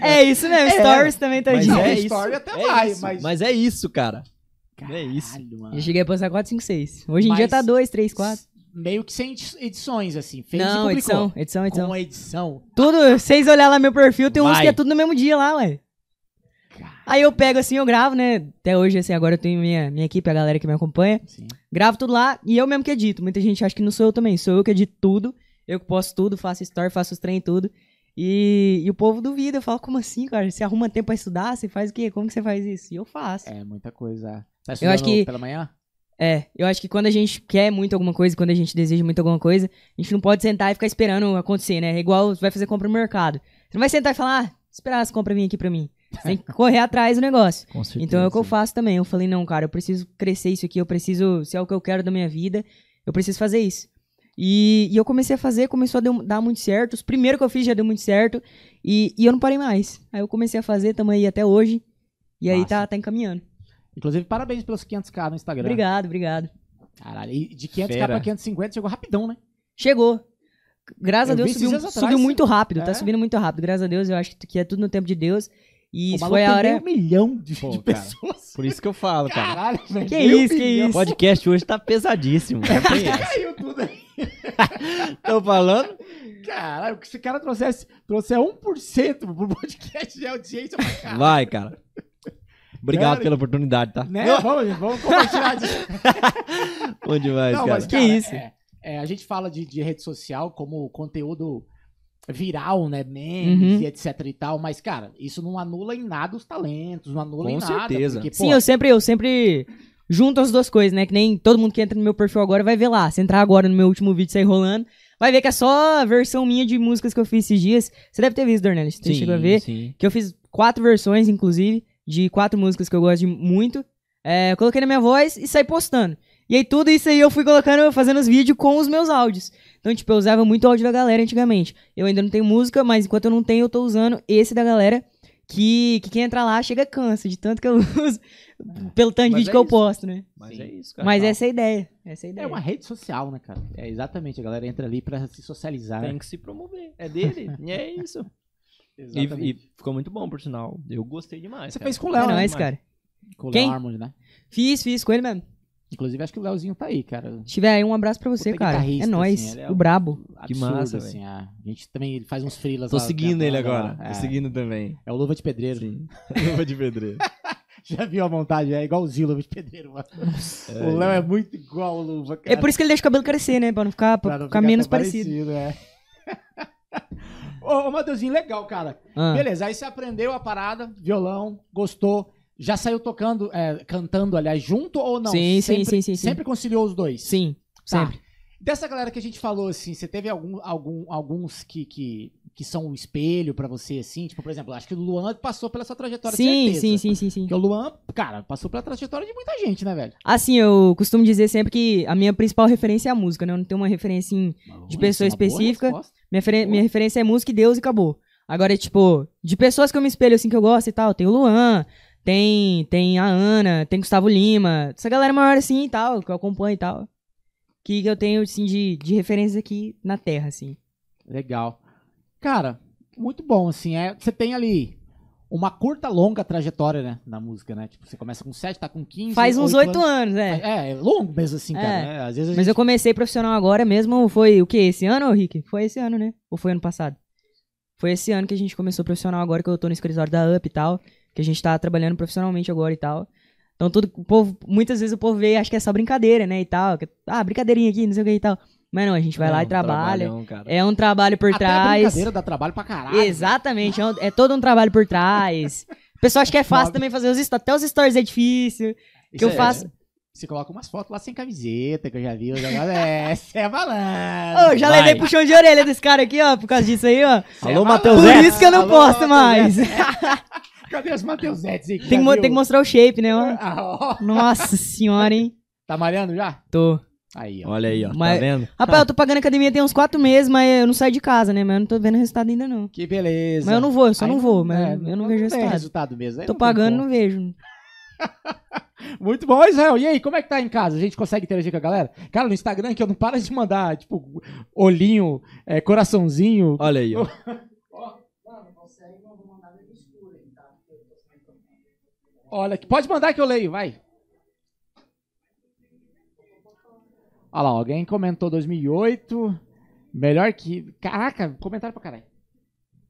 Speaker 1: É isso mesmo, stories também tá
Speaker 4: Mas
Speaker 1: dia.
Speaker 3: Não,
Speaker 4: é
Speaker 3: a
Speaker 4: isso.
Speaker 3: história até
Speaker 4: é
Speaker 3: vai,
Speaker 4: isso,
Speaker 3: mas-
Speaker 4: é isso, cara.
Speaker 3: Caralho,
Speaker 4: É isso.
Speaker 3: mano.
Speaker 1: Eu cheguei a postar 4, 5, 6. Hoje em dia
Speaker 3: Mas-
Speaker 1: tá 2, 3, 4.
Speaker 3: Meio que sem edi- edições, assim. Fez
Speaker 1: Não,
Speaker 3: e publicou.
Speaker 1: edição, edição, edição.
Speaker 3: Com edição.
Speaker 1: Tudo, vocês olharem lá meu perfil, tem uns
Speaker 4: Vai.
Speaker 1: que é tudo no mesmo dia lá, ué. Aí eu pego assim, eu gravo, né? Até hoje, assim, agora eu tenho minha, minha equipe, a galera que me acompanha.
Speaker 3: Sim.
Speaker 1: Gravo tudo lá e eu mesmo que edito. Muita gente acha que não sou eu também. Sou eu que edito tudo. Eu que posto tudo, faço story, faço os trem e tudo. E, e o povo duvida. Eu falo, como assim, cara? Você arruma tempo pra estudar? Você faz o quê? Como que você faz isso? E eu faço.
Speaker 3: É muita coisa. Tá
Speaker 1: Eu acho
Speaker 3: estudando
Speaker 1: que-
Speaker 3: pela manhã?
Speaker 1: É, eu acho que quando a gente quer muito alguma coisa, quando a gente deseja muito alguma coisa, a gente não pode sentar e ficar esperando acontecer, né? É igual você vai fazer compra no mercado. Você não vai sentar e falar, ah, esperar as compras vir aqui pra mim. Você tem que correr atrás do negócio.
Speaker 4: Com certeza.
Speaker 1: Então é o que eu faço também. Eu falei, não, cara, eu preciso crescer isso aqui, eu preciso, se é o que eu quero da minha vida, eu preciso fazer isso. E, e eu comecei a fazer, começou a deu- dar muito certo. Os primeiros que eu fiz já deu muito certo. E, e eu não parei mais. Aí eu comecei a fazer, tamo aí até hoje. E aí
Speaker 3: Massa.
Speaker 1: tá, tá encaminhando.
Speaker 3: Inclusive, parabéns pelos 500k no Instagram.
Speaker 1: Obrigado, obrigado.
Speaker 3: Caralho, e de 500k
Speaker 4: Fera.
Speaker 3: pra 550 chegou rapidão, né?
Speaker 1: Chegou. Graças
Speaker 3: Eu
Speaker 1: a Deus
Speaker 3: vi esses
Speaker 1: subiu,
Speaker 3: dias atrás.
Speaker 1: subiu muito rápido,
Speaker 3: É?
Speaker 1: tá subindo muito rápido. Graças a Deus, eu acho que é tudo no tempo de Deus. E
Speaker 3: O maluco um-
Speaker 1: foi a
Speaker 3: tem
Speaker 1: hora.
Speaker 3: meio milhão de,
Speaker 4: Pô,
Speaker 3: de
Speaker 4: cara.
Speaker 3: pessoas.
Speaker 4: Por isso que eu falo, cara.
Speaker 3: Caralho, velho.
Speaker 1: Que
Speaker 3: meio
Speaker 1: isso, que
Speaker 3: milhão.
Speaker 4: O podcast hoje tá pesadíssimo. não tem essa.
Speaker 3: Caiu tudo aí.
Speaker 4: Tô falando.
Speaker 3: Caralho, que esse cara trouxesse, trouxer 1% pro podcast de audiência pra caralho.
Speaker 4: Vai, cara. Obrigado
Speaker 3: Cara,
Speaker 4: pela oportunidade, tá?
Speaker 3: Né? Vamos, vamos compartilhar disso.
Speaker 4: Bom demais,
Speaker 3: Não,
Speaker 4: cara.
Speaker 3: mas
Speaker 1: Que
Speaker 3: cara,
Speaker 1: isso?
Speaker 3: é- é, a gente fala de, de rede social como conteúdo viral, né? Memes
Speaker 1: Uhum.
Speaker 3: e etc e tal. Mas, cara, isso não anula em nada os talentos, não anula
Speaker 4: Com
Speaker 3: em nada.
Speaker 4: certeza.
Speaker 3: Porque,
Speaker 1: Sim,
Speaker 3: pô,
Speaker 1: eu sempre, eu sempre junto as duas coisas, né? Que nem todo mundo que entra no meu perfil agora vai ver lá. Se entrar agora no meu último vídeo e sair rolando, vai ver que é só a versão minha de músicas que eu fiz esses dias. Você deve ter visto, Dornelis. Você chegou a ver.
Speaker 4: sim.
Speaker 1: Que eu fiz quatro versões, inclusive, de quatro músicas que eu gosto de muito. É, coloquei na minha voz e saí postando. E aí tudo isso aí eu fui colocando, fazendo os vídeos com os meus áudios. Então, tipo, eu usava muito o áudio da galera antigamente. Eu ainda não tenho música, mas enquanto eu não tenho, eu tô usando esse da galera. Que, que quem entra lá chega cansa de tanto que eu uso, pelo tanto de
Speaker 4: Mas
Speaker 1: vídeo
Speaker 4: é
Speaker 1: que eu
Speaker 4: isso.
Speaker 1: posto, né?
Speaker 4: Mas
Speaker 3: Sim.
Speaker 4: é isso, cara.
Speaker 1: Mas
Speaker 4: Tá.
Speaker 1: essa é a ideia. Essa é a ideia.
Speaker 3: É uma rede social, né, cara? É exatamente, a galera entra ali pra se socializar.
Speaker 4: Tem
Speaker 3: Né?
Speaker 4: que se promover. É dele. e é isso. E, e ficou muito bom, por sinal. Eu gostei demais.
Speaker 3: Você
Speaker 4: cara.
Speaker 3: fez com o
Speaker 1: É
Speaker 3: Léo, né?
Speaker 1: nóis, cara.
Speaker 3: Com o
Speaker 1: Quem?
Speaker 3: Léo Armond, né?
Speaker 1: Fiz, fiz com ele mesmo.
Speaker 3: Inclusive, acho que o Léozinho tá aí, cara.
Speaker 1: Se tiver aí, um abraço pra você,
Speaker 3: Puta
Speaker 1: cara.
Speaker 3: guitarrista,
Speaker 1: É nóis,
Speaker 3: assim, ele é
Speaker 1: o
Speaker 3: um-
Speaker 1: brabo.
Speaker 3: Absurdo,
Speaker 4: massa,
Speaker 3: assim. é. A gente também ele faz uns frilas
Speaker 4: Tô
Speaker 3: lá,
Speaker 4: seguindo
Speaker 3: né,
Speaker 4: ele
Speaker 3: lá,
Speaker 4: agora. Tô
Speaker 3: lá. É,
Speaker 4: seguindo também.
Speaker 3: é o Luva de Pedreiro.
Speaker 4: Sim. Luva de pedreiro.
Speaker 3: Já viu a montagem? É igualzinho o Luva de Pedreiro, mano. o Léo é muito igual o Luva, cara.
Speaker 1: É por isso que ele deixa o cabelo crescer, né? Pra não ficar, pra
Speaker 3: Pra não
Speaker 1: ficar
Speaker 3: ficar
Speaker 1: menos
Speaker 3: tão
Speaker 1: parecido.
Speaker 3: é. Ô, ô, Matheusinho, legal, cara.
Speaker 1: Ah.
Speaker 3: Beleza, aí você aprendeu a parada, violão, gostou. Já saiu tocando, é, cantando, aliás, junto ou não?
Speaker 1: Sim, sim,
Speaker 3: Sempre-
Speaker 1: sim, sim, sim.
Speaker 3: Sempre conciliou os dois?
Speaker 1: Sim,
Speaker 3: Tá.
Speaker 1: sempre.
Speaker 3: Dessa galera que a gente falou, assim, você teve algum, algum- alguns que, que, que são um espelho pra você, assim? Tipo, por exemplo, acho que o Luan passou pela sua trajetória,
Speaker 1: Sim,
Speaker 3: certeza.
Speaker 1: sim, sim, sim, sim.
Speaker 3: Porque o Luan, cara, passou pela trajetória de muita gente, né, velho?
Speaker 1: Assim, eu costumo dizer sempre que a minha principal referência é a música, né? Eu não tenho uma referência em. De pessoa
Speaker 3: Isso é uma boa
Speaker 1: específica.
Speaker 3: resposta.
Speaker 1: Minha, feren-
Speaker 3: Boa.
Speaker 1: minha referência é música e Deus e acabou. Agora, é tipo, de pessoas que eu me espelho, assim, que eu gosto e tal, tem o Luan, tem, tem a Ana, tem Gustavo Lima, essa galera maior assim e tal, que eu acompanho e tal. Que eu tenho, assim, de, de referências aqui na Terra, assim.
Speaker 3: Legal. Cara, muito bom, assim. É, você tem ali uma curta, longa trajetória, né? Na música, né? Tipo, você começa com 7, tá com 15.
Speaker 1: Faz uns oito anos, é.
Speaker 3: anos. É, é longo mesmo, assim, cara.
Speaker 1: É.
Speaker 3: né? Às vezes a
Speaker 1: Mas
Speaker 3: gente-
Speaker 1: eu comecei profissional agora mesmo, foi o que? Esse ano, ô, Rick? Foi esse ano, né? Ou foi ano passado? Foi esse ano que a gente começou profissional agora, que eu tô no escritório da UP e tal. Que a gente tá trabalhando profissionalmente agora e tal. Então tudo, o povo, muitas vezes o povo vê e acha que é só brincadeira, né? E tal. que- ah, brincadeirinha aqui, não sei o que e tal. Mas não, a gente vai
Speaker 4: um
Speaker 1: lá e trabalha. É um trabalho por
Speaker 3: Até a
Speaker 1: trás.
Speaker 3: brincadeira dá trabalho pra caralho.
Speaker 1: Exatamente, é, um- é todo um trabalho por trás. O pessoal acha que é fácil
Speaker 3: Sobe.
Speaker 1: também fazer os stories, até os stories é difícil.
Speaker 3: Isso
Speaker 1: Que eu
Speaker 3: é,
Speaker 1: faço.
Speaker 3: Você coloca umas fotos lá sem camiseta, que eu já vi. Eu já... É, você é malandro.
Speaker 1: Ô, já
Speaker 4: Vai.
Speaker 1: levei puxão de orelha desse cara aqui, ó, por causa disso aí, ó.
Speaker 3: Você
Speaker 4: Alô,
Speaker 3: é malandro.
Speaker 4: Matheus
Speaker 1: Por
Speaker 4: Zé.
Speaker 1: isso que eu não
Speaker 3: Alô, é. Matheus
Speaker 1: posto mais.
Speaker 3: Zé. Cadê os Mateusetes aí?
Speaker 1: Tem que, mo- tem que mostrar o shape, né? ó.
Speaker 3: Ah, ó.
Speaker 1: Nossa senhora, hein?
Speaker 3: Tá malhando já?
Speaker 1: Tô.
Speaker 3: Aí, ó.
Speaker 4: Olha aí, ó.
Speaker 1: Mas-
Speaker 4: Tá vendo?
Speaker 1: Rapaz, eu tô pagando academia tem uns quatro meses, mas eu não saio de casa, né? Mas eu não tô vendo resultado ainda, não.
Speaker 3: Que beleza.
Speaker 1: Mas eu não vou, eu só
Speaker 3: Aí
Speaker 1: não vou, mas
Speaker 3: é,
Speaker 1: eu não vejo
Speaker 3: tem
Speaker 1: resultado.
Speaker 3: resultado mesmo. aí
Speaker 1: Tô
Speaker 3: não tem
Speaker 1: pagando,
Speaker 3: como.
Speaker 1: não vejo.
Speaker 3: Muito bom, Israel. E aí, como é que tá em casa? A gente consegue interagir com a galera? Cara, no Instagram que eu não para de mandar, tipo, olhinho, é, coraçãozinho.
Speaker 4: Olha aí, ó.
Speaker 3: Olha, aqui. pode mandar que eu leio, vai. Olha lá, alguém comentou 2008. Melhor que. Caraca, comentário pra caralho.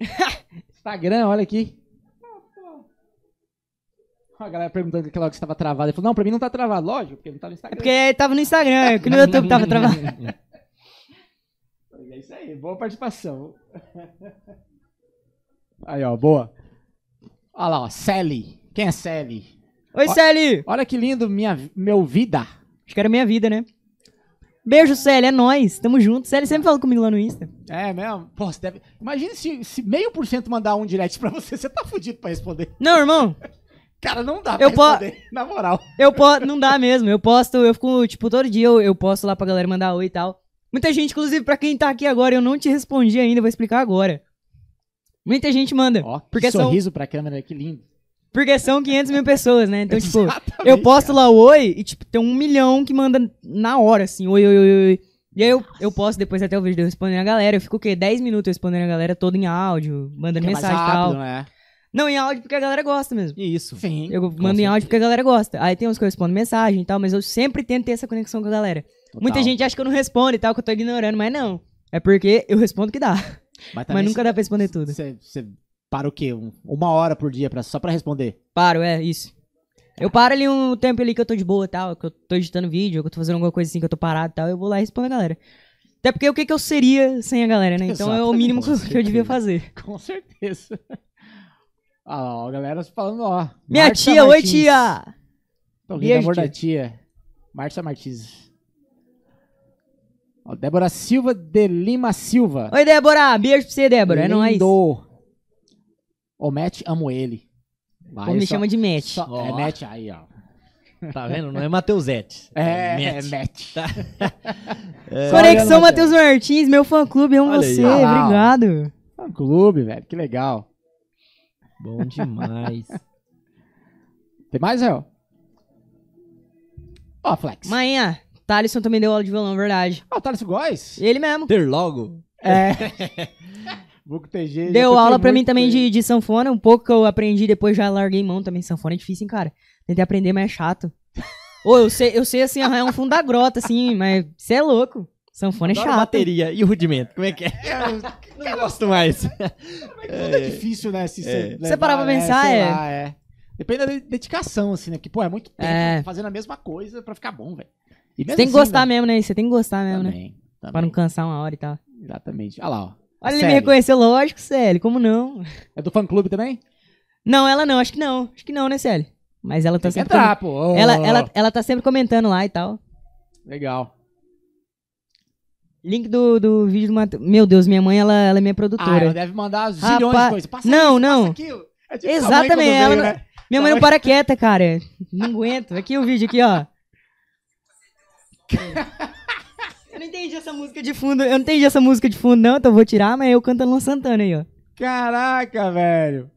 Speaker 3: Instagram, olha aqui. Ó, A galera perguntando que aquela hora que estava travada. Ele falou: Não, pra mim não tá travado. Lógico, porque não tá no
Speaker 1: É
Speaker 3: Instagram.
Speaker 1: porque tava no Instagram, que no YouTube tava trabalhando.
Speaker 3: É isso aí, boa participação. Aí, ó, boa. Olha lá, ó, Sally. Quem é Sally?
Speaker 1: Oi, Celi!
Speaker 3: Olha que lindo, minha, meu vida.
Speaker 1: Acho que era minha vida, né? Beijo, Celi, é nóis. Tamo junto. Celi sempre fala comigo lá no Insta.
Speaker 3: É mesmo? Pô, você deve... Imagina se, se meio por cento mandar um direct pra você, você tá fudido pra responder.
Speaker 1: Não, irmão,
Speaker 3: Cara, não dá pra
Speaker 1: Eu po-
Speaker 3: responder, na moral.
Speaker 1: Eu posto, não dá mesmo. Eu posto, eu fico, tipo, todo dia eu, eu posto lá pra galera mandar oi e tal. Muita gente, inclusive, pra quem tá aqui agora, eu não te respondi ainda, vou explicar agora. Muita gente manda,
Speaker 3: Ó, que
Speaker 1: Porque são-
Speaker 3: sorriso pra câmera, que lindo.
Speaker 1: porque são 500 mil pessoas, né? Então, tipo,
Speaker 3: Exatamente,
Speaker 1: eu posto lá o oi e, tipo, tem um milhão que manda na hora, assim, oi, oi, oi, oi. E aí eu, eu posto depois até o vídeo de eu respondendo a galera. Eu fico o quê? 10 minutos respondendo a galera todo em áudio, mandando
Speaker 3: cara. Que é mais
Speaker 1: mensagem e
Speaker 3: rápido,
Speaker 1: tal.
Speaker 3: né?
Speaker 1: Não, em áudio porque a galera gosta mesmo.
Speaker 4: E isso.
Speaker 3: Enfim,
Speaker 1: Eu mando em áudio porque a galera gosta. Aí tem uns que eu respondo mensagem e tal, mas eu sempre tento ter essa conexão com a galera. Muita gente acha que eu não respondo e tal, que eu tô ignorando, mas não. É porque eu respondo que dá. mas nunca dá pra responder tudo.
Speaker 3: Você, você para o quê? Um- Uma hora por dia pra, só pra responder?
Speaker 1: Paro, é isso. Eu paro ali um tempo ali que eu tô de boa e tal, que eu tô editando vídeo, que eu tô fazendo alguma coisa assim, que eu tô parado e tal, eu vou lá e respondo a galera. Até porque o que, que eu seria sem a galera, né? Então é o
Speaker 3: Exatamente,
Speaker 1: mínimo que eu,
Speaker 3: com
Speaker 1: que eu devia
Speaker 3: certeza.
Speaker 1: fazer.
Speaker 3: Com certeza. Olha lá, ó, a galera falando, ó.
Speaker 1: Minha
Speaker 3: Marta
Speaker 1: tia, oi
Speaker 3: Martins.
Speaker 1: tia!
Speaker 3: Tô lindo,
Speaker 1: Beijo,
Speaker 3: amor
Speaker 1: tia.
Speaker 3: da tia. Márcia Martins. Ó, Débora Silva de Lima Silva.
Speaker 1: Oi, Débora! Beijo pra você, Débora. É nóis.
Speaker 3: Lindo. O Matt, amo ele. Vai,
Speaker 1: Ou me
Speaker 3: só-
Speaker 1: chama de Matt.
Speaker 3: só-
Speaker 4: Ó.
Speaker 3: É Matt aí, ó.
Speaker 4: Tá vendo? Não é é. Mateusete.
Speaker 3: É, é
Speaker 4: Matt.
Speaker 3: Matt.
Speaker 1: Conexão
Speaker 3: Olha, Matheus.
Speaker 1: Matheus Martins, meu fã clube, amo
Speaker 4: Olha aí,
Speaker 1: você,
Speaker 3: ó lá, ó.
Speaker 1: obrigado.
Speaker 3: Fã Tá clube, velho. Que legal.
Speaker 4: Bom demais.
Speaker 3: Tem mais, Réu? Ó, Flex.
Speaker 1: Manhã, Thalisson também deu aula de violão, verdade.
Speaker 3: Ó, o Thales Góes.
Speaker 1: Ele mesmo.
Speaker 4: Ter logo.
Speaker 3: É. Vulgo TG. já
Speaker 1: Deu
Speaker 3: toquei
Speaker 1: aula pra
Speaker 3: muito
Speaker 1: mim também
Speaker 3: com ele.
Speaker 1: de, de sanfona, um pouco que eu aprendi, depois já larguei mão também. Sanfona é difícil, hein, cara. Tentei aprender, mas é chato. Ou eu sei, eu sei assim, arranhar um fundo da grota, assim, mas você é louco. Sanfona é
Speaker 4: Adoro
Speaker 1: chato.
Speaker 4: bateria e o rudimento. Como é que é? Não gosto mais.
Speaker 3: Tudo é difícil, né? Se
Speaker 4: É.
Speaker 1: Você parar pra
Speaker 3: né,
Speaker 1: pensar,
Speaker 3: sei
Speaker 1: é.
Speaker 3: lá, é. Depende da de- dedicação, assim, né? Porque, pô, é muito tempo
Speaker 1: É.
Speaker 3: fazendo a mesma coisa pra ficar bom, velho. E
Speaker 1: Você
Speaker 3: mesmo
Speaker 1: tem que
Speaker 3: assim,
Speaker 1: gostar
Speaker 3: velho,
Speaker 1: mesmo, né? Você tem que gostar mesmo, né?
Speaker 3: Também,
Speaker 1: Pra não
Speaker 3: também.
Speaker 1: cansar uma hora e tal.
Speaker 3: Exatamente. Olha lá, ó.
Speaker 1: Olha, ele
Speaker 3: Sério.
Speaker 1: me reconheceu, lógico, Célio, como não?
Speaker 3: É do fã-clube também?
Speaker 1: Não, ela não, acho que não. Acho que não, né, Célio? Mas ela tá
Speaker 3: Tem que
Speaker 1: sempre.
Speaker 3: entrar, pô. Oh,
Speaker 1: comen- Ela, ela, ela tá sempre comentando lá e tal.
Speaker 3: Legal.
Speaker 1: Link do, do vídeo do Matheus. Meu Deus, minha mãe, ela, ela é minha
Speaker 3: Ah, ela
Speaker 1: produtora.
Speaker 3: deve mandar zilhões de
Speaker 1: Rapaz,
Speaker 3: coisas. Passa
Speaker 1: não,
Speaker 3: isso,
Speaker 1: não.
Speaker 3: Passa aquilo. É tipo sua mãe
Speaker 1: Exatamente,
Speaker 3: quando
Speaker 1: ela
Speaker 3: veio,
Speaker 1: não-
Speaker 3: né?
Speaker 1: minha mãe não para quieta, cara. Não aguento. Aqui o vídeo, aqui, ó. Eu não entendi essa música de fundo. Eu não entendi essa música de fundo, não. Então eu vou tirar, mas eu cantando Luan Santana aí, ó.
Speaker 3: Caraca, velho.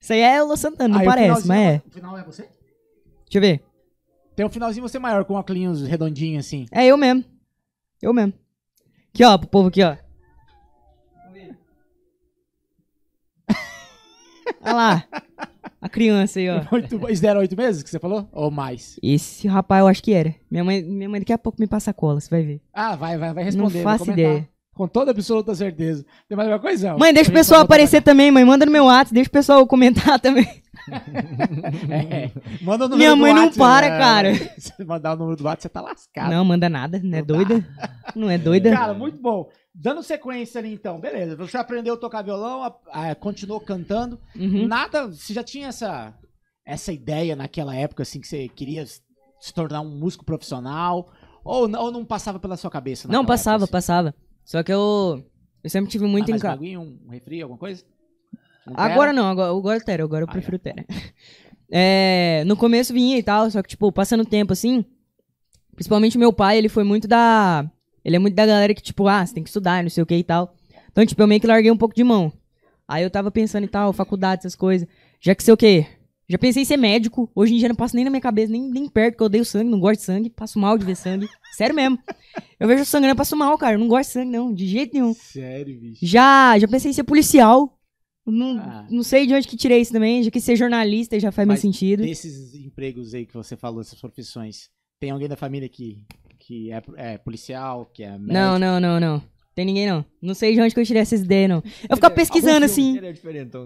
Speaker 1: Isso aí é Luan Santana, não
Speaker 3: Aí o
Speaker 1: parece, mas é.
Speaker 3: finalzinho- O final é você?
Speaker 1: Deixa eu ver.
Speaker 3: Tem um finalzinho você maior, com óculos redondinho assim.
Speaker 1: É eu mesmo. Eu mesmo. Aqui, ó, pro povo aqui, ó. Olha lá. A criança aí, ó.
Speaker 3: Oito, eles deram oito meses que você falou? Ou mais?
Speaker 1: Esse rapaz eu acho que era. Minha mãe, minha mãe daqui a pouco me passa a cola, você vai ver.
Speaker 3: Ah, vai, vai, vai responder. vai
Speaker 1: não faço
Speaker 3: comentar.
Speaker 1: ideia.
Speaker 3: Com toda absoluta certeza. Tem mais alguma coisa?
Speaker 1: Mãe, deixa o
Speaker 3: Pra gente
Speaker 1: pessoal
Speaker 3: só botar
Speaker 1: aparecer também, mãe. Manda no meu WhatsApp, deixa o pessoal comentar também.
Speaker 3: pra- É. Manda o número
Speaker 1: Minha
Speaker 3: do
Speaker 1: mãe não
Speaker 3: WhatsApp,
Speaker 1: para,
Speaker 3: né?
Speaker 1: cara.
Speaker 3: Se mandar o número do WhatsApp, você tá lascado.
Speaker 1: Não, manda nada. Não é
Speaker 3: Não dá.
Speaker 1: doida? Não é doida?
Speaker 3: Cara, muito bom. Dando sequência ali então, beleza. Você aprendeu a tocar violão, a- a- continuou cantando.
Speaker 1: Uhum.
Speaker 3: Nada, você já tinha essa, essa ideia naquela época, assim, que você queria se tornar um músico profissional? Ou, não- ou não passava pela sua cabeça?
Speaker 1: Não,
Speaker 3: naquela
Speaker 1: passava,
Speaker 3: época,
Speaker 1: passava. Só que eu. Eu sempre tive muito
Speaker 3: assim? Ah,
Speaker 1: em
Speaker 3: mais uma
Speaker 1: casa.
Speaker 3: aguinha, um refri, alguma coisa? Um
Speaker 1: Agora não, agora, agora é Tera, agora eu
Speaker 3: Ah,
Speaker 1: prefiro Tera. É, no começo vinha e tal, só que, tipo, passando o tempo assim, principalmente meu pai, ele foi muito da. Ele é muito da galera que, tipo, ah, você tem que estudar, não sei o que e tal. Então, tipo, eu meio que larguei um pouco de mão. Aí eu tava pensando e tal, faculdade, essas coisas. Já que sei o quê? Já pensei em ser médico. Hoje em dia não passa nem na minha cabeça, nem, nem perto, porque eu odeio sangue, não gosto de sangue, passo mal de ver sangue. Sério mesmo. Eu vejo sangue, né, eu passo mal, cara. Eu não gosto de sangue, não, de jeito nenhum.
Speaker 3: Sério, bicho.
Speaker 1: Já, já pensei em ser policial. Não,
Speaker 3: Ah.
Speaker 1: não sei de onde que tirei isso também. Já que ser jornalista já faz
Speaker 3: Mas
Speaker 1: mais sentido.
Speaker 3: Desses empregos aí que você falou, essas profissões, tem alguém da família que, que é, é policial, que é médico?
Speaker 1: Não, não, não, não. Tem ninguém não. Não sei de onde que eu tirei essa ideia não. Eu ficava pesquisando assim.
Speaker 4: é diferentão.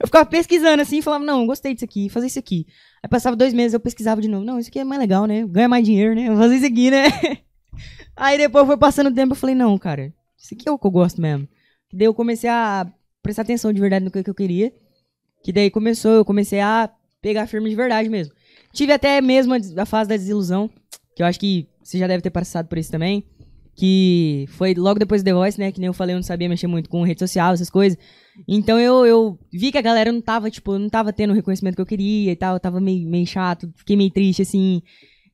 Speaker 1: Eu ficava pesquisando assim e falava, não, gostei disso aqui, fazer isso aqui. Aí passava dois meses, eu pesquisava de novo. Não, isso aqui é mais legal, né? Ganha mais dinheiro, né? Vou fazer isso aqui, né? Aí depois foi passando o tempo, eu falei, não, cara, isso aqui é o que eu gosto mesmo. Daí eu comecei a prestar atenção de verdade no que que eu queria. Que daí começou, eu comecei a pegar firme de verdade mesmo. Tive até mesmo a, des- a fase da desilusão, que eu acho que você já deve ter passado por isso também. Que foi logo depois do The Voice, né? Que nem eu falei, eu não sabia mexer muito com rede social, essas coisas. Então eu, eu vi que a galera não tava, tipo, não tava tendo o reconhecimento que eu queria e tal, eu tava meio, meio chato, fiquei meio triste, assim.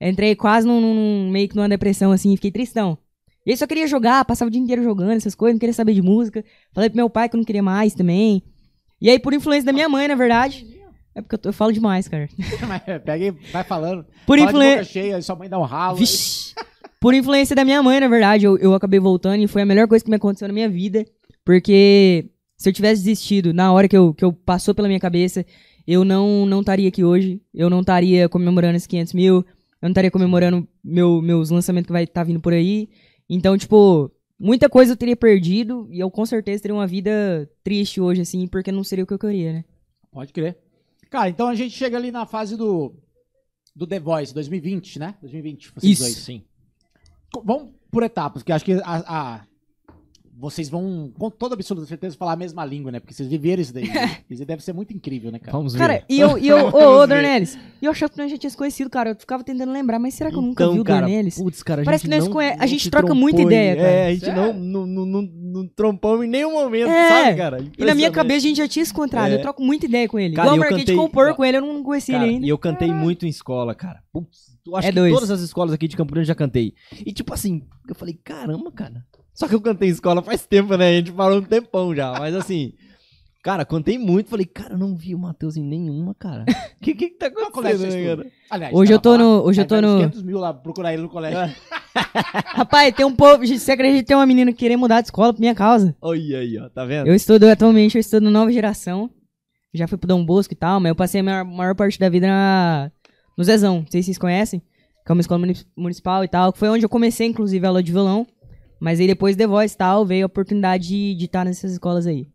Speaker 1: Entrei quase num, num- num- meio que numa depressão, assim, fiquei tristão. E aí só queria jogar, passava o dia inteiro jogando essas coisas, não queria saber de música. Falei pro meu pai que eu não queria mais também. E aí, por influência da minha mãe, na verdade. É porque eu, tô- eu falo demais, cara.
Speaker 3: Mas Pega e vai falando. Fala
Speaker 1: Por
Speaker 3: de
Speaker 1: influência.
Speaker 3: boca cheia, sua mãe dá um ralo.
Speaker 1: Vixe. Por influência da minha mãe, na verdade, eu, eu acabei voltando e foi a melhor coisa que me aconteceu na minha vida. Porque se eu tivesse desistido na hora que eu, que eu passou pela minha cabeça, eu não não estaria aqui hoje. Eu não estaria comemorando esses 500 mil. Eu não estaria comemorando meu, meus lançamentos que vai estar vindo por aí. Então, tipo, muita coisa eu teria perdido e eu com certeza teria uma vida triste hoje, assim, porque não seria o que eu queria, né?
Speaker 3: Pode crer. Cara, então a gente chega ali na fase do, do The Voice 2020, né? 2020, vocês
Speaker 1: Isso.
Speaker 3: dois.
Speaker 4: Sim.
Speaker 3: Co- Vamos por etapas, porque acho que a, a- vocês vão, com toda absoluta certeza, falar a mesma língua, né? Porque vocês viveram isso daí. né? Isso deve ser muito incrível, né, cara?
Speaker 4: Vamos ver.
Speaker 1: Cara, e eu, e eu, ô, né? ô,
Speaker 4: Vamos ver.
Speaker 1: Dornelis, e eu achava que nós já tinha se conhecido, cara. Eu ficava tentando lembrar, mas será que eu nunca vi o
Speaker 4: Então, cara,
Speaker 1: Dornelis?
Speaker 4: Putz, cara, a
Speaker 1: Parece
Speaker 4: gente
Speaker 1: que nós
Speaker 4: não-
Speaker 1: conhe- a
Speaker 4: não
Speaker 1: gente
Speaker 4: se
Speaker 1: troca muita
Speaker 4: trompou em-
Speaker 1: ideia, cara.
Speaker 4: É, a gente não,
Speaker 3: Sério?
Speaker 4: não, não, não, não trompamos em nenhum momento,
Speaker 1: É.
Speaker 4: sabe, cara?
Speaker 1: E na minha
Speaker 4: Impressionante.
Speaker 1: cabeça a gente já tinha se encontrado.
Speaker 4: É.
Speaker 1: Eu troco muita ideia com ele.
Speaker 4: Cara,
Speaker 1: Igual eu
Speaker 4: eu
Speaker 1: marquei
Speaker 4: cantei-
Speaker 1: de compor
Speaker 4: Ó,
Speaker 1: com ele, eu não conheci
Speaker 4: Cara,
Speaker 1: ele ainda. Ah.
Speaker 4: E eu cantei muito em escola, cara. Putz, eu acho
Speaker 1: É
Speaker 4: que
Speaker 1: dois.
Speaker 4: todas as escolas aqui de Campo Grande eu já cantei. E tipo assim, eu falei, caramba, cara. Só que eu cantei em escola faz tempo, né? A gente parou um tempão já. Mas assim, cara, cantei muito. Falei, cara, eu não vi o Matheus em nenhuma, cara. O que que que tá
Speaker 3: Qual É um colégio
Speaker 4: acontecendo,
Speaker 3: você
Speaker 4: né,
Speaker 3: estuda?
Speaker 4: cara?
Speaker 3: Aliás,
Speaker 1: Hoje eu
Speaker 3: tava
Speaker 1: tô
Speaker 3: lá,
Speaker 1: no. Hoje eu
Speaker 3: aí vai
Speaker 1: tô
Speaker 3: uns
Speaker 1: no.
Speaker 3: 500 mil lá procurar ele no colégio.
Speaker 1: Rapaz, tem um povo. Você acredita que tem uma menina que querer mudar de escola por minha causa?
Speaker 4: Olha aí, ó, tá vendo?
Speaker 1: Eu estudo, atualmente eu estudo nova geração. Já fui pro Dom Bosco e tal, mas eu passei a maior, maior parte da vida na, no Zezão. Não sei se vocês conhecem, que é uma escola muni- municipal e tal, que foi onde eu comecei, inclusive, a aula de violão. Mas aí depois The Voice e tal, veio a oportunidade de, de estar nessas escolas aí.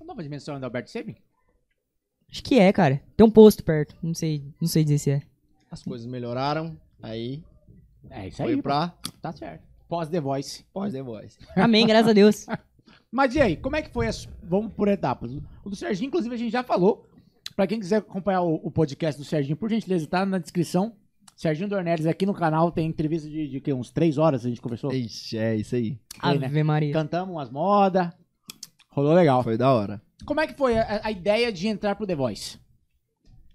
Speaker 3: A nova dimensão é do Alberto Sebin?
Speaker 1: Acho que é, cara. Tem um posto perto. Não sei, não sei dizer se é.
Speaker 2: As coisas melhoraram, aí
Speaker 3: É isso
Speaker 2: foi
Speaker 3: aí,
Speaker 2: pra
Speaker 3: tá certo. Pós The Voice.
Speaker 2: pós The Voice.
Speaker 1: Amém, graças a Deus.
Speaker 3: Mas e aí, como é que foi? A... su- Vamos por etapas. O do Serginho, inclusive, a gente já falou. Pra quem quiser acompanhar o, o podcast do Serginho, por gentileza, tá na descrição. Serginho Dornelles aqui no canal tem entrevista de, de que, uns três horas a gente conversou.
Speaker 2: Ixi, é isso aí.
Speaker 3: Foi, né?
Speaker 1: Ave Maria.
Speaker 3: Cantamos umas modas. Rolou legal.
Speaker 2: Foi da hora.
Speaker 3: Como é que foi a, a ideia de entrar pro The Voice?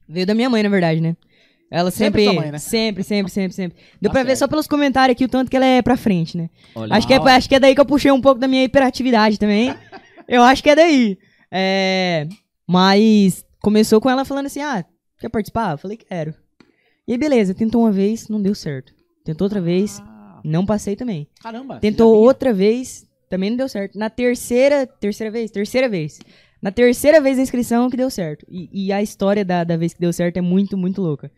Speaker 1: Veio da minha mãe, na verdade, né? Ela
Speaker 3: Sempre
Speaker 1: sempre.
Speaker 3: sua
Speaker 1: Sempre,
Speaker 3: mãe, né?
Speaker 1: sempre, sempre, sempre, Deu
Speaker 3: Tá
Speaker 1: pra ver
Speaker 3: certo.
Speaker 1: só pelos comentários aqui o tanto que ela é pra frente, né?
Speaker 4: Olha
Speaker 1: Acho que, é, acho que é daí que eu puxei um pouco da minha hiperatividade também. eu acho que é daí. É, mas começou com ela falando assim: ah, quer participar? Eu falei, quero. E aí, beleza, tentou uma vez, não deu certo. Tentou outra vez,
Speaker 3: Ah,
Speaker 1: não passei também.
Speaker 3: caramba. você
Speaker 1: Tentou
Speaker 3: já vinha-
Speaker 1: outra vez, também não deu certo. Na terceira, terceira vez, terceira vez. Na terceira vez da inscrição que deu certo. E, e a história da, da vez que deu certo é muito, muito louca.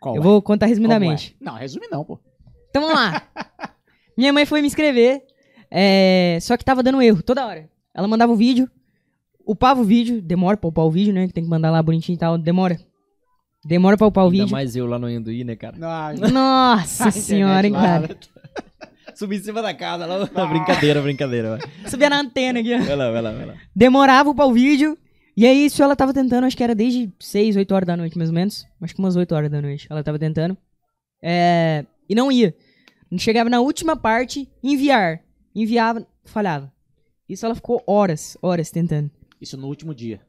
Speaker 3: Qual
Speaker 1: Eu
Speaker 3: é?
Speaker 1: vou
Speaker 3: Como
Speaker 1: contar
Speaker 3: é?
Speaker 1: resumidamente.
Speaker 3: Não, resume não, pô.
Speaker 1: Então vamos lá. Minha mãe foi me inscrever, é, só que tava dando erro toda hora. Ela mandava o vídeo, upava o vídeo, demora pra upar o vídeo, né? Que tem que mandar lá bonitinho e tal, demora. Demora pra upar o
Speaker 4: Ainda
Speaker 1: vídeo.
Speaker 4: mais eu lá no Enduí, né, cara?
Speaker 1: Nossa senhora, hein, cara.
Speaker 4: Subi em cima da casa lá. brincadeira, brincadeira. Vai.
Speaker 1: Subia na antena aqui, ó.
Speaker 4: vai lá, vai lá, vai lá.
Speaker 1: demorava pra o vídeo. E aí, isso ela tava tentando, acho que era desde 6, 8 horas da noite, mais ou menos. Acho que umas 8 horas da noite ela tava tentando. É, e não ia. Chegava na última parte, enviar. Enviava, falhava. Isso ela ficou horas, horas tentando.
Speaker 3: Isso no último dia.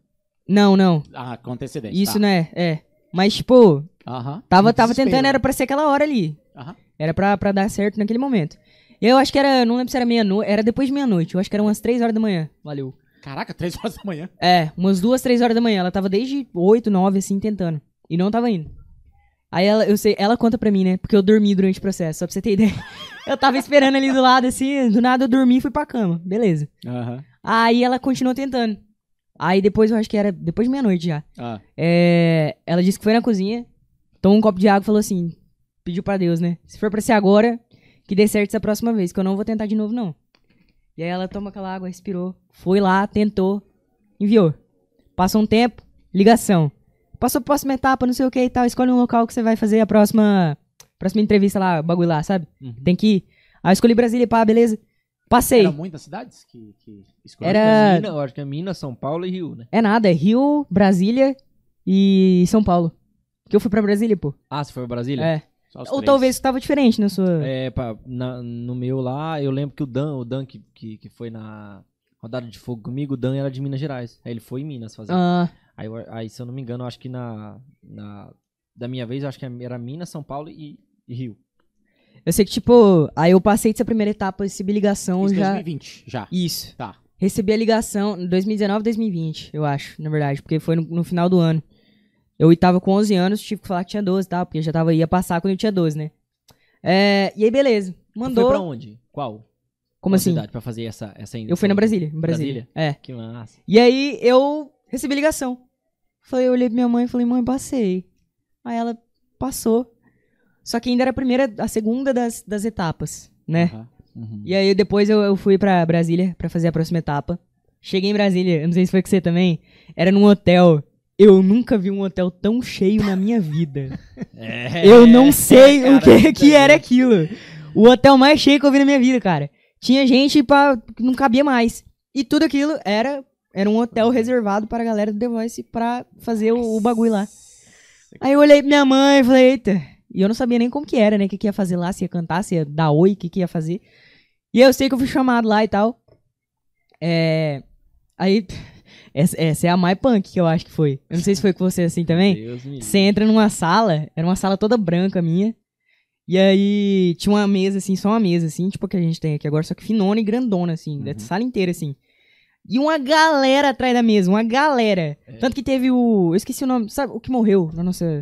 Speaker 1: Não, não.
Speaker 3: Ah, com antecedência.
Speaker 1: Isso
Speaker 3: tá.
Speaker 1: não é. É. Mas, tipo,
Speaker 3: Aham.
Speaker 1: Tava,
Speaker 3: No
Speaker 1: tava
Speaker 3: desespero.
Speaker 1: tentando, era pra ser aquela hora ali.
Speaker 3: Aham.
Speaker 1: Era pra, pra dar certo naquele momento. Eu acho que era, não lembro se era meia-noite, era depois de meia-noite, eu acho que era umas 3 horas da manhã. Valeu.
Speaker 3: Caraca, três horas da manhã.
Speaker 1: É, umas 2, 3 horas da manhã. Ela tava desde 8, 9, assim, tentando. E não tava indo. Aí ela, eu sei, ela conta pra mim, né? Porque eu dormi durante o processo, só pra você ter ideia. Eu tava esperando ali do lado, assim, do nada eu dormi e fui pra cama. Beleza.
Speaker 3: Aham.
Speaker 1: Aí ela continuou tentando. Aí depois, eu acho que era depois de meia-noite já.
Speaker 3: Ah.
Speaker 1: É, ela disse que foi na cozinha, tomou um copo de água e falou assim: pediu pra Deus, né? Se for pra ser agora, que dê certo essa próxima vez, que eu não vou tentar de novo, não. E aí ela toma aquela água, respirou, foi lá, tentou, enviou. Passou um tempo, ligação. Passou pra próxima etapa, não sei o que e tal, escolhe um local que você vai fazer a próxima próxima entrevista lá, bagulho lá, sabe?
Speaker 4: Uhum.
Speaker 1: Tem que ir. Aí eu escolhi Brasília, pá, beleza. Passei.
Speaker 3: Eram muitas cidades que, que escolheram?
Speaker 1: Era-
Speaker 4: Minas, eu acho que é Minas, São Paulo e Rio, né?
Speaker 1: É nada, é Rio, Brasília e São Paulo. Porque eu fui pra Brasília, pô.
Speaker 4: Ah, se foi pra Brasília?
Speaker 1: É.
Speaker 3: Só os
Speaker 1: Ou
Speaker 3: três.
Speaker 1: talvez tava diferente na sua.
Speaker 4: É, pá, na- no meu lá, eu lembro que o Dan, o Dan que, que, que foi na rodada de fogo comigo, o Dan era de Minas Gerais. Aí ele foi em Minas fazer.
Speaker 1: Ah,
Speaker 4: Aí, eu- aí, se eu não me engano, eu acho que na, na- Da minha vez, eu acho que era Minas, São Paulo e, e Rio.
Speaker 1: eu sei que, tipo, aí eu passei dessa primeira etapa, recebi ligação
Speaker 3: Isso,
Speaker 1: um já.
Speaker 3: 2020, já.
Speaker 1: Isso.
Speaker 3: Tá.
Speaker 1: Recebi a ligação em 2019, 2020, eu acho, na verdade, porque foi no, no final do ano. Eu tava com 11 anos, tive que falar que tinha 12, tá? Porque eu já tava, ia passar quando eu tinha 12, né? É, e aí, beleza.
Speaker 4: Tu Foi pra
Speaker 1: Mandou.
Speaker 4: onde? Qual?
Speaker 1: Como
Speaker 4: Qual
Speaker 1: assim?
Speaker 4: Cidade pra fazer essa, essa
Speaker 1: Eu fui na Brasília, em Brasília. É.
Speaker 4: Que massa.
Speaker 1: E aí eu recebi ligação. Falei, eu olhei pra minha mãe e falei, mãe, passei. Aí ela passou. Só que ainda era a primeira, a segunda das, das etapas, né?
Speaker 3: Aham. Uhum.
Speaker 1: E aí depois eu, eu fui pra Brasília pra fazer a próxima etapa. Cheguei em Brasília, eu não sei se foi com você também, era num hotel. Eu nunca vi um hotel tão cheio na minha vida.
Speaker 4: É,
Speaker 1: eu não sei o que, é que era aquilo. O hotel mais cheio que eu vi na minha vida, cara. Tinha gente pra, que não cabia mais. E tudo aquilo era, era um hotel reservado para a galera do The Voice pra fazer o, o bagulho lá. Aí eu olhei pra minha mãe e falei, eita. E eu não sabia nem como que era, né? O que, que ia fazer lá, se ia cantar, se ia dar oi, o que, que ia fazer. E eu sei que eu fui chamado lá e tal. É. Aí. Essa, essa é a My Punk que eu acho que foi. Eu não sei se foi com você assim também.
Speaker 4: Deus me
Speaker 1: Você entra numa sala, era uma sala toda branca minha. E aí tinha uma mesa, assim, só uma mesa, assim, tipo a que a gente tem aqui agora, só que finona e grandona, assim,
Speaker 4: Uhum.
Speaker 1: da sala inteira, assim. E uma galera atrás da mesa, uma
Speaker 4: É.
Speaker 1: galera. Tanto que teve o. Eu esqueci o nome, sabe? O que morreu na nossa.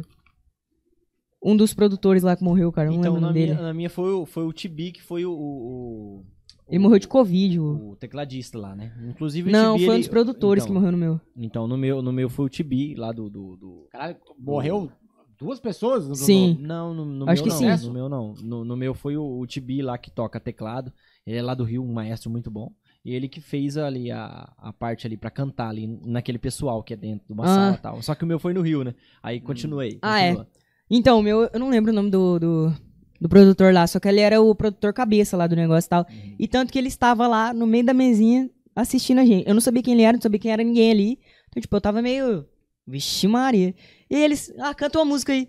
Speaker 1: Um dos produtores lá que morreu, cara. Eu não
Speaker 4: Então,
Speaker 1: lembro o
Speaker 4: na
Speaker 1: nome um dele.
Speaker 4: minha, na minha foi, o- foi o Tibi, que foi o. o- o-
Speaker 1: Ele morreu de Covid. o-
Speaker 4: o tecladista lá, né? Inclusive o
Speaker 1: Não,
Speaker 4: Tibi,
Speaker 1: foi um
Speaker 4: ele-
Speaker 1: dos produtores
Speaker 4: então,
Speaker 1: que morreu no meu.
Speaker 4: Então, no meu, no meu foi o Tibi, lá do. do, do-
Speaker 3: Caralho, morreu duas pessoas? no-
Speaker 1: Sim.
Speaker 4: Não, no, no
Speaker 1: Acho
Speaker 4: meu
Speaker 1: que
Speaker 4: não. né?
Speaker 1: sim.
Speaker 4: No meu não. No, no meu foi o, o Tibi lá que toca teclado. Ele é lá do Rio, um maestro muito bom. E ele que fez ali a, a parte ali pra cantar ali naquele pessoal que é dentro de uma
Speaker 1: Ah.
Speaker 4: sala e tal. Só que o meu foi no Rio, né? Aí continuei.
Speaker 1: Ah, é.
Speaker 4: continua.
Speaker 1: Então, o meu, eu não lembro o nome do, do, do produtor lá, só que ele era o produtor cabeça lá do negócio e tal.
Speaker 4: Uhum.
Speaker 1: E tanto que ele estava lá no meio da mesinha assistindo a gente. Eu não sabia quem ele era, não sabia quem era ninguém ali. Então, tipo, eu tava meio. Vixe, Maria. E eles. Ah, canta uma música aí.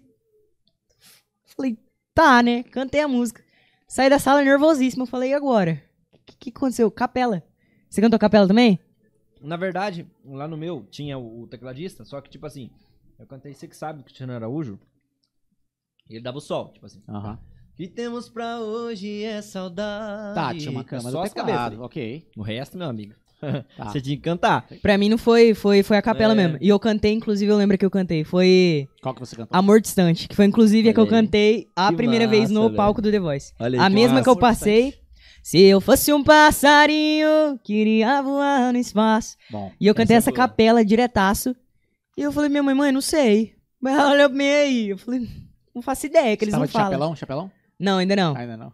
Speaker 1: Falei, tá, né? Cantei a música. Saí da sala nervosíssimo. Eu Falei, e agora? O que, que aconteceu? Capela. Você cantou capela também?
Speaker 4: Na verdade, lá no meu tinha o, o tecladista, só que tipo assim, eu cantei Você que sabe do Cristiano Araújo. E ele dava o sol, tipo assim.
Speaker 3: Aham.
Speaker 4: O que temos pra hoje é saudade.
Speaker 3: Tá, tinha uma
Speaker 4: É
Speaker 3: câmera
Speaker 4: só
Speaker 3: do
Speaker 4: as cabeças.
Speaker 3: teclado.
Speaker 4: ali.
Speaker 3: Ok.
Speaker 4: O resto, meu amigo.
Speaker 3: Tá.
Speaker 4: Você tinha que cantar.
Speaker 1: Pra mim não foi, foi, foi a capela
Speaker 4: É.
Speaker 1: mesmo. E eu cantei, inclusive, eu lembro que eu cantei. Foi.
Speaker 3: Qual que você cantou?
Speaker 1: Amor Distante, que foi inclusive a que eu
Speaker 4: Olha aí.
Speaker 1: cantei a
Speaker 4: Que
Speaker 1: primeira vez no
Speaker 4: massa, velho.
Speaker 1: palco do The Voice.
Speaker 4: Olha
Speaker 1: A mesma que eu passei. Se eu fosse um passarinho, queria voar no espaço.
Speaker 3: Bom.
Speaker 1: E eu cantei
Speaker 4: Essa é
Speaker 1: essa,
Speaker 4: boa.
Speaker 1: capela diretaço. E eu falei, minha mãe, mãe, não sei. Mas ela olhou pra mim aí. Eu falei, não faço ideia, é
Speaker 3: você
Speaker 1: que eles
Speaker 3: tava
Speaker 1: não
Speaker 3: de
Speaker 1: falam.
Speaker 3: chapelão, chapelão?
Speaker 1: Não, ainda não.
Speaker 3: Ainda não.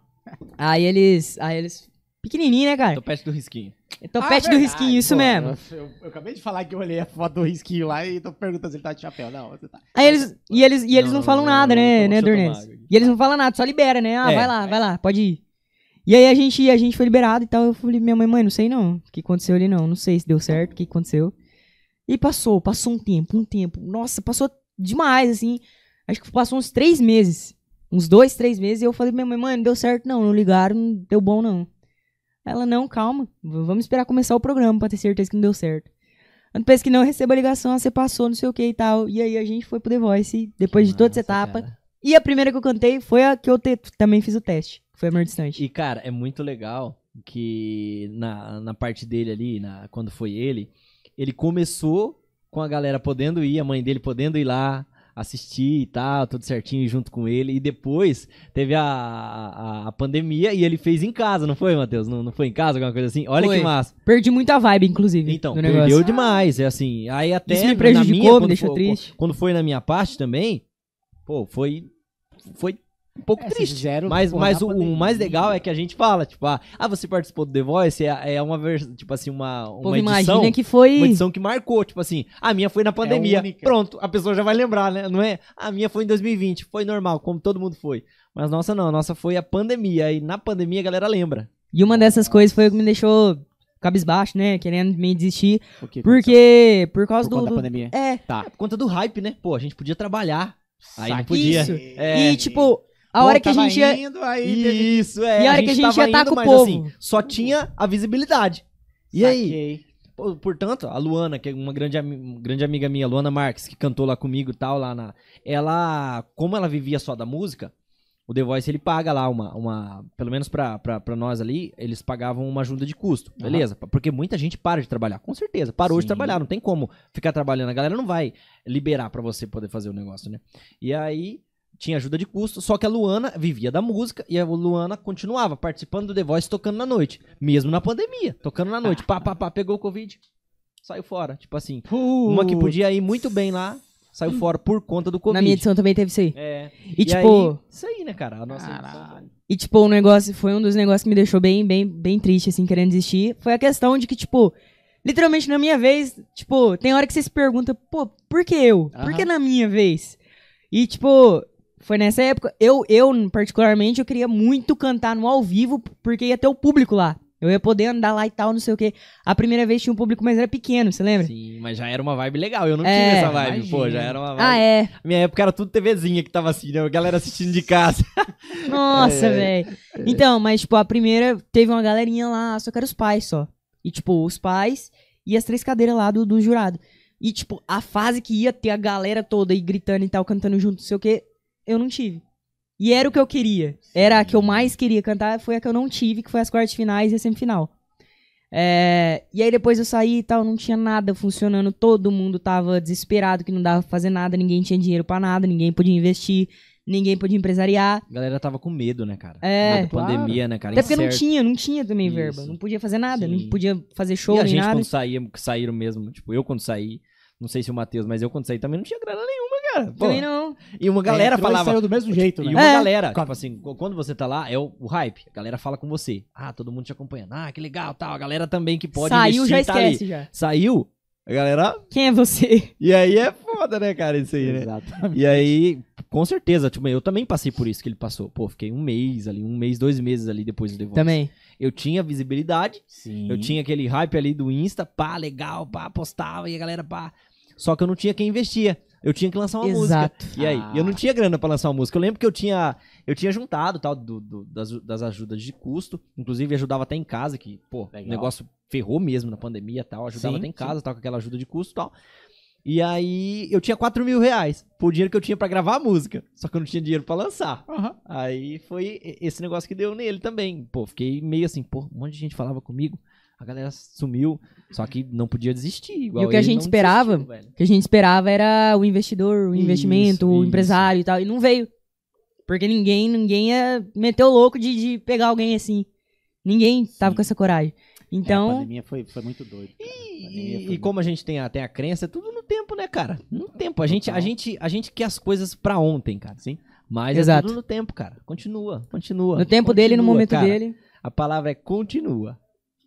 Speaker 1: Aí eles. Aí eles. Pequenininho, né, cara?
Speaker 4: Topete do Risquinho.
Speaker 1: Topete
Speaker 4: é
Speaker 3: Ah,
Speaker 1: É do
Speaker 3: verdade,
Speaker 1: risquinho, isso
Speaker 3: pô,
Speaker 1: mesmo.
Speaker 3: Eu, eu acabei de falar que eu olhei a foto do risquinho lá e tô perguntando se ele tá de chapéu. Não, você tá.
Speaker 1: Aí eles. E eles, e eles não,
Speaker 4: Não,
Speaker 1: falam
Speaker 4: não,
Speaker 1: nada,
Speaker 4: não,
Speaker 1: né,
Speaker 4: não,
Speaker 1: né,
Speaker 4: deixa eu tomar
Speaker 1: Dornelis?
Speaker 4: água aqui.
Speaker 1: E eles não falam nada, só libera, né? Ah,
Speaker 4: É,
Speaker 1: vai lá, vai lá, pode ir. E aí a gente, a gente foi liberado e tal. Eu falei, minha mãe, mãe, não sei não. O que aconteceu ali não. Não sei se deu certo, o que aconteceu. E passou, passou um tempo, um tempo. Nossa, passou demais, assim. Acho que passou uns três meses. Uns dois, três meses. E eu falei, minha mãe, mãe, não deu certo não. Não ligaram, não deu bom não. Ela, não, calma. v- Vamos esperar começar o programa pra ter certeza que não deu certo. Antes pensa que não receba a ligação, ah, você passou, não sei o que e tal. E aí a gente foi pro The Voice, depois de toda essa etapa. E a primeira que eu cantei foi a que eu te- também fiz o teste. que Foi a Amor Distante.
Speaker 4: E, cara, é muito legal que na, na parte dele ali, na, quando foi ele, ele começou com a galera podendo ir, a mãe dele podendo ir lá assistir e tal, tudo certinho junto com ele. E depois teve a, a, a pandemia e ele fez em casa, não foi, Matheus? Não, não foi em casa, alguma coisa assim? Olha
Speaker 1: Foi.
Speaker 4: que massa.
Speaker 1: Perdi muita vibe, inclusive.
Speaker 4: Então,
Speaker 1: do
Speaker 4: perdeu
Speaker 1: negócio.
Speaker 4: demais. É assim, aí até.
Speaker 1: Isso me
Speaker 4: na
Speaker 1: prejudicou,
Speaker 4: minha,
Speaker 1: me
Speaker 4: quando
Speaker 1: deixou
Speaker 4: foi-
Speaker 1: triste.
Speaker 4: Quando foi na minha parte também, pô, foi. Foi um pouco
Speaker 3: É,
Speaker 4: triste.
Speaker 3: zero.
Speaker 4: Mas, mas o, o mais legal é que a gente fala, tipo, ah, ah, você participou do The Voice, é, é uma versão, tipo assim, uma,
Speaker 1: O
Speaker 4: uma
Speaker 1: povo
Speaker 4: edição.
Speaker 1: imagina que É foi.
Speaker 4: Uma edição que marcou, tipo assim, a minha foi na pandemia.
Speaker 3: única.
Speaker 4: Pronto, a pessoa já vai lembrar, né? Não é? A minha foi em 2020, foi normal, como todo mundo foi. Mas nossa não, a nossa foi a pandemia. E na pandemia a galera lembra.
Speaker 1: E uma dessas coisas foi o que me deixou cabisbaixo, né? Querendo me desistir.
Speaker 3: O que aconteceu?
Speaker 1: é Porque. Por causa
Speaker 3: Por conta da
Speaker 1: do. do...
Speaker 3: pandemia.
Speaker 1: É.
Speaker 4: É por conta do hype, né? Pô, a gente podia trabalhar. Aí não
Speaker 3: Saquei.
Speaker 4: podia.
Speaker 1: Isso.
Speaker 4: É.
Speaker 1: E, tipo, a hora que a gente ia.
Speaker 3: Indo, aí teve-
Speaker 4: Isso, é.
Speaker 1: E a hora que a gente
Speaker 4: tava
Speaker 1: ia tá
Speaker 4: indo,
Speaker 1: com o
Speaker 4: mas,
Speaker 1: povo.
Speaker 4: assim, só tinha a visibilidade. E aí?
Speaker 3: Saquei.
Speaker 4: Pô, Portanto, a Luana, que é uma grande, ami- uma grande amiga minha, Luana Marques, que cantou lá comigo e tal, lá na. Ela, como ela vivia só da música, o The Voice ele paga lá uma. uma pelo menos pra, pra, pra nós ali, eles pagavam uma ajuda de custo,
Speaker 3: Aham.
Speaker 4: beleza? Porque muita gente para de trabalhar, com certeza. Parou de
Speaker 3: Sim.
Speaker 4: trabalhar, não tem como ficar trabalhando. A galera não vai liberar pra você poder fazer o negócio, né? E aí. Tinha ajuda de custo, só que a Luana vivia da música e a Luana continuava participando do The Voice tocando na noite, mesmo na pandemia, tocando na noite. Pá, pá, pá, pegou o Covid, saiu fora. Tipo assim, uma que podia ir muito bem lá, saiu fora por conta do Covid.
Speaker 1: Na minha edição também teve isso aí.
Speaker 4: É.
Speaker 1: E, tipo.
Speaker 4: aí, isso aí, né, cara? A nossa
Speaker 3: Caralho.
Speaker 4: edição.
Speaker 1: E, tipo, um negócio. Foi um dos negócios que me deixou bem, bem, bem triste, assim, querendo desistir. Foi a questão de que, tipo, literalmente na minha vez, tipo, tem hora que você se pergunta, pô, por que eu? Por que
Speaker 3: Aham.
Speaker 1: na minha vez? E, tipo, foi nessa época. Eu, eu, particularmente, eu queria muito cantar no ao vivo, porque ia ter o público lá. Eu ia poder andar lá e tal, não sei o quê. A primeira vez tinha um público, mas era pequeno, você lembra?
Speaker 4: Sim, mas já era uma vibe legal. Eu não
Speaker 1: É,
Speaker 4: tive essa vibe,
Speaker 3: imagina.
Speaker 4: pô. Já era uma
Speaker 1: Ah,
Speaker 4: vibe.
Speaker 1: é.
Speaker 4: Minha época era tudo TVzinha que tava assim, né? A galera assistindo de casa.
Speaker 1: Nossa, velho. Então, mas, tipo, a primeira teve uma galerinha lá, só que era os pais só. E, tipo, os pais e as três cadeiras lá do, do jurado. E, tipo, a fase que ia ter a galera toda aí gritando e tal, cantando junto, não sei o quê, eu não tive. E era o que eu queria. Era a que eu mais queria cantar, foi a que eu não tive, que foi as quartas finais e a semifinal. É, e aí depois eu saí e tal, não tinha nada funcionando, todo mundo tava desesperado que não dava pra fazer nada, ninguém tinha dinheiro pra nada, ninguém podia investir, ninguém podia empresariar.
Speaker 4: A galera tava com medo, né, cara?
Speaker 1: É.
Speaker 4: Da
Speaker 3: Claro.
Speaker 4: pandemia, né, cara?
Speaker 1: Até porque não
Speaker 4: Incerto.
Speaker 1: tinha, não tinha também
Speaker 4: Isso.
Speaker 1: verba. Não podia fazer nada,
Speaker 4: Sim.
Speaker 1: não podia fazer show
Speaker 4: E a
Speaker 1: nem
Speaker 4: gente
Speaker 1: nada.
Speaker 4: quando saía, que saíram mesmo, tipo, eu quando saí, não sei se o Matheus, mas eu quando saí também não tinha grana nenhuma, cara. Pô,
Speaker 1: Também não.
Speaker 4: E uma galera
Speaker 3: Entrou e
Speaker 4: falava,
Speaker 3: Saiu do mesmo jeito, né?
Speaker 4: E uma
Speaker 1: É.
Speaker 4: galera,
Speaker 3: Claro.
Speaker 4: tipo assim, qu- quando você tá lá, é o, o hype. A galera fala com você. Ah, todo mundo te acompanhando. Ah, que legal, tal. A galera também que pode
Speaker 1: Saiu, já
Speaker 4: investir tá ali.
Speaker 1: esquece já.
Speaker 4: Saiu, a galera...
Speaker 1: Quem é você?
Speaker 4: E aí é foda, né, cara, isso aí, né?
Speaker 3: Exatamente.
Speaker 4: E aí, com certeza, tipo, eu também passei por isso que ele passou. Pô, fiquei um mês ali, um mês, dois meses ali depois do The Voice.
Speaker 1: Também.
Speaker 4: Eu tinha visibilidade,
Speaker 3: Sim.
Speaker 4: eu tinha aquele hype ali do Insta, pá, legal, pá, postava e a galera, pá. Só que eu não tinha quem investia. Eu tinha que lançar uma música.
Speaker 1: Exato.
Speaker 4: E aí,
Speaker 3: Ah.
Speaker 4: eu não tinha grana pra lançar uma música. Eu lembro que eu tinha, eu tinha juntado tal do- do- das, das ajudas de custo, inclusive ajudava até em casa, que, pô,
Speaker 3: Legal.
Speaker 4: o negócio ferrou mesmo na pandemia e tal, ajudava
Speaker 3: Sim,
Speaker 4: até em casa, tal, com aquela ajuda de custo e tal. E aí, eu tinha 4 mil reais por dinheiro que eu tinha pra gravar a música, só que eu não tinha dinheiro pra lançar.
Speaker 3: Aham.
Speaker 4: Aí foi e- esse negócio que deu nele também. Pô, fiquei meio assim, pô, um monte de gente falava comigo, a galera sumiu, só que não podia desistir. igual
Speaker 1: E o que a
Speaker 4: ele
Speaker 1: gente
Speaker 4: não
Speaker 1: esperava,
Speaker 4: desistiu, velho.
Speaker 1: O que a gente esperava era o investidor, o
Speaker 4: Isso,
Speaker 1: investimento, o
Speaker 4: isso.
Speaker 1: empresário e tal. E não veio. Porque ninguém, ninguém ia meter o louco de, de pegar alguém assim. Ninguém tava
Speaker 3: Sim.
Speaker 1: com essa coragem.
Speaker 3: É, a
Speaker 1: Então,
Speaker 3: pandemia foi, foi muito doida. cara. A pandemia
Speaker 4: E,
Speaker 3: foi
Speaker 4: e como a gente tem a, tem a crença, é tudo no tempo, né, cara? No tempo. A gente, a
Speaker 3: Total.
Speaker 4: gente, a gente quer as coisas pra ontem, cara. Sim. Mas
Speaker 1: Exato.
Speaker 4: é tudo no tempo, cara. Continua, continua.
Speaker 1: no tempo
Speaker 4: continua,
Speaker 1: dele, no momento
Speaker 4: cara.
Speaker 1: dele.
Speaker 4: A palavra é continua.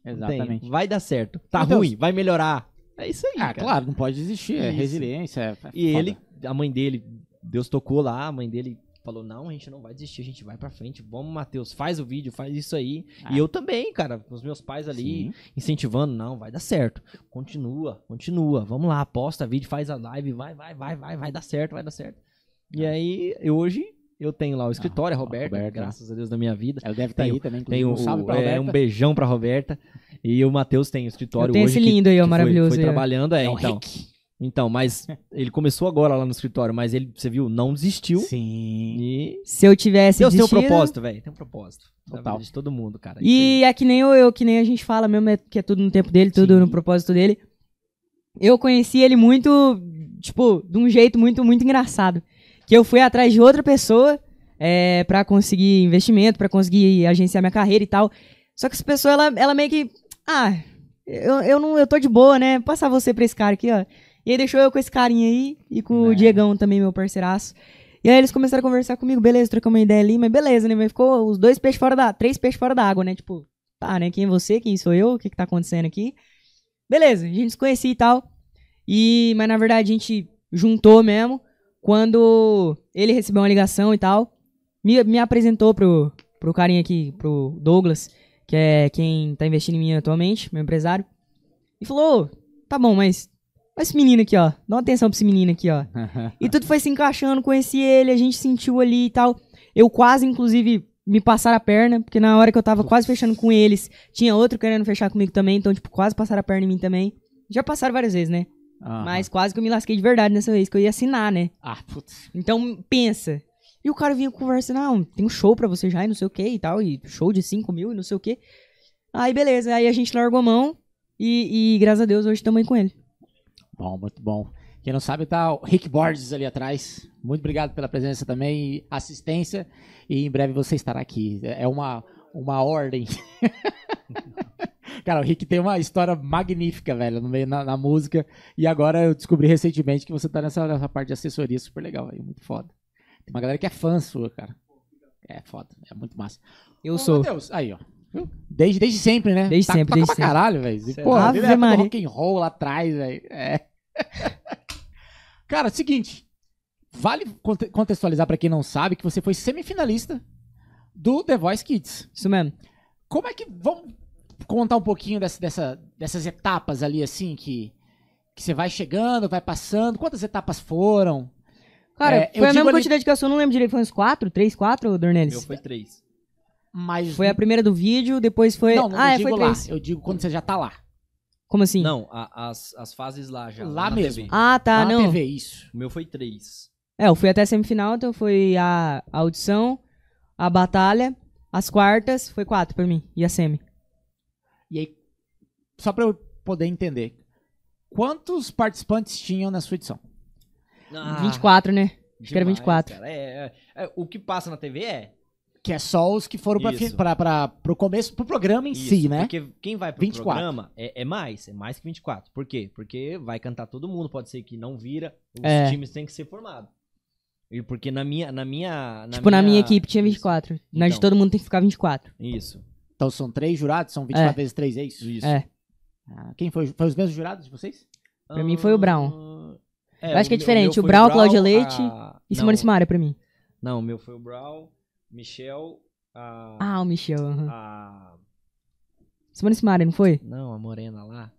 Speaker 4: Não tem,
Speaker 3: Exatamente.
Speaker 4: Vai dar certo. Tá
Speaker 3: Então-
Speaker 4: ruim, vai melhorar. É isso aí,
Speaker 3: Ah,
Speaker 4: cara.
Speaker 3: claro, não pode desistir. É
Speaker 4: Isso.
Speaker 3: resiliência. é- é
Speaker 4: E
Speaker 3: foda.
Speaker 4: ele, a mãe dele, Deus tocou lá, a mãe dele falou: não, a gente não vai desistir, a gente vai pra frente. Vamos, Matheus, faz o vídeo, faz isso aí.
Speaker 3: Ah.
Speaker 4: E eu também, cara, com os meus pais ali,
Speaker 3: Sim.
Speaker 4: incentivando, não, vai dar certo. Continua, continua, vamos lá, posta vídeo, faz a live, vai, vai, vai, vai, vai dar certo, vai dar certo. E aí, eu hoje, eu tenho lá o escritório, a
Speaker 3: Ah, a
Speaker 4: Roberta,
Speaker 3: Roberta.
Speaker 4: graças a Deus da minha vida.
Speaker 3: Ela deve estar
Speaker 4: Tem
Speaker 3: aí também, inclusive.
Speaker 4: Tenho
Speaker 3: Um salve pra
Speaker 4: o- é,
Speaker 3: Roberta.
Speaker 4: um beijão pra Roberta. E o Matheus tem o
Speaker 1: Eu
Speaker 4: escritório
Speaker 1: tenho
Speaker 4: hoje.
Speaker 1: esse
Speaker 4: que-
Speaker 1: lindo aí,
Speaker 4: que
Speaker 1: ó,
Speaker 4: foi-
Speaker 1: maravilhoso.
Speaker 4: Foi,
Speaker 1: aí, ó.
Speaker 4: trabalhando, é,
Speaker 3: É um
Speaker 4: então.
Speaker 3: hack.
Speaker 4: Então, mas ele começou agora lá no escritório, mas ele, você viu, não desistiu.
Speaker 3: Sim.
Speaker 4: E.
Speaker 1: Se eu tivesse
Speaker 4: Deus tem um
Speaker 1: desistido-
Speaker 4: propósito, velho. Tem um propósito. na
Speaker 3: Total.
Speaker 4: vida De todo mundo, cara. Isso
Speaker 1: E é que nem eu, eu- que nem a gente fala mesmo, é que é tudo no tempo dele, tudo
Speaker 4: Sim.
Speaker 1: no propósito dele. Eu conheci ele muito, tipo, de um jeito muito, muito engraçado. Que eu fui atrás de outra pessoa é, para conseguir investimento, pra conseguir agenciar minha carreira e tal. Só que essa pessoa, ela, ela meio que. Ah, eu, eu não eu tô de boa, né? Passar você pra esse cara aqui, ó. E aí deixou eu com esse carinha aí e com
Speaker 3: Né.
Speaker 1: o Diegão também, meu parceiraço. E aí eles começaram a conversar comigo, beleza, trocamos uma ideia ali, mas beleza, né? Mas ficou os dois peixes fora da. Três peixes fora da água, né? Tipo, tá, né? Quem é você? Quem sou eu? O que, que tá acontecendo aqui? Beleza, a gente se conhecia e tal. E, mas na verdade a gente juntou mesmo quando ele recebeu uma ligação e tal. Me, me apresentou pro, pro carinha aqui, pro Douglas, que é quem tá investindo em mim atualmente, meu empresário. E falou, "Ô, tá bom, mas. Mas esse menino aqui, ó. Dá uma atenção pra esse menino aqui, ó. E tudo foi se encaixando, conheci ele, a gente sentiu ali e tal. Eu quase, inclusive, me passaram a perna, porque na hora que eu tava quase fechando com eles, tinha outro querendo fechar comigo também, então, tipo, quase passaram a perna em mim também. Já passaram várias vezes, né?
Speaker 3: Aham.
Speaker 1: Mas quase que eu me lasquei de verdade nessa vez, que eu ia assinar, né?
Speaker 3: Ah, putz.
Speaker 1: Então, pensa. E o cara vinha conversando, não, tem um show pra você já e não sei o que e tal, e show de 5 mil e não sei o que. Aí, beleza, aí a gente largou a mão e, e, graças a Deus, hoje estamos aí com ele.
Speaker 3: Bom, muito bom. Quem não sabe, tá o Rick Borges ali atrás. Muito obrigado pela presença também e assistência. E em breve você estará aqui. É é uma, uma ordem. Cara, o Rick tem uma história magnífica, velho, no meio na, na música. E agora eu descobri recentemente que você tá nessa, nessa parte de assessoria super legal, velho. Muito foda. Tem uma galera que é fã sua, cara. É foda, é muito massa.
Speaker 1: Eu
Speaker 3: Ô,
Speaker 1: sou.
Speaker 3: Matheus, aí, ó. Viu? é Desde, desde sempre, né?
Speaker 1: Desde
Speaker 3: Tá-
Speaker 1: sempre,
Speaker 3: toca
Speaker 1: desde
Speaker 3: pra
Speaker 1: sempre.
Speaker 3: caralho, velho.
Speaker 4: Será?
Speaker 3: Pô,
Speaker 1: Ave
Speaker 3: desde a época do
Speaker 1: Maria.
Speaker 3: rock and roll lá atrás, velho. É. Cara, seguinte. Vale conte- contextualizar pra quem não sabe que você foi semifinalista do The Voice Kids.
Speaker 1: Isso mesmo.
Speaker 3: Como é que. Vamos contar um pouquinho dessa, dessa- dessas etapas ali, assim, que, que você vai chegando, vai passando. Quantas etapas foram?
Speaker 1: Cara,
Speaker 3: É, eu
Speaker 1: foi a
Speaker 3: digo
Speaker 1: mesma
Speaker 3: ali-
Speaker 1: quantidade que eu sou, não lembro direito, foi uns 4, 3, 4,
Speaker 4: Meu
Speaker 1: Dornelis?
Speaker 4: foi três.
Speaker 3: Mas.
Speaker 1: Foi a primeira do vídeo, depois foi...
Speaker 3: Não, não
Speaker 1: ah, é,
Speaker 3: digo
Speaker 1: foi
Speaker 3: lá.
Speaker 1: três.
Speaker 3: Eu digo quando você já tá lá.
Speaker 1: Como assim?
Speaker 4: Não, a- as, as fases lá já.
Speaker 3: Lá
Speaker 4: na
Speaker 3: mesmo.
Speaker 4: TV.
Speaker 1: Ah, tá,
Speaker 3: lá na
Speaker 1: não.
Speaker 3: TV, isso.
Speaker 4: O meu foi três.
Speaker 1: É, eu fui até a semifinal, então foi a, a audição, a batalha, as quartas, foi quatro pra mim, e a semi.
Speaker 3: E aí, só pra eu poder entender, quantos participantes tinham na sua edição?
Speaker 4: Ah,
Speaker 1: 24, né? que era 24.
Speaker 4: cara. É, é, é, o que passa na TV é.
Speaker 3: Que é só os que foram pra, fi-
Speaker 4: Isso.
Speaker 3: pra, pra, pro começo, pro programa em si,
Speaker 4: isso,
Speaker 3: né?
Speaker 4: Porque quem vai pro
Speaker 3: 24.
Speaker 4: programa é, é mais, é mais que 24. Por quê? Porque vai cantar todo mundo, pode ser que não vira, os
Speaker 1: É.
Speaker 4: times têm que ser formados. E porque na minha. Na minha
Speaker 1: tipo, na minha equipe tinha 24. Na de
Speaker 4: Então.
Speaker 1: todo mundo tem que ficar 24.
Speaker 4: Isso. isso.
Speaker 3: Então são três jurados, são 24 vezes 3, é isso?
Speaker 4: isso.
Speaker 1: É.
Speaker 3: Ah, quem foi? Foi os mesmos jurados de vocês?
Speaker 4: Ah,
Speaker 1: Pra mim foi o
Speaker 4: Brown.
Speaker 1: Eu acho que é diferente, o Brown, Cláudia Leite E
Speaker 4: não,
Speaker 1: Simone Simaria pra mim.
Speaker 4: Não, o meu foi o Brown, Michel, a.
Speaker 1: Ah, o Michel. aham.
Speaker 4: a-
Speaker 1: Simone Simaria, não foi?
Speaker 4: não, a Morena lá.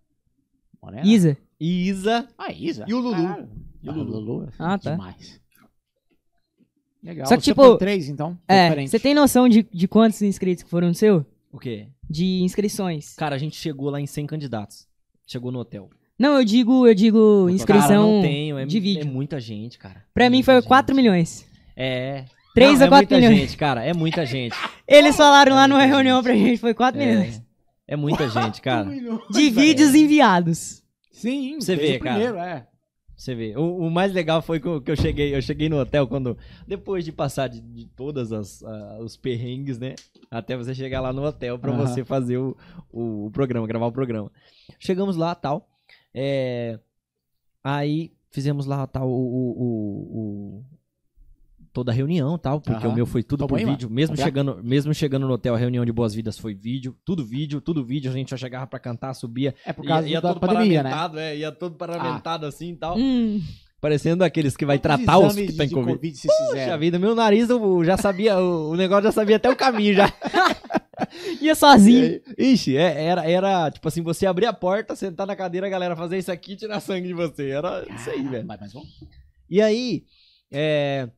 Speaker 3: Morena?
Speaker 1: Isa.
Speaker 4: Isa.
Speaker 3: Ah, Isa.
Speaker 4: E o Lulu.
Speaker 3: Caralho.
Speaker 4: E o
Speaker 3: Ah,
Speaker 4: Lulu.
Speaker 1: Ah, tá.
Speaker 3: Demais. Legal.
Speaker 1: Só que,
Speaker 3: Você
Speaker 1: tipo,
Speaker 3: foi três, então. Foi
Speaker 1: É,
Speaker 3: diferente.
Speaker 1: você tem noção de, de quantos inscritos que foram no seu?
Speaker 4: O quê?
Speaker 1: De inscrições.
Speaker 4: Cara, a gente chegou lá em 100 candidatos. Chegou no hotel.
Speaker 1: Não, eu digo, eu digo inscrição.
Speaker 4: Cara, não tenho, é,
Speaker 1: de vídeo.
Speaker 4: é muita gente, cara. É
Speaker 1: Pra mim
Speaker 4: Muita
Speaker 1: foi
Speaker 4: gente.
Speaker 1: 4 milhões.
Speaker 4: É.
Speaker 1: 3
Speaker 4: Não,
Speaker 1: a 4
Speaker 4: É muita
Speaker 1: milhões.
Speaker 4: gente, cara. É muita gente.
Speaker 1: Eles falaram lá
Speaker 4: É
Speaker 1: numa
Speaker 4: muita
Speaker 1: reunião
Speaker 4: gente.
Speaker 1: pra gente, foi 4 milhões.
Speaker 4: É, é muita gente, cara. Pra
Speaker 1: um De vídeos enviados.
Speaker 3: é. Sim,
Speaker 4: Você
Speaker 3: fez
Speaker 4: vê,
Speaker 3: o primeiro, é.
Speaker 4: Você vê. O, o mais legal foi que eu, que eu cheguei. Eu cheguei no hotel quando. Depois de passar de, de todas as ah, os perrengues, né? Até você chegar lá no hotel pra
Speaker 3: Aham.
Speaker 4: você fazer o, o, o programa, gravar o programa. Chegamos lá, tal. É, aí fizemos lá tal o, o- o- o- toda a reunião, tal, porque
Speaker 3: Aham.
Speaker 4: o meu foi tudo
Speaker 3: Tomou
Speaker 4: por
Speaker 3: aí,
Speaker 4: vídeo, mesmo
Speaker 3: Tá.
Speaker 4: chegando, mesmo chegando no hotel, a reunião de boas-vindas foi vídeo, tudo vídeo, tudo vídeo, a gente só chegava pra cantar, subia,
Speaker 3: É por causa
Speaker 4: ia, ia
Speaker 3: da
Speaker 4: todo
Speaker 3: pandemia, né?
Speaker 4: paramentado, é, ia todo paramentado assim e tal.
Speaker 1: Hum,
Speaker 4: Parecendo aqueles que vai
Speaker 3: Quantos
Speaker 4: tratar os
Speaker 3: exames
Speaker 4: que tem
Speaker 3: de
Speaker 4: Covid.
Speaker 3: se
Speaker 4: Puxa
Speaker 3: fizeram?
Speaker 4: vida, meu nariz eu já sabia, o o negócio já sabia até o caminho já.
Speaker 1: ia sozinho.
Speaker 4: E aí, Ixi, é- era, era tipo assim, você abrir a porta, sentar na cadeira, a galera fazer isso aqui e tirar sangue de você. Era isso aí, velho.
Speaker 3: Vai mais um?
Speaker 4: E aí, é...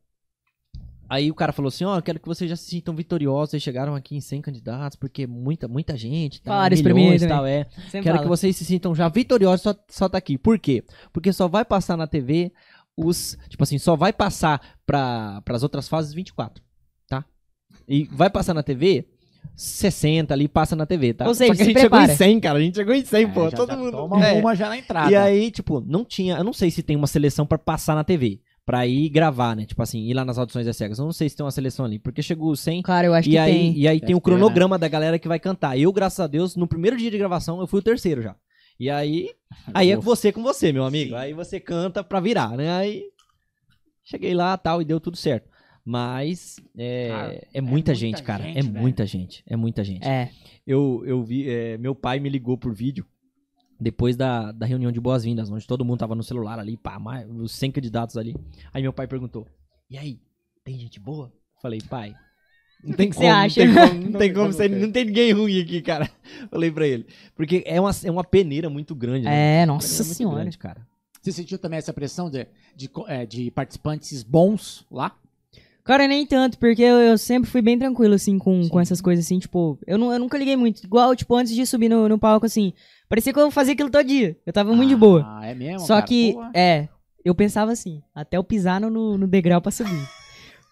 Speaker 4: Aí o cara falou assim, ó, eu quero que vocês já se sintam vitoriosos, vocês chegaram aqui em 100 candidatos, porque muita, muita gente, tá,
Speaker 1: Falaram isso pra mim
Speaker 4: milhões e
Speaker 1: também.
Speaker 4: tal, é.
Speaker 1: Sempre
Speaker 4: Quero
Speaker 1: fala.
Speaker 4: que vocês se sintam já vitoriosos só, só tá aqui. Por quê? Porque só vai passar na TV os. Tipo assim, só vai passar para as outras fases 24, tá? E vai passar na TV 60 ali, passa na TV, tá?
Speaker 1: Ou seja,
Speaker 4: só que a
Speaker 1: se
Speaker 4: gente
Speaker 1: prepara.
Speaker 4: chegou em 100, cara. A gente chegou em 100,
Speaker 3: É,
Speaker 4: pô.
Speaker 3: já-
Speaker 4: todo
Speaker 3: já
Speaker 4: mundo.
Speaker 3: Toma
Speaker 4: É.
Speaker 3: uma já na entrada.
Speaker 4: E aí, tipo, não tinha. Eu não sei se tem uma seleção pra passar na TV. Pra ir gravar, né? Tipo assim, ir lá nas audições das cegas. Eu não sei se tem uma seleção ali. Porque chegou os 100
Speaker 1: Cara, eu acho
Speaker 4: e
Speaker 1: que
Speaker 4: aí,
Speaker 1: tem.
Speaker 4: E aí tem
Speaker 3: Deve
Speaker 4: o
Speaker 3: ter, né?
Speaker 4: cronograma da galera que vai cantar. Eu, graças a Deus, no primeiro dia de gravação, eu fui o terceiro já. E aí, aí é com você com você, meu amigo.
Speaker 3: Sim.
Speaker 4: Aí você canta pra virar, né? Aí cheguei lá tal e deu tudo certo. Mas é,
Speaker 3: Cara,
Speaker 4: é muita
Speaker 3: muita
Speaker 4: gente, cara. é
Speaker 3: gente, velho.
Speaker 4: muita gente. É muita gente.
Speaker 1: É.
Speaker 4: Eu, eu vi. é, meu pai me ligou por vídeo. Depois da, da reunião de boas-vindas, onde todo mundo tava no celular ali, pá, mais, os 100 candidatos ali. Aí meu pai perguntou: E aí, tem gente boa? Falei, pai, não tem
Speaker 1: que
Speaker 4: como,
Speaker 1: você
Speaker 4: não
Speaker 1: acha? é?
Speaker 4: tem como, não
Speaker 3: Não
Speaker 4: tem
Speaker 3: tem
Speaker 4: como
Speaker 3: como
Speaker 4: ser-
Speaker 3: ter.
Speaker 4: não tem ninguém ruim aqui, cara. Falei pra ele. Porque é uma, é uma peneira muito grande, né? Uma
Speaker 1: É,
Speaker 4: peneira
Speaker 1: nossa
Speaker 4: muito
Speaker 1: senhora.
Speaker 4: grande, cara.
Speaker 3: Você sentiu também essa pressão de, de, co- é, de participantes bons lá?
Speaker 1: Cara, nem tanto, porque eu, eu sempre fui bem tranquilo, assim, com,
Speaker 3: Sim.
Speaker 1: com essas coisas, assim, tipo, eu, nu- eu nunca liguei muito. Igual, tipo, antes de subir no, no palco, assim, parecia que eu fazia aquilo todo dia. Eu tava muito de boa.
Speaker 3: Ah, é mesmo?
Speaker 1: Só
Speaker 3: cara?
Speaker 1: que,
Speaker 3: Porra.
Speaker 1: é, eu pensava assim, até eu pisar no- no, no degrau pra subir.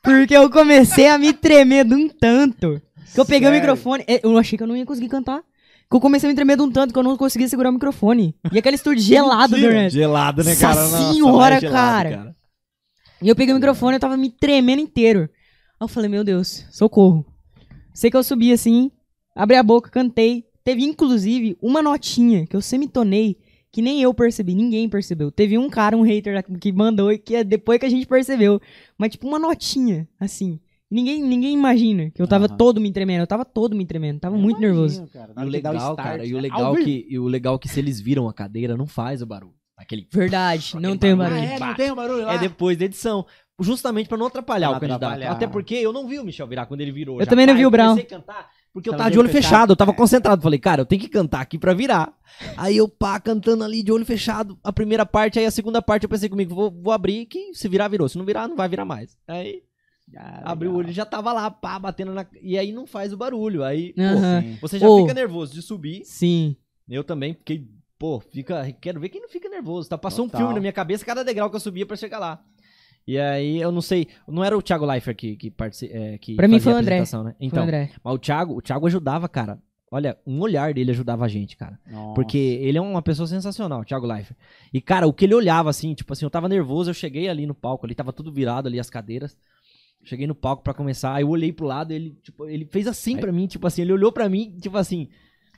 Speaker 1: Porque eu comecei a me tremer de um tanto. Que eu peguei o
Speaker 3: Sério?
Speaker 1: microfone, é, eu achei que eu não ia conseguir cantar. Que eu comecei a me tremer de um tanto que eu não conseguia segurar o microfone. E aquele estúdio gelado,
Speaker 4: Mentira.
Speaker 1: durante.
Speaker 4: Gelado, né,
Speaker 1: Nossa
Speaker 4: cara? Nossa,
Speaker 1: senhora,
Speaker 4: é
Speaker 1: cara. E eu peguei o microfone, eu tava me tremendo inteiro. Aí eu falei, meu Deus, socorro. Sei que eu subi assim, abri a boca, cantei. Teve, inclusive, uma notinha que eu semitonei, que nem eu percebi, ninguém percebeu. Teve um cara, um hater que mandou, e que é depois que a gente percebeu. Mas, tipo, uma notinha, assim. Ninguém, ninguém imagina que eu tava
Speaker 3: Aham.
Speaker 1: todo me tremendo. Eu tava todo me tremendo, tava
Speaker 3: Eu
Speaker 1: muito
Speaker 3: imagino,
Speaker 1: nervoso.
Speaker 3: cara, na
Speaker 4: E o
Speaker 3: hora que dá um
Speaker 4: legal,
Speaker 3: start,
Speaker 4: cara, e o
Speaker 3: né?
Speaker 4: legal,
Speaker 3: Ao vivo.
Speaker 4: que, e o legal que se eles viram a cadeira, não faz o barulho. Aquele...
Speaker 1: Verdade,
Speaker 4: Aquele
Speaker 1: não tem
Speaker 4: barulho.
Speaker 1: barulho.
Speaker 3: Ah, é, não tem o barulho lá.
Speaker 4: É depois da edição. Justamente pra não atrapalhar
Speaker 3: Não
Speaker 4: o candidato.
Speaker 3: atrapalhar.
Speaker 4: Até porque eu não vi o Michel virar quando ele virou.
Speaker 1: Eu também não vi o Brown.
Speaker 4: Ah, comecei a cantar Porque eu
Speaker 3: Tava
Speaker 4: tava de olho fechado, eu tava concentrado. Falei, cara, eu tenho que cantar aqui pra virar. Aí eu, pá, cantando ali de olho fechado, a primeira parte, aí a segunda parte eu pensei comigo, vou, vou abrir que se virar, virou. Se não virar, não vai virar mais. Aí
Speaker 3: Ah,
Speaker 4: abriu o
Speaker 3: legal.
Speaker 4: olho e já tava lá, pá, batendo na. E aí não faz o barulho. Aí, pô,
Speaker 1: Aham.
Speaker 3: Sim.
Speaker 4: você já
Speaker 1: Ô.
Speaker 4: fica nervoso de subir.
Speaker 1: Sim.
Speaker 4: Eu também fiquei, pô, fica, quero ver quem não fica nervoso, tá? Passou
Speaker 3: Total.
Speaker 4: um filme na minha cabeça cada degrau que eu subia pra chegar lá. E aí, eu não sei, não era o Thiago Leifert que, que, partici- é, que
Speaker 1: Pra mim
Speaker 4: fazia
Speaker 1: foi o
Speaker 4: a
Speaker 1: André.
Speaker 4: apresentação, né?
Speaker 1: Então,
Speaker 4: Então, mas o Thiago, o Thiago ajudava, cara. Ó, Olha, um olhar dele ajudava a gente, cara.
Speaker 3: Nossa.
Speaker 4: Porque ele é uma pessoa sensacional, Thiago Leifert. E, cara, o que ele olhava, assim, tipo assim, eu tava nervoso, eu cheguei ali no palco, ali tava tudo virado ali, as cadeiras. Cheguei no palco pra começar, aí eu olhei pro lado, ele, tipo, ele fez assim pra mim, tipo assim, ele olhou pra mim, tipo assim,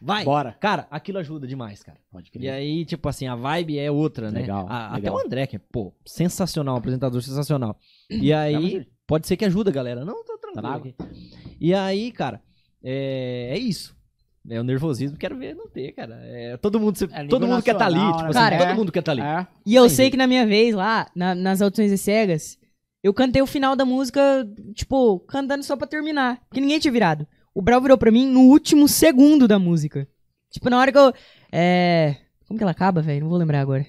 Speaker 4: vai.
Speaker 3: Bora.
Speaker 4: Cara, aquilo ajuda demais, cara.
Speaker 3: Pode
Speaker 4: E aí, tipo assim, a vibe é outra, né?
Speaker 3: Legal,
Speaker 4: A-
Speaker 3: legal.
Speaker 4: Até o André, que é, pô, sensacional, apresentador sensacional. E aí, pode ser que ajuda, galera. Não, tô
Speaker 3: Tá na
Speaker 4: tranquilo. aqui. E aí, cara, é, é isso. É o nervosismo, quero ver não ter, cara. É, todo mundo, se-
Speaker 3: nível
Speaker 4: todo mundo quer estar ali.
Speaker 3: nacional,
Speaker 4: Tipo
Speaker 3: né?
Speaker 4: assim,
Speaker 1: Cara,
Speaker 4: todo
Speaker 1: é.
Speaker 4: mundo quer estar ali.
Speaker 3: É.
Speaker 1: E eu
Speaker 4: Entendi.
Speaker 1: sei que na minha vez lá, na- nas audições de cegas, eu cantei o final da música, tipo, cantando só pra terminar. Porque ninguém tinha virado. O Brau virou pra mim no último segundo da música. Tipo, na hora que eu. É. Como que ela acaba, velho? Não vou lembrar agora.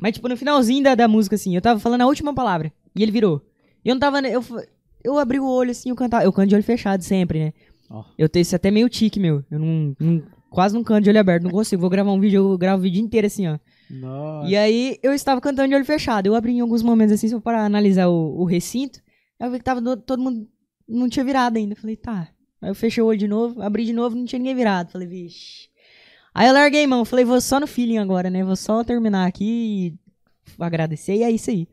Speaker 1: Mas, tipo, no finalzinho da, da música, assim, eu tava falando a última palavra. E ele virou. E eu não tava. Eu, fa- eu abri o olho, assim, eu cantava. Eu canto de olho fechado sempre, né?
Speaker 3: Ó.
Speaker 1: Eu tenho isso até meio tique, meu. Eu não, não- Quase não canto de olho aberto. Não consigo. Vou gravar um vídeo, eu gravo o vídeo inteiro assim, ó.
Speaker 3: Nossa.
Speaker 1: E aí eu estava cantando de olho fechado. Eu abri em alguns momentos assim, só para analisar o, o recinto. Aí eu vi que tava do- todo mundo. Não tinha virado ainda. Eu Falei, tá. Aí eu fechei o olho de novo, abri de novo, não tinha ninguém virado. Falei, vixe. Aí eu larguei, mão. Falei, vou só no feeling agora, né? Vou só terminar aqui e agradecer. E é isso aí.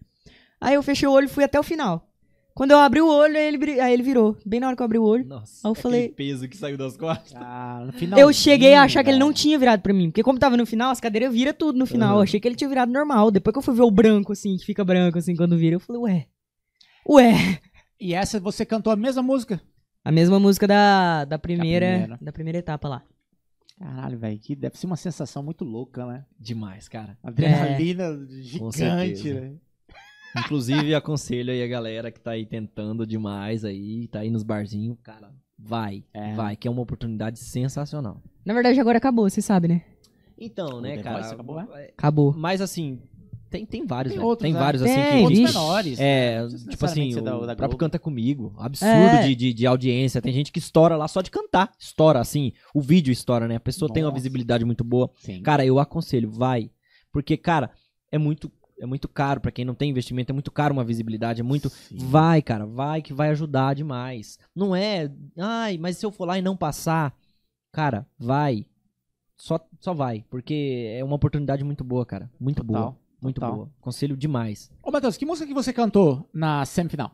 Speaker 1: Aí eu fechei o olho e fui até o final. Quando eu abri o olho, aí ele, bri- aí ele virou. Bem na hora que eu abri o olho.
Speaker 4: Nossa,
Speaker 1: Aí eu falei-
Speaker 4: aquele peso que saiu das costas.
Speaker 3: Ah, no
Speaker 1: Eu cheguei a
Speaker 3: finalzinho,
Speaker 1: achar que ele
Speaker 3: velho.
Speaker 1: não tinha virado pra mim. Porque como tava no final, as cadeiras vira tudo no final. Eu achei que ele tinha virado normal. Depois que eu fui ver o branco, assim, que fica branco, assim, quando vira, eu falei, ué. Ué.
Speaker 3: E essa você cantou a mesma música?
Speaker 1: A mesma música da, da, primeira, da
Speaker 3: primeira.
Speaker 1: primeira. etapa lá.
Speaker 3: Caralho, velho, que deve ser uma sensação muito louca, né?
Speaker 4: Demais, cara.
Speaker 1: É.
Speaker 3: Adrenalina gigante,
Speaker 4: certeza.
Speaker 3: né?
Speaker 4: Inclusive, aconselho aí a galera que tá aí tentando demais aí, tá aí nos barzinhos, cara. Vai,
Speaker 3: É.
Speaker 4: vai, que é uma oportunidade sensacional.
Speaker 1: Na verdade, agora acabou, você sabe, né?
Speaker 4: Então,
Speaker 3: né,
Speaker 4: né,
Speaker 3: Depois cara,
Speaker 4: cara?
Speaker 3: acabou,
Speaker 1: Acabou.
Speaker 4: Mas assim, tem, tem vários,
Speaker 3: Tem
Speaker 4: tem,
Speaker 3: outros,
Speaker 4: tem
Speaker 3: né?
Speaker 4: vários
Speaker 1: Tem,
Speaker 4: assim que.
Speaker 1: outros
Speaker 4: Ixi,
Speaker 3: menores, né?
Speaker 4: É,
Speaker 3: Não precisa
Speaker 4: tipo
Speaker 3: necessariamente
Speaker 4: assim,
Speaker 3: ser
Speaker 4: o
Speaker 3: da- da
Speaker 4: próprio
Speaker 3: Globo.
Speaker 4: Canta Comigo. Absurdo
Speaker 1: É.
Speaker 4: de, de, de audiência. Tem gente que estoura lá só de cantar. Estoura, assim. O vídeo estoura, né? A pessoa tem uma
Speaker 3: Nossa.
Speaker 4: visibilidade muito boa.
Speaker 3: Sim.
Speaker 4: Cara, eu aconselho, vai. Porque, cara, é muito. É muito caro pra quem não tem investimento, é muito caro uma visibilidade, é muito. Vai, cara, vai que vai ajudar demais. Não é, ai, mas se eu for lá e não passar, cara, vai. Só só vai, porque é uma oportunidade muito boa, cara. Muito boa.
Speaker 3: Total,
Speaker 4: Muito
Speaker 3: total.
Speaker 4: boa. Conselho demais.
Speaker 3: Ô, Matheus, que música que você cantou na semifinal?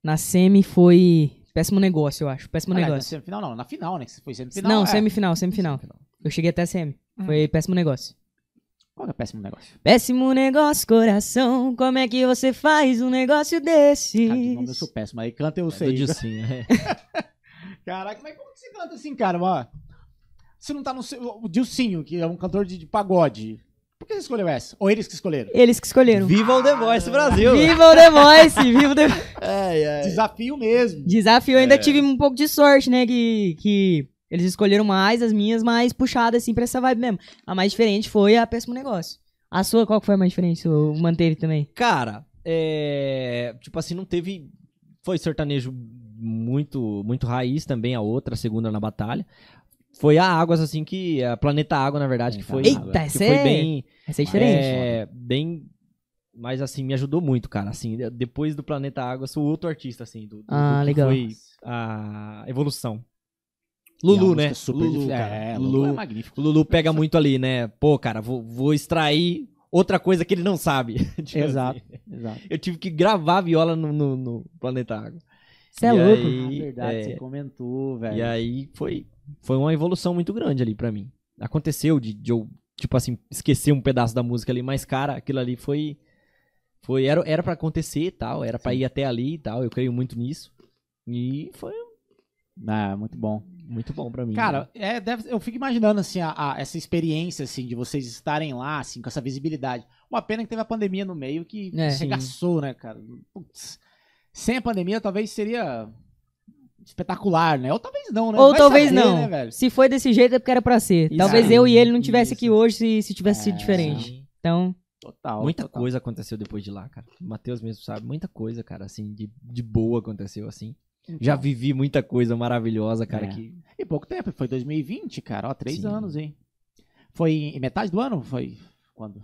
Speaker 1: Na semi foi péssimo negócio, eu acho. Péssimo
Speaker 3: Aliás, na
Speaker 1: negócio.
Speaker 3: semifinal não, na final, né? Que foi semifinal.
Speaker 1: não,
Speaker 3: é. Uhum.
Speaker 1: semifinal, semifinal. Eu cheguei até a semi. Foi péssimo negócio.
Speaker 3: Qual que é o péssimo negócio?
Speaker 1: Péssimo negócio, coração. Como é que você faz um negócio desse?
Speaker 3: Cara, de nome eu sou péssimo. Aí canta eu
Speaker 4: É
Speaker 3: sei.
Speaker 4: do Dilcinho, é.
Speaker 3: Caraca, mas como que você canta assim, cara? Ó, você não tá no seu... O Dilcinho, que é um cantor de, de pagode. Por que você escolheu essa? Ou eles que escolheram?
Speaker 1: Eles que escolheram.
Speaker 4: Viva o The Voice Brasil.
Speaker 1: Ah, Viva o The Voice! Viva o The Voice!
Speaker 3: Desafio mesmo.
Speaker 1: Desafio, eu ainda tive um pouco de sorte, né? Que, que eles escolheram mais, as minhas mais puxadas, assim, pra essa vibe mesmo. A mais diferente foi a Péssimo Negócio. A sua, qual que foi a mais diferente? O Manteiro também.
Speaker 4: Cara, é. Tipo assim, não teve. Foi sertanejo muito muito raiz também, a outra, a segunda na batalha. Foi a Águas, assim, que. A Planeta Água, na verdade, que foi.
Speaker 1: Planeta Água. Eita,
Speaker 4: que
Speaker 1: essa
Speaker 4: foi
Speaker 1: é
Speaker 4: bem.
Speaker 1: Essa é diferente.
Speaker 4: É, bem. Mas assim, me ajudou muito, cara. Assim, de- depois do Planeta Água, eu sou outro artista, assim, do, do-
Speaker 1: Ah,
Speaker 4: do que
Speaker 1: legal.
Speaker 4: foi a evolução.
Speaker 3: E é
Speaker 4: Lulu,
Speaker 3: uma
Speaker 4: né?
Speaker 3: música Super
Speaker 4: Lulu,
Speaker 3: difícil.
Speaker 4: cara.
Speaker 3: É, Lulu, é
Speaker 4: Lulu,
Speaker 3: magnífico.
Speaker 4: o Lulu pega muito ali, né? Pô, cara, vou, vou extrair outra coisa que ele não sabe. Tipo
Speaker 3: Exato,
Speaker 4: assim.
Speaker 3: exato.
Speaker 4: Eu tive que gravar a viola no, no- no Planeta Água.
Speaker 1: Você é
Speaker 4: e
Speaker 1: louco.
Speaker 4: aí-
Speaker 3: Na Ah, verdade,
Speaker 4: é.
Speaker 3: você comentou, velho.
Speaker 4: E aí foi, foi uma evolução muito grande ali pra mim. Aconteceu de, de eu, tipo assim, esquecer um pedaço da música ali, mas, cara, aquilo ali foi. foi era, era para acontecer e tal, era pra
Speaker 3: Sim.
Speaker 4: ir até ali e tal. Eu creio muito nisso. E foi
Speaker 3: Ah, muito bom.
Speaker 4: muito bom pra mim. né?
Speaker 3: Cara, é, deve- eu fico imaginando assim, a- a- essa experiência assim, de vocês estarem lá, assim, com essa visibilidade. Uma pena que teve a pandemia no meio que
Speaker 1: É.
Speaker 3: arregaçou, né, cara? Putz. Sem a pandemia, talvez seria espetacular, né? Ou talvez não, né?
Speaker 1: Ou
Speaker 3: Vai
Speaker 1: talvez
Speaker 3: saber,
Speaker 1: não.
Speaker 3: né, velho?
Speaker 1: Se foi desse jeito, é porque era pra ser.
Speaker 3: Isso
Speaker 1: Talvez
Speaker 3: aí,
Speaker 1: eu e ele não tivesse aqui
Speaker 3: isso.
Speaker 1: hoje se, se tivesse sido
Speaker 3: É.
Speaker 1: diferente.
Speaker 4: Sim.
Speaker 1: Então,
Speaker 3: Total.
Speaker 4: Muita
Speaker 3: total.
Speaker 4: coisa aconteceu depois de lá, cara. O Matheus mesmo sabe, muita coisa, cara, assim, de, de boa aconteceu, assim. Já vivi muita coisa maravilhosa, cara,
Speaker 3: Então. É.
Speaker 4: que
Speaker 3: E pouco tempo, foi 2020, cara, ó, três
Speaker 4: Sim.
Speaker 3: anos, hein? Foi em metade do ano? Foi quando?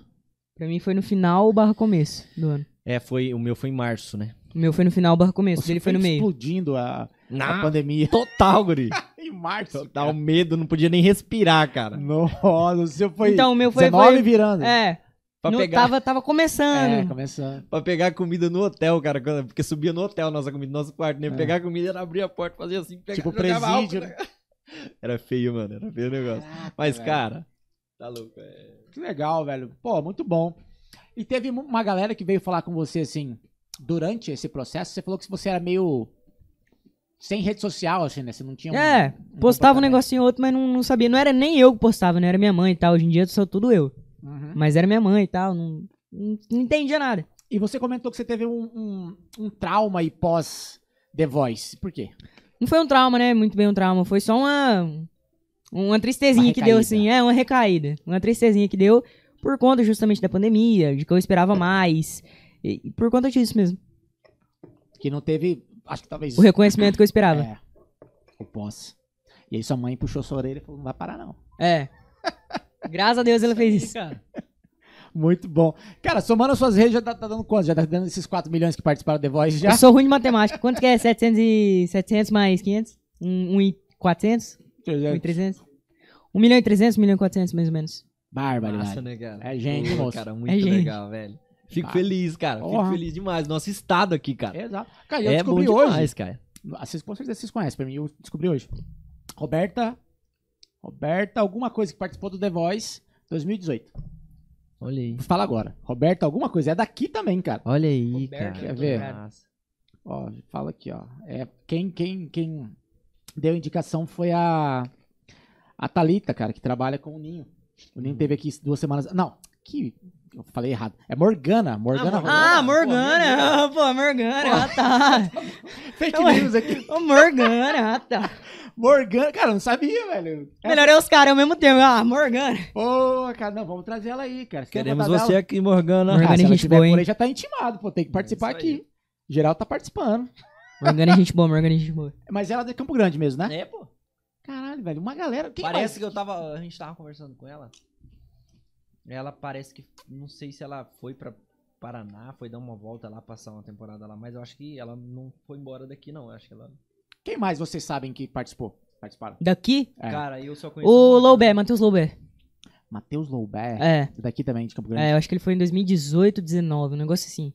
Speaker 1: pra mim foi no final barra começo do ano.
Speaker 4: É, foi, o meu foi em março, né?
Speaker 1: O meu foi no final barra começo, o
Speaker 3: Você
Speaker 1: dele foi no meio.
Speaker 3: Explodindo a, a
Speaker 4: Na
Speaker 3: pandemia.
Speaker 4: total, guri.
Speaker 3: E
Speaker 5: em março.
Speaker 4: Dá um medo, não podia nem respirar, cara.
Speaker 3: Nossa, o seu foi
Speaker 1: Então, o meu foi.
Speaker 3: 19
Speaker 1: foi
Speaker 3: virando.
Speaker 1: é,
Speaker 4: Pra
Speaker 1: não,
Speaker 4: pegar,
Speaker 1: tava, tava começando.
Speaker 3: É, começando.
Speaker 4: pra pegar comida no hotel, cara. quando- Porque subia no hotel nossa comida, nosso quarto, né?
Speaker 3: É.
Speaker 4: Pegar comida, era abrir a porta, fazia assim, pegar,
Speaker 3: Tipo
Speaker 4: jogava álcool,
Speaker 3: presídio,
Speaker 4: né? Era feio, mano. Era feio o negócio. Mas,
Speaker 3: velho.
Speaker 4: cara, tá louco. é.
Speaker 3: Que legal, velho. Pô, muito bom. E teve mu- uma galera que veio falar com você, assim, durante esse processo, você falou que você era meio sem rede social, assim, né? Você não tinha um-
Speaker 1: É,
Speaker 3: um
Speaker 1: postava um
Speaker 3: comportamento.
Speaker 1: negocinho ou outro, mas não, não sabia. Não era nem eu que postava, não era minha mãe e tal. Hoje em dia sou tudo eu.
Speaker 3: Uhum.
Speaker 1: Mas era minha mãe e tal. Não, não, não entendia nada.
Speaker 3: E você comentou que você teve um, um, um trauma aí pós The Voice. Por quê?
Speaker 1: Não foi um trauma, né? Muito bem um trauma. Foi só uma. Uma tristezinha
Speaker 3: Uma
Speaker 1: que deu,
Speaker 3: recaída.
Speaker 1: assim. É, uma recaída. Uma tristezinha que deu por conta justamente da pandemia, de que eu esperava mais. E, e por conta disso mesmo.
Speaker 3: Que não teve, acho que talvez...
Speaker 1: O reconhecimento que eu esperava.
Speaker 3: É, o pós. E aí sua mãe puxou sua orelha e falou, não vai parar não.
Speaker 1: É. Graças a Deus ela fez isso.
Speaker 3: Muito bom. Cara, somando as suas redes, já tá, tá dando quanto? Já tá dando esses 4 milhões que participaram do The Voice já?
Speaker 1: Eu sou ruim de matemática. Quanto que é 700, e... 700 mais 500? 1 um, e 400? 1 e 300? 1 milhão e 300, 1 milhão e 400, mais ou menos.
Speaker 3: Barbaridade.
Speaker 4: né, cara?
Speaker 3: É gente,
Speaker 4: Pô,
Speaker 3: moço.
Speaker 4: Cara, muito
Speaker 1: É gente.
Speaker 4: legal, velho. Fico
Speaker 3: Ah.
Speaker 4: feliz, cara. Fico
Speaker 3: Porra.
Speaker 4: feliz demais. Nosso estado aqui, cara.
Speaker 3: Exato. Cara, eu
Speaker 4: É, bom
Speaker 3: descobri hoje.
Speaker 4: demais, cara.
Speaker 3: Ah, Vocês, com certeza vocês conhecem, pra mim, eu descobri hoje. Roberta. Roberta, alguma coisa que participou do The Voice 2018.
Speaker 4: Olha aí.
Speaker 3: Fala agora. Roberta, alguma coisa. É daqui também, cara.
Speaker 4: Olha aí,
Speaker 5: Roberto,
Speaker 4: cara.
Speaker 3: quer ver?
Speaker 4: Nossa.
Speaker 3: Ó, fala aqui, ó. É, quem, quem, quem deu indicação foi a. A Thalita, cara, que trabalha com o Ninho. O Ninho teve aqui duas semanas. Não, que. Eu falei errado. É Morgana. Morgana.
Speaker 1: Ah,
Speaker 4: Morgana,
Speaker 1: Morgana! Pô, Morgana, ah tá!
Speaker 3: Fake news aqui.
Speaker 1: Ô, Morgana, ah tá!
Speaker 3: Morgana. Cara, eu não sabia, velho. É,
Speaker 1: Melhorei os caras ao mesmo tempo. Ah, Morgana!
Speaker 3: Pô, cara, não, vamos trazer ela aí, cara. Você quer
Speaker 4: Queremos
Speaker 3: contar dela?
Speaker 4: você aqui, Morgana.
Speaker 1: Morgana
Speaker 3: Ah, se
Speaker 1: é
Speaker 3: ela
Speaker 1: gente
Speaker 3: tiver por
Speaker 1: boa, hein?
Speaker 3: aí, já tá intimado, pô, tem que participar
Speaker 4: isso aí.
Speaker 3: aqui. Geral tá participando.
Speaker 1: Morgana é gente boa, Morgana é gente boa.
Speaker 3: Mas ela é de Campo Grande mesmo, né?
Speaker 4: É, pô.
Speaker 3: Caralho, velho, uma galera. Quem
Speaker 4: parece que
Speaker 3: mais?
Speaker 4: eu tava. A gente tava conversando com ela. Ela parece que. Não sei se ela foi pra Paraná, foi dar uma volta lá, passar uma temporada lá, mas eu acho que ela não foi embora daqui, não. Eu acho que ela.
Speaker 3: Quem mais vocês sabem que participou? Participaram?
Speaker 1: Daqui,
Speaker 3: É.
Speaker 4: Cara, eu só conheço.
Speaker 1: o
Speaker 4: a Morgana.
Speaker 1: Loubé, Matheus Loubé.
Speaker 3: Matheus Loubé,
Speaker 1: É.
Speaker 3: daqui também, de Campo Grande.
Speaker 1: É, eu acho que ele foi em 2018, 19, um negócio assim.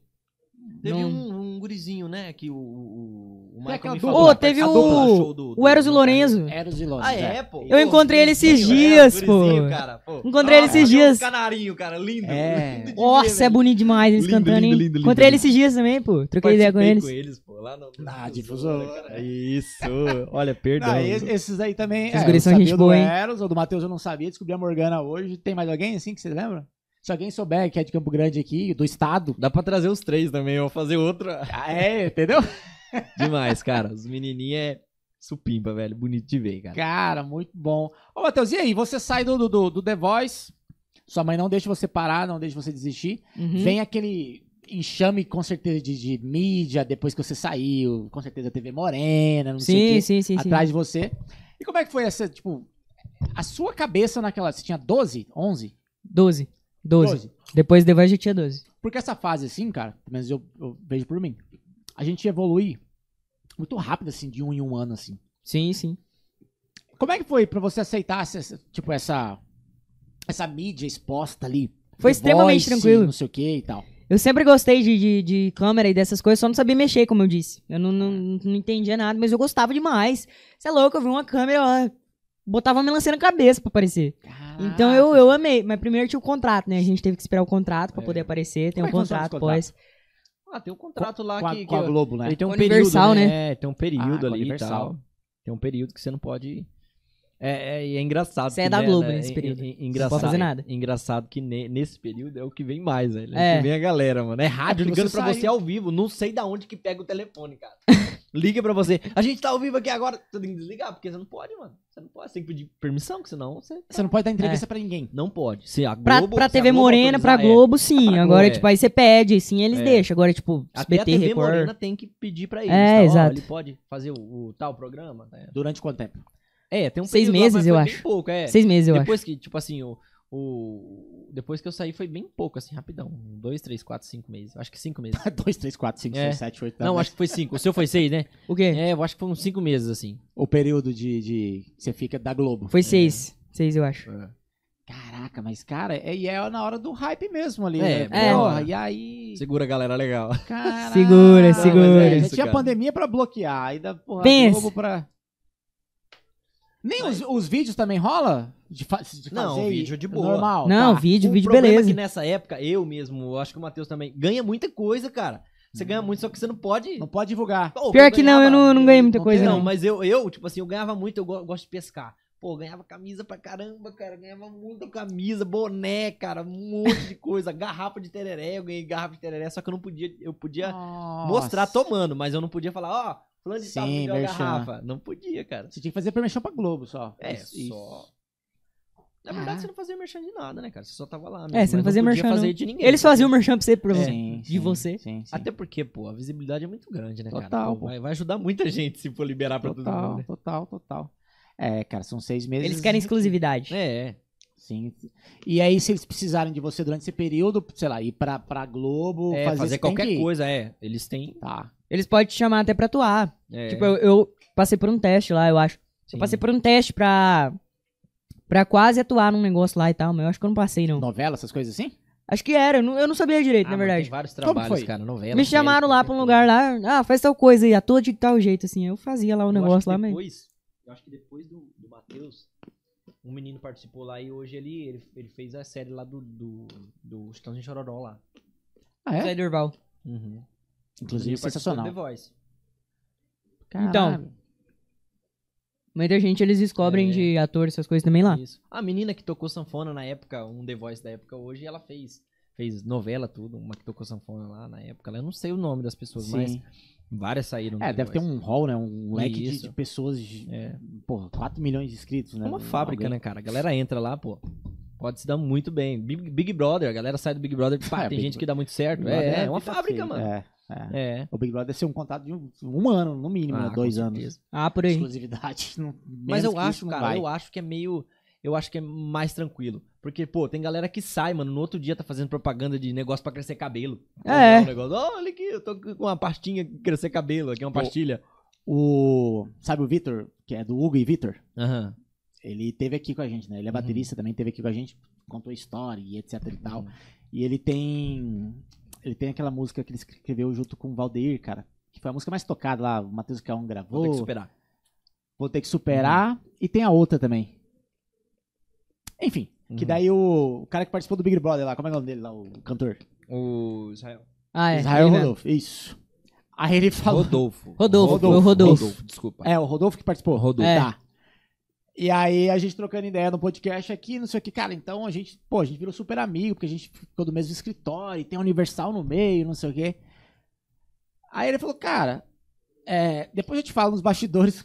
Speaker 4: Teve
Speaker 1: Não-
Speaker 4: um, um gurizinho, né? Que o. O, o Michael
Speaker 3: aquela
Speaker 4: me
Speaker 3: dupla?
Speaker 4: falou.
Speaker 1: Ô, teve
Speaker 4: A dupla
Speaker 1: o-
Speaker 4: show do-
Speaker 1: O Eros e
Speaker 4: do-
Speaker 1: o Lorenzo.
Speaker 3: Eros e Londres.
Speaker 4: Ah, é, pô.
Speaker 1: Eu encontrei ele esses dias, pô.
Speaker 4: cara, pô.
Speaker 1: Encontrei ele
Speaker 4: Nossa,
Speaker 1: esses
Speaker 4: olha
Speaker 1: dias.
Speaker 4: o canarinho, cara, lindo.
Speaker 3: É.
Speaker 4: lindo de ver,
Speaker 1: Nossa, é
Speaker 4: velho.
Speaker 1: bonito demais eles
Speaker 4: Lindo,
Speaker 1: cantando, hein?
Speaker 4: lindo, lindo,
Speaker 1: Encontrei
Speaker 4: lindo.
Speaker 1: eles esses dias também, pô. Troquei ideia com
Speaker 4: Participei
Speaker 1: eles.
Speaker 4: com eles, pô, lá no...
Speaker 3: Ah, difusora,
Speaker 4: cara. Isso. Olha, perdão.
Speaker 3: Ah, es- esses aí também.
Speaker 1: Esses
Speaker 3: é,
Speaker 1: guris
Speaker 3: eu
Speaker 1: são
Speaker 3: sabia
Speaker 1: gente
Speaker 3: do
Speaker 1: boa, hein?
Speaker 3: Eros, ou do Matheus eu não sabia, descobri a Morgana hoje. Tem mais alguém assim que você lembra? Se alguém souber que é de Campo Grande aqui, do estado.
Speaker 4: Dá pra trazer os três também, eu vou fazer outra.
Speaker 3: Ah, é, entendeu?
Speaker 4: Demais, cara. Os menininhos é supimpa, velho. Bonito de ver, cara.
Speaker 3: Cara, muito bom. Ô, Matheus, e aí? Você sai do, do- do, do The Voice, sua mãe não deixa você parar, não deixa você desistir.
Speaker 1: Uhum.
Speaker 3: Vem aquele enxame, com certeza, de, de mídia depois que você saiu, com certeza, TV Morena, não sei
Speaker 1: Sim,
Speaker 3: o quê,
Speaker 1: sim, sim, sim.
Speaker 3: atrás de você. E como é que foi essa, tipo, a sua cabeça naquela... Você tinha 12, 11?
Speaker 1: 12. 12. Depois do The Voice eu tinha 12.
Speaker 3: Porque essa fase, assim, cara, pelo menos eu, eu vejo por mim, a gente evolui muito rápido, assim, de um em um ano, assim.
Speaker 1: Sim, sim.
Speaker 3: Como é que foi pra você aceitar essa- essa, tipo essa essa mídia exposta ali?
Speaker 1: Foi
Speaker 3: The Voice,
Speaker 1: extremamente tranquilo.
Speaker 3: Não sei o que e tal.
Speaker 1: Eu sempre gostei de, de, de câmera e dessas coisas, só não sabia mexer, como eu disse. Eu não, não, não entendia nada, mas eu gostava demais. Você é louco, eu vi uma câmera, ó, botava uma melancia na cabeça pra aparecer. Então eu, eu amei, mas primeiro tinha o contrato, né? A gente teve que esperar o contrato pra
Speaker 4: É.
Speaker 1: poder aparecer, tem
Speaker 3: Como
Speaker 1: um
Speaker 3: é que funciona os
Speaker 1: contrato após.
Speaker 4: Ah, tem um contrato lá
Speaker 3: com a,
Speaker 4: que...
Speaker 3: com a
Speaker 4: que-
Speaker 3: Globo, né?
Speaker 4: Ele tem um
Speaker 1: Universal,
Speaker 4: período, né? É, tem um período
Speaker 3: Ah, com a
Speaker 4: ali e
Speaker 3: Universal.
Speaker 4: tal. Tem um período que você não pode... É, é, e é engraçado.
Speaker 1: Você é
Speaker 4: que,
Speaker 1: da
Speaker 4: né,
Speaker 1: Globo
Speaker 4: né,
Speaker 1: nesse
Speaker 4: en-
Speaker 1: período.
Speaker 4: en- en-
Speaker 1: não
Speaker 4: engraçado,
Speaker 1: pode fazer nada.
Speaker 4: Engraçado que ne- nesse período é o que vem mais, velho. É, o
Speaker 1: É.
Speaker 4: que vem a galera, mano. É rádio
Speaker 3: É porque
Speaker 4: ligando
Speaker 3: você
Speaker 4: pra
Speaker 3: saiu.
Speaker 4: você ao vivo. Não sei da onde que pega o telefone, cara. Liga pra você. A gente tá ao vivo aqui agora. Você tem que desligar, porque você não pode, mano. Você não pode. Você tem que pedir permissão, que senão você...
Speaker 3: Você não pode dar entrevista
Speaker 1: É.
Speaker 3: pra ninguém.
Speaker 4: Não pode. Se a
Speaker 1: Pra,
Speaker 4: Globo,
Speaker 1: pra
Speaker 4: se a
Speaker 1: TV
Speaker 4: Globo
Speaker 1: Morena, pra
Speaker 4: autorizar, é.
Speaker 1: Globo, sim.
Speaker 4: Pra
Speaker 1: Agora,
Speaker 4: Globo,
Speaker 1: tipo, aí você pede, aí sim, eles
Speaker 4: É.
Speaker 1: deixam. Agora, tipo,
Speaker 4: Até
Speaker 1: SBT,
Speaker 4: a TV
Speaker 1: Record.
Speaker 4: Morena tem que pedir pra ele.
Speaker 1: É,
Speaker 4: tá? Ó,
Speaker 1: exato.
Speaker 4: ele pode fazer o, o tal programa. né?
Speaker 3: Durante quanto tempo?
Speaker 4: É, tem um
Speaker 1: Seis
Speaker 4: período lá,
Speaker 1: meses,
Speaker 4: mas
Speaker 1: eu
Speaker 4: foi
Speaker 1: acho.
Speaker 4: Bem pouco, é.
Speaker 1: Seis meses, eu acho.
Speaker 4: Depois que, tipo assim, o, O... Depois que eu saí foi bem pouco, assim, rapidão. Um, Dois, três, quatro, cinco meses. Acho que cinco
Speaker 1: Tá,
Speaker 4: meses.
Speaker 3: 2, 3, 4, 5,
Speaker 4: É.
Speaker 3: 6, 7, 8,
Speaker 4: Não, acho que foi cinco. O seu foi seis, né?
Speaker 1: O quê?
Speaker 4: É, eu acho que foi uns cinco meses, assim.
Speaker 3: O período de, de- que você fica da Globo.
Speaker 1: Foi
Speaker 4: É.
Speaker 1: seis. Seis, eu acho.
Speaker 3: Caraca, mas cara, é, e é na hora do hype mesmo ali,
Speaker 4: É,
Speaker 3: né?
Speaker 1: é.
Speaker 3: Porra, e aí...
Speaker 4: Segura, galera, legal.
Speaker 3: Caraca,
Speaker 1: Segura,
Speaker 3: mas
Speaker 1: segura.
Speaker 3: é,
Speaker 4: Isso,
Speaker 3: tinha
Speaker 4: cara.
Speaker 3: pandemia pra bloquear, ainda porra,
Speaker 1: Pensa.
Speaker 3: Globo pra... Nem os, os vídeos também rola? De fa- de
Speaker 4: Não,
Speaker 3: fazer
Speaker 4: vídeo de
Speaker 3: e-
Speaker 4: boa.
Speaker 3: Normal,
Speaker 1: Não,
Speaker 3: tá.
Speaker 1: vídeo,
Speaker 4: o
Speaker 1: vídeo,
Speaker 4: problema
Speaker 1: beleza.
Speaker 4: É que nessa época, eu mesmo, eu acho que o Matheus também, ganha muita coisa, cara. Você ganha muito, só que você não pode.
Speaker 3: Não pode divulgar.
Speaker 4: Pô,
Speaker 1: Hum. Pior que não, eu não, não ganhei muita
Speaker 3: não
Speaker 1: coisa,
Speaker 3: tem,
Speaker 4: é Não,
Speaker 1: não.
Speaker 4: mas eu, eu, tipo assim, eu ganhava muito, eu go- gosto de pescar. Pô, eu ganhava camisa pra caramba, cara. eu Ganhava muita camisa, boné, cara, um monte de coisa. garrafa de tereré, eu ganhei garrafa de tereré, só que eu não podia, eu podia mostrar
Speaker 3: todo
Speaker 4: tomando, mas eu não podia falar, ó, fulano de tal
Speaker 3: Sim,
Speaker 4: me deu a
Speaker 3: merchan.
Speaker 4: garrafa. Não podia, cara.
Speaker 3: Você tinha que fazer permissão pra Globo só.
Speaker 4: É,
Speaker 3: Isso, isso.
Speaker 4: só. Na verdade,
Speaker 3: Caraca.
Speaker 4: você não fazia merchan de nada, né, cara? Você só tava lá.
Speaker 1: É, você não fazia merchan,
Speaker 4: Não
Speaker 1: não.
Speaker 4: podia fazer de ninguém. né?
Speaker 1: Eles faziam o merchan pra você, pra você.
Speaker 3: Sim,
Speaker 1: de
Speaker 3: sim,
Speaker 1: você.
Speaker 3: Sim, sim.
Speaker 4: Até porque, pô, a visibilidade é muito grande, né, cara?
Speaker 3: Total,
Speaker 4: Pô,
Speaker 3: pô.
Speaker 4: vai, vai ajudar muita gente se for liberar pra todo mundo.
Speaker 3: Total,
Speaker 4: né?
Speaker 3: total, total. É, cara, são seis meses.
Speaker 1: Eles querem exclusividade.
Speaker 4: É, é.
Speaker 3: Sim. E aí, se eles precisarem de você durante esse período, sei lá, ir pra, pra Globo,
Speaker 4: É,
Speaker 3: fazer,
Speaker 4: fazer,
Speaker 3: você tem que
Speaker 4: qualquer
Speaker 3: ir.
Speaker 4: coisa, é. Eles têm.
Speaker 3: Tá.
Speaker 1: Eles podem te chamar até pra atuar.
Speaker 4: é,
Speaker 1: Tipo, eu, eu passei por um teste lá, eu acho.
Speaker 4: sim.
Speaker 1: Eu passei por um teste pra. pra quase atuar num negócio lá e tal, mas eu acho que eu não passei, não.
Speaker 3: Novela, essas coisas assim?
Speaker 1: Acho que era, eu não, eu não sabia direito,
Speaker 4: Ah,
Speaker 1: na
Speaker 4: mano,
Speaker 1: verdade.
Speaker 4: Tem vários
Speaker 3: Como
Speaker 4: trabalhos,
Speaker 3: foi?
Speaker 4: cara, novela.
Speaker 1: Me
Speaker 4: série,
Speaker 1: chamaram lá pra um
Speaker 4: qualquer
Speaker 1: lugar lá, ah, faz tal coisa aí, atua de tal jeito, assim. Eu fazia lá o
Speaker 4: coisa. Eu acho que
Speaker 1: negócio lá mesmo.
Speaker 4: Depois, eu acho que depois do, do Matheus, um menino participou lá e hoje ele, ele, ele fez a série lá do. do, do Chitãozinho Chororó lá.
Speaker 3: Ah,
Speaker 4: é.
Speaker 1: Zé Durval.
Speaker 4: Uhum.
Speaker 3: Inclusive,
Speaker 4: Ele participou do The
Speaker 3: sensacional.
Speaker 4: Voice.
Speaker 1: Então, Muita gente eles descobrem
Speaker 4: É.
Speaker 1: de ator, essas coisas também lá.
Speaker 4: Isso. A menina que tocou sanfona na época, um The Voice da época hoje, ela fez. Fez novela, tudo, uma que tocou sanfona lá na época. Eu não sei o nome das pessoas, mas
Speaker 3: Sim.
Speaker 4: várias saíram. do
Speaker 3: É,
Speaker 4: The
Speaker 3: deve ter
Speaker 4: Voice.
Speaker 3: um hall, né? Um leque de,
Speaker 4: Isso.
Speaker 3: de pessoas. de-
Speaker 4: É.
Speaker 3: Porra, 4 milhões de inscritos, né?
Speaker 4: É uma fábrica,
Speaker 3: Alguém-
Speaker 4: né, cara? A galera entra lá, pô. Pode se dar muito bem. Big, Big Brother, a galera sai do Big Brother. Pá,
Speaker 3: É,
Speaker 4: tem
Speaker 3: Big
Speaker 4: gente que dá muito certo.
Speaker 3: Big
Speaker 4: É,
Speaker 3: Brother
Speaker 4: é,
Speaker 3: a
Speaker 4: uma
Speaker 3: vida
Speaker 4: fábrica,
Speaker 3: feia.
Speaker 4: mano.
Speaker 3: É, é.
Speaker 4: É.
Speaker 3: O Big Brother deve ser um contrato de um, um ano, no mínimo,
Speaker 4: Ah,
Speaker 3: né? Dois
Speaker 4: com
Speaker 3: anos.
Speaker 4: certeza.
Speaker 1: Ah, por aí.
Speaker 3: Exclusividade. não- menos
Speaker 4: Mas eu
Speaker 3: que isso
Speaker 4: acho,
Speaker 3: não
Speaker 4: cara,
Speaker 3: vai.
Speaker 4: eu acho que é meio. Eu acho que é mais tranquilo. Porque, pô, tem galera que sai, mano, no outro dia tá fazendo propaganda de negócio pra crescer cabelo.
Speaker 1: É.
Speaker 4: Um negócio, "Ó, olha aqui, eu tô com uma pastinha que crescer cabelo, aqui é uma
Speaker 3: Pô.
Speaker 4: pastilha.
Speaker 3: O. Sabe o Vitor, que é do Hugo e Vitor?
Speaker 4: Aham.
Speaker 3: Ele teve aqui com a gente,
Speaker 4: Uhum.
Speaker 3: né? Ele é baterista também, teve aqui com a gente, contou história e etc e tal.
Speaker 4: Uhum.
Speaker 3: E ele tem. Ele tem aquela música que ele escreveu junto com o Valdeir, cara. Que foi a música mais tocada lá. O Matheus Caon
Speaker 4: Vou
Speaker 3: gravou.
Speaker 4: ter que superar.
Speaker 3: Vou ter que superar. E tem a outra também. Enfim. Que
Speaker 4: Uhum.
Speaker 3: daí o, o cara que participou do Big Brother lá, como é o nome dele lá, o cantor?
Speaker 4: O Israel.
Speaker 1: Ah, é.
Speaker 3: Israel
Speaker 1: ele mesmo.
Speaker 3: Rodolfo. Isso. Aí ele falou.
Speaker 4: Rodolfo.
Speaker 1: Rodolfo,
Speaker 3: o Rodolfo.
Speaker 4: desculpa.
Speaker 3: É, o Rodolfo que participou.
Speaker 4: Rodolfo.
Speaker 1: É.
Speaker 3: Tá. E aí a gente trocando ideia no podcast aqui, não sei o que, cara, então a gente, pô, a gente virou super amigo, porque a gente ficou do mesmo escritório, e tem a Universal no meio, não sei o quê. Aí ele falou, cara, é, depois eu te falo nos bastidores,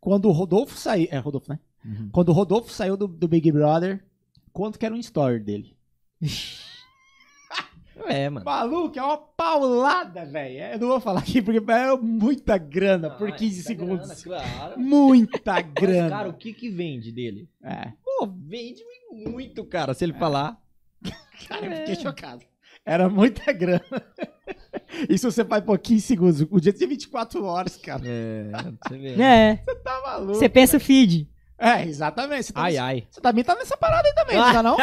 Speaker 3: quando o Rodolfo saiu, é Rodolfo, né?
Speaker 4: Uhum.
Speaker 3: Quando o Rodolfo saiu do, do Big Brother, quanto que era um story dele?
Speaker 4: É, mano.
Speaker 3: Maluco, é uma paulada, velho. Eu não vou falar aqui, porque é muita grana Tá
Speaker 4: Ah,
Speaker 3: por 15 segundos.
Speaker 4: é claro.
Speaker 3: Muita
Speaker 4: Mas,
Speaker 3: grana.
Speaker 4: cara, o que que vende dele?
Speaker 3: É.
Speaker 4: Pô, vende muito, cara, se ele falar.
Speaker 3: Cara, eu
Speaker 1: É.
Speaker 3: fiquei chocado. Era muita grana. Isso você faz por 15 segundos. O dia tinha 24 horas, cara.
Speaker 4: É, você vê.
Speaker 1: É,
Speaker 3: Você tá maluco.
Speaker 1: você pensa o feed.
Speaker 3: É, exatamente. Você, tá
Speaker 4: Ai,
Speaker 3: nesse-
Speaker 4: ai.
Speaker 3: você também tá nessa parada aí também, não dá não?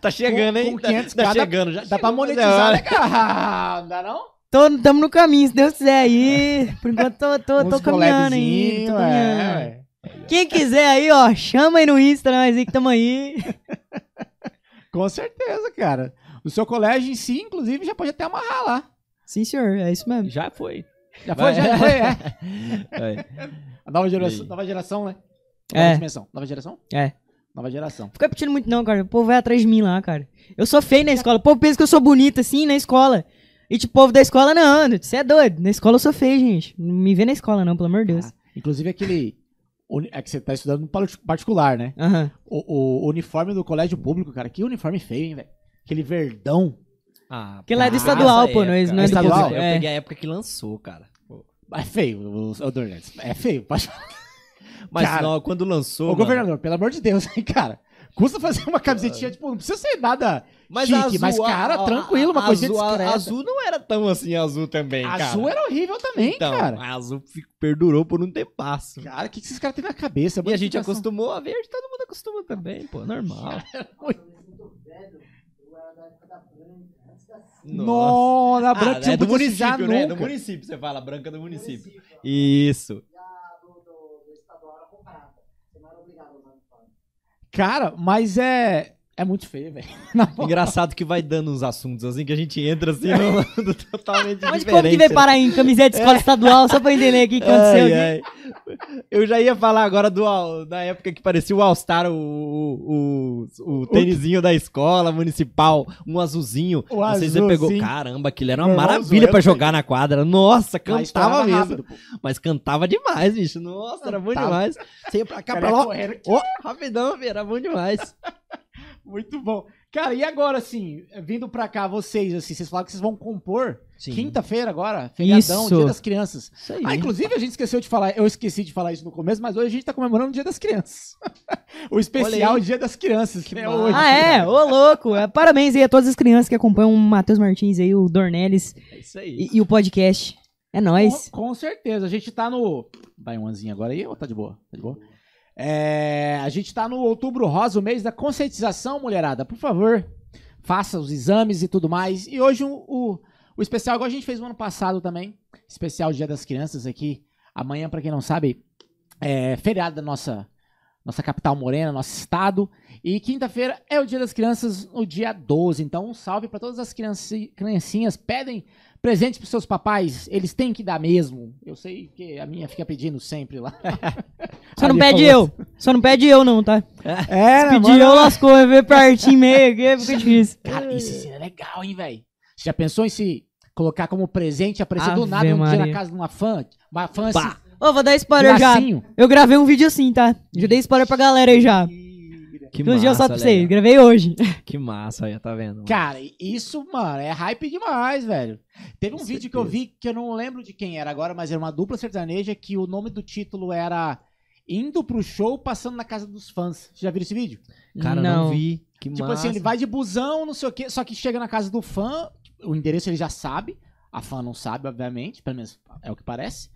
Speaker 4: Tá chegando,
Speaker 3: Com-
Speaker 4: hein?
Speaker 3: com
Speaker 4: Tá-
Speaker 3: 500
Speaker 4: tá,
Speaker 3: cada-
Speaker 4: chegando, já
Speaker 3: Dá
Speaker 4: chegou, mas
Speaker 3: pra
Speaker 4: é
Speaker 3: monetizar,
Speaker 4: hora.
Speaker 3: né, cara? Não dá não?
Speaker 1: Tô, tamo no caminho, se Deus quiser aí. Por enquanto tô, tô, tô
Speaker 3: Uns
Speaker 1: caminhando aí.
Speaker 3: collabzinho,
Speaker 1: Tô
Speaker 3: é,
Speaker 1: caminhando.
Speaker 3: ué.
Speaker 1: Quem quiser aí, ó, chama aí no Insta, nós aí que tamo aí.
Speaker 3: Com certeza, cara. O seu colégio em si, inclusive, já pode até amarrar lá.
Speaker 1: Sim, senhor, é isso mesmo.
Speaker 4: né? Já foi.
Speaker 3: Já foi,
Speaker 4: Vai.
Speaker 3: já foi, é.
Speaker 4: É.
Speaker 3: A nova geração,
Speaker 4: Ei.
Speaker 3: nova geração né? Nova
Speaker 1: É.
Speaker 3: dimensão. Nova geração?
Speaker 1: É.
Speaker 3: Nova geração.
Speaker 1: Fica pedindo muito não, cara. O povo vai atrás de mim lá, cara. Eu sou feio na escola. O povo pensa que eu sou bonito, assim, na escola. E, tipo, o povo da escola, não. Você é doido. Na escola eu sou feio, gente. Não me vê na escola, não, pelo amor de Deus.
Speaker 3: Ah, inclusive aquele... uni- É que você tá estudando no particular, né?
Speaker 1: Aham.
Speaker 3: O, o uniforme do colégio público, cara, que uniforme feio, hein, velho? Aquele verdão.
Speaker 4: Ah,
Speaker 1: Porque lá é do
Speaker 4: pá,
Speaker 1: estadual,
Speaker 4: essa
Speaker 1: pô, não é-
Speaker 4: época.
Speaker 1: não
Speaker 3: é do
Speaker 4: Estadual?
Speaker 3: público,
Speaker 4: Eu
Speaker 1: é.
Speaker 4: peguei a época que lançou, cara.
Speaker 3: É feio, o, o Dornelis. É feio. pode-
Speaker 4: Mas
Speaker 3: Cara,
Speaker 4: não, quando lançou.
Speaker 3: Ô,
Speaker 4: mano,
Speaker 3: governador, pelo amor de Deus, hein, cara. Custa fazer uma camisetinha, tipo, não precisa ser nada.
Speaker 4: Mas
Speaker 3: Chique,
Speaker 4: a azul,
Speaker 3: mas,
Speaker 4: a-
Speaker 3: cara,
Speaker 4: a-
Speaker 3: tranquilo, uma
Speaker 4: a
Speaker 3: coisinha
Speaker 4: azul, a-
Speaker 3: discreta.
Speaker 4: azul não era tão assim azul também, cara.
Speaker 3: Azul era horrível também,
Speaker 4: então,
Speaker 3: cara.
Speaker 4: a azul fi- perdurou por um tempasso.
Speaker 3: Cara, o que, que esses caras têm na
Speaker 4: E
Speaker 3: cabeça?
Speaker 4: a gente
Speaker 3: Modificação.
Speaker 4: acostumou a verde, todo mundo acostuma também, pô, normal.
Speaker 3: Nossa, a branca
Speaker 4: Ah,
Speaker 3: você
Speaker 4: é do
Speaker 3: não podia
Speaker 4: município,
Speaker 3: sujar
Speaker 4: né? Do
Speaker 3: nunca.
Speaker 4: município, você fala, branca é do município. Isso.
Speaker 3: Cara, mas é. É muito feio, velho. Na moral.
Speaker 4: Engraçado que vai dando uns assuntos assim que a gente entra assim no mundo totalmente diferente.
Speaker 1: Mas como que veio
Speaker 4: né?
Speaker 1: parar em camiseta de escola estadual, só pra entender o que aconteceu
Speaker 4: Ai,
Speaker 1: aqui?
Speaker 4: ai. Eu já ia falar agora do All- da época que parecia o All-Star, o, o, o, o tênisinho da escola municipal, um azulzinho.
Speaker 3: O
Speaker 4: Não sei se você
Speaker 3: azulzinho.
Speaker 4: pegou. Caramba, aquilo era uma
Speaker 3: Meu irmão
Speaker 4: maravilha
Speaker 3: zoou,
Speaker 4: pra
Speaker 3: eu
Speaker 4: jogar na quadra. Nossa,
Speaker 3: Mas estourava
Speaker 4: cantava mesmo.
Speaker 3: rápido, pô.
Speaker 4: Mas cantava demais, bicho. Nossa, era bom
Speaker 3: Cantava.
Speaker 4: demais. Você ia pra cá,
Speaker 3: Cara,
Speaker 4: pra lá.
Speaker 3: correndo
Speaker 4: Ó, rapidão, velho, era bom demais.
Speaker 3: Muito bom. Cara, e agora, assim, vindo pra cá, vocês, assim, vocês falaram que vocês vão compor
Speaker 4: Sim.
Speaker 3: quinta-feira agora, feriadão,
Speaker 1: Isso.
Speaker 3: Dia das Crianças.
Speaker 4: Isso aí.
Speaker 3: Ah, inclusive a gente esqueceu de falar, eu esqueci de falar isso no começo, mas hoje a gente tá comemorando o Dia das Crianças. o especial
Speaker 4: Olha
Speaker 3: Dia das Crianças, que é
Speaker 4: massa.
Speaker 3: hoje.
Speaker 1: Ah, é? Ô, louco! É, Parabéns aí a todas as crianças que acompanham o Matheus Martins aí, o Dornelles
Speaker 4: É isso aí.
Speaker 1: e, e o podcast. É nóis.
Speaker 3: Com, com certeza. A gente tá no. Vai um anzinho agora aí ou tá de boa? Tá de boa? É, a gente tá no outubro rosa, o mês da conscientização, mulherada. Por favor, faça os exames e tudo mais. E hoje o, o, o especial, igual a gente fez no ano passado também. Especial Dia das Crianças aqui. Amanhã, pra quem não sabe, é feriado da nossa, nossa capital morena, nosso estado. E quinta-feira é o Dia das Crianças, no dia 12. Então, um salve pra todas as crianci- criancinhas. Pedem Presente pros seus papais, eles têm que dar mesmo. Eu sei que a minha fica pedindo sempre lá.
Speaker 1: Só não
Speaker 3: Ali
Speaker 1: pede
Speaker 3: falou
Speaker 1: eu. Só não pede eu, não, tá?
Speaker 3: assim, É,
Speaker 1: Se pedir
Speaker 3: mano.
Speaker 1: eu, lascou, vai ver partinho meio, que fica difícil.
Speaker 3: Cara, isso seria legal, hein, velho? Você já pensou em se colocar como presente, aparecer do
Speaker 1: Ave
Speaker 3: nada um dia na
Speaker 1: Maria.
Speaker 3: casa de uma fã? Uma fã
Speaker 4: Pá.
Speaker 3: assim,
Speaker 1: Ô, vou dar spoiler já.
Speaker 3: lacinho?
Speaker 1: Eu gravei um vídeo assim, tá? Já dei spoiler pra galera aí já.
Speaker 4: Que
Speaker 1: Dos dias só pra
Speaker 4: olha
Speaker 1: vocês.
Speaker 4: aí, ó.
Speaker 1: Gravei hoje.
Speaker 4: Que massa, olha, tá vendo?
Speaker 3: Cara, isso, mano, é hype demais, velho. Teve um
Speaker 4: Com
Speaker 3: vídeo que eu
Speaker 4: certeza.
Speaker 3: vi que eu não lembro de quem era agora, mas era uma dupla sertaneja que o nome do título era Indo pro show, passando na casa dos fãs. Vocês já viram esse vídeo?
Speaker 4: Cara, eu não, vi. Que
Speaker 3: Tipo
Speaker 4: massa.
Speaker 3: assim, ele vai de busão, não sei o quê, só que chega na casa do fã, o endereço ele já sabe, a fã não sabe, obviamente, pelo menos é o que parece.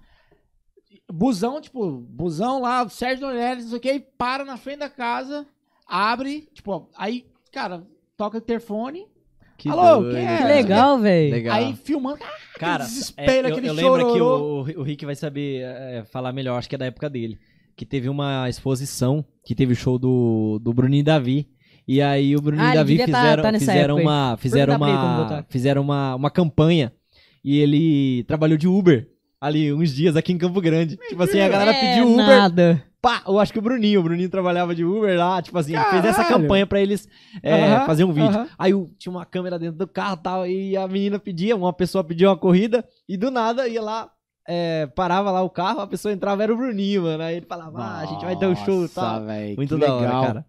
Speaker 3: Busão, tipo, busão lá, Sérgio Dornelis, não sei o quê, e para na frente da casa, abre, tipo, aí, cara, toca o interfone,
Speaker 4: Que
Speaker 3: Alô,
Speaker 4: doido,
Speaker 3: quem é?
Speaker 1: Que
Speaker 4: cara.
Speaker 1: legal, velho.
Speaker 4: Legal.
Speaker 3: aí filmando, ah,
Speaker 4: Cara,
Speaker 3: aquele desespero,
Speaker 4: é, eu-
Speaker 3: aquele
Speaker 4: eu, lembro que
Speaker 3: chororô.
Speaker 4: o, o Rick vai saber é, falar melhor, acho que é da época dele. Que teve uma exposição, que teve show do, do Bruninho e Davi. E aí o Bruninho
Speaker 1: Ah,
Speaker 4: e
Speaker 1: ele
Speaker 4: Davi
Speaker 1: devia tá-
Speaker 4: fizeram,
Speaker 1: tá nessa
Speaker 4: fizeram
Speaker 1: época aí.
Speaker 4: uma, fizeram
Speaker 1: Bruno e Davi, como
Speaker 4: uma,
Speaker 1: botar.
Speaker 4: fizeram uma, uma campanha e ele trabalhou de Uber ali uns dias aqui em Campo Grande. Tipo assim, a galera
Speaker 1: É,
Speaker 4: pediu Uber,
Speaker 1: Nada.
Speaker 4: pá, eu acho que o Bruninho, o Bruninho trabalhava de Uber lá, tipo assim, fez essa
Speaker 3: Caralho!
Speaker 4: campanha pra eles é,
Speaker 3: Aham,
Speaker 4: fazer um vídeo.
Speaker 3: aham.
Speaker 4: Aí o- tinha uma câmera dentro do carro e tal, e a menina pedia, uma pessoa pedia uma corrida, e do nada ia lá, é, parava lá o carro, a pessoa entrava, era o Bruninho, mano. Aí ele falava, ah, a gente vai dar um show e
Speaker 3: Nossa,
Speaker 4: tal.
Speaker 3: velho,
Speaker 4: Muito
Speaker 3: que
Speaker 4: da hora,
Speaker 3: legal.
Speaker 4: cara.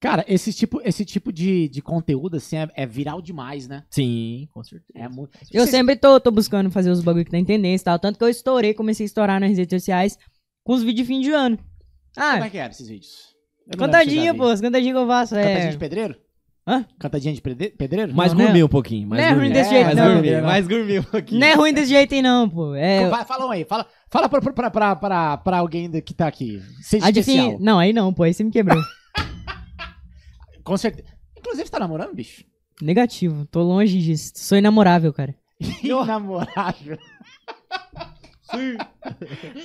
Speaker 3: Cara, esse tipo, esse tipo de, de conteúdo, assim, é, é viral demais, né?
Speaker 4: Sim, com certeza.
Speaker 3: É muito...
Speaker 1: Eu sempre tô, tô buscando fazer os bagulho que tá em tendência e tal. Tanto que eu estourei, comecei a estourar nas redes sociais com os vídeos de fim de ano.
Speaker 3: Como
Speaker 1: Ah,
Speaker 3: é que era esses vídeos? Eu não lembro se eu já
Speaker 1: cantadinha,
Speaker 3: vi.
Speaker 1: pô. As cantadinhas que eu faço
Speaker 3: Cantadinha
Speaker 1: é...
Speaker 3: de pedreiro?
Speaker 1: Hã?
Speaker 3: Cantadinha de prede- pedreiro?
Speaker 4: Mais
Speaker 1: Não, né?
Speaker 4: gourmet um pouquinho, mais
Speaker 1: Não é ruim
Speaker 4: gourmet.
Speaker 1: desse
Speaker 3: jeito,
Speaker 4: mais
Speaker 3: não.
Speaker 4: gourmet,
Speaker 3: Não.
Speaker 4: mais gourmet um pouquinho.
Speaker 1: Não é ruim desse jeito aí, não, pô. É...
Speaker 3: Vai, fala um aí, fala, fala pra, pra, pra, pra, pra alguém da- que tá aqui. Seja
Speaker 1: a de fim-
Speaker 3: especial.
Speaker 1: Ah, Não, aí não, pô. Aí você me quebrou.
Speaker 3: Com certeza. Inclusive, você tá namorando, bicho?
Speaker 1: Negativo. Tô longe disso. Sou inamorável, cara.
Speaker 3: Inamorável.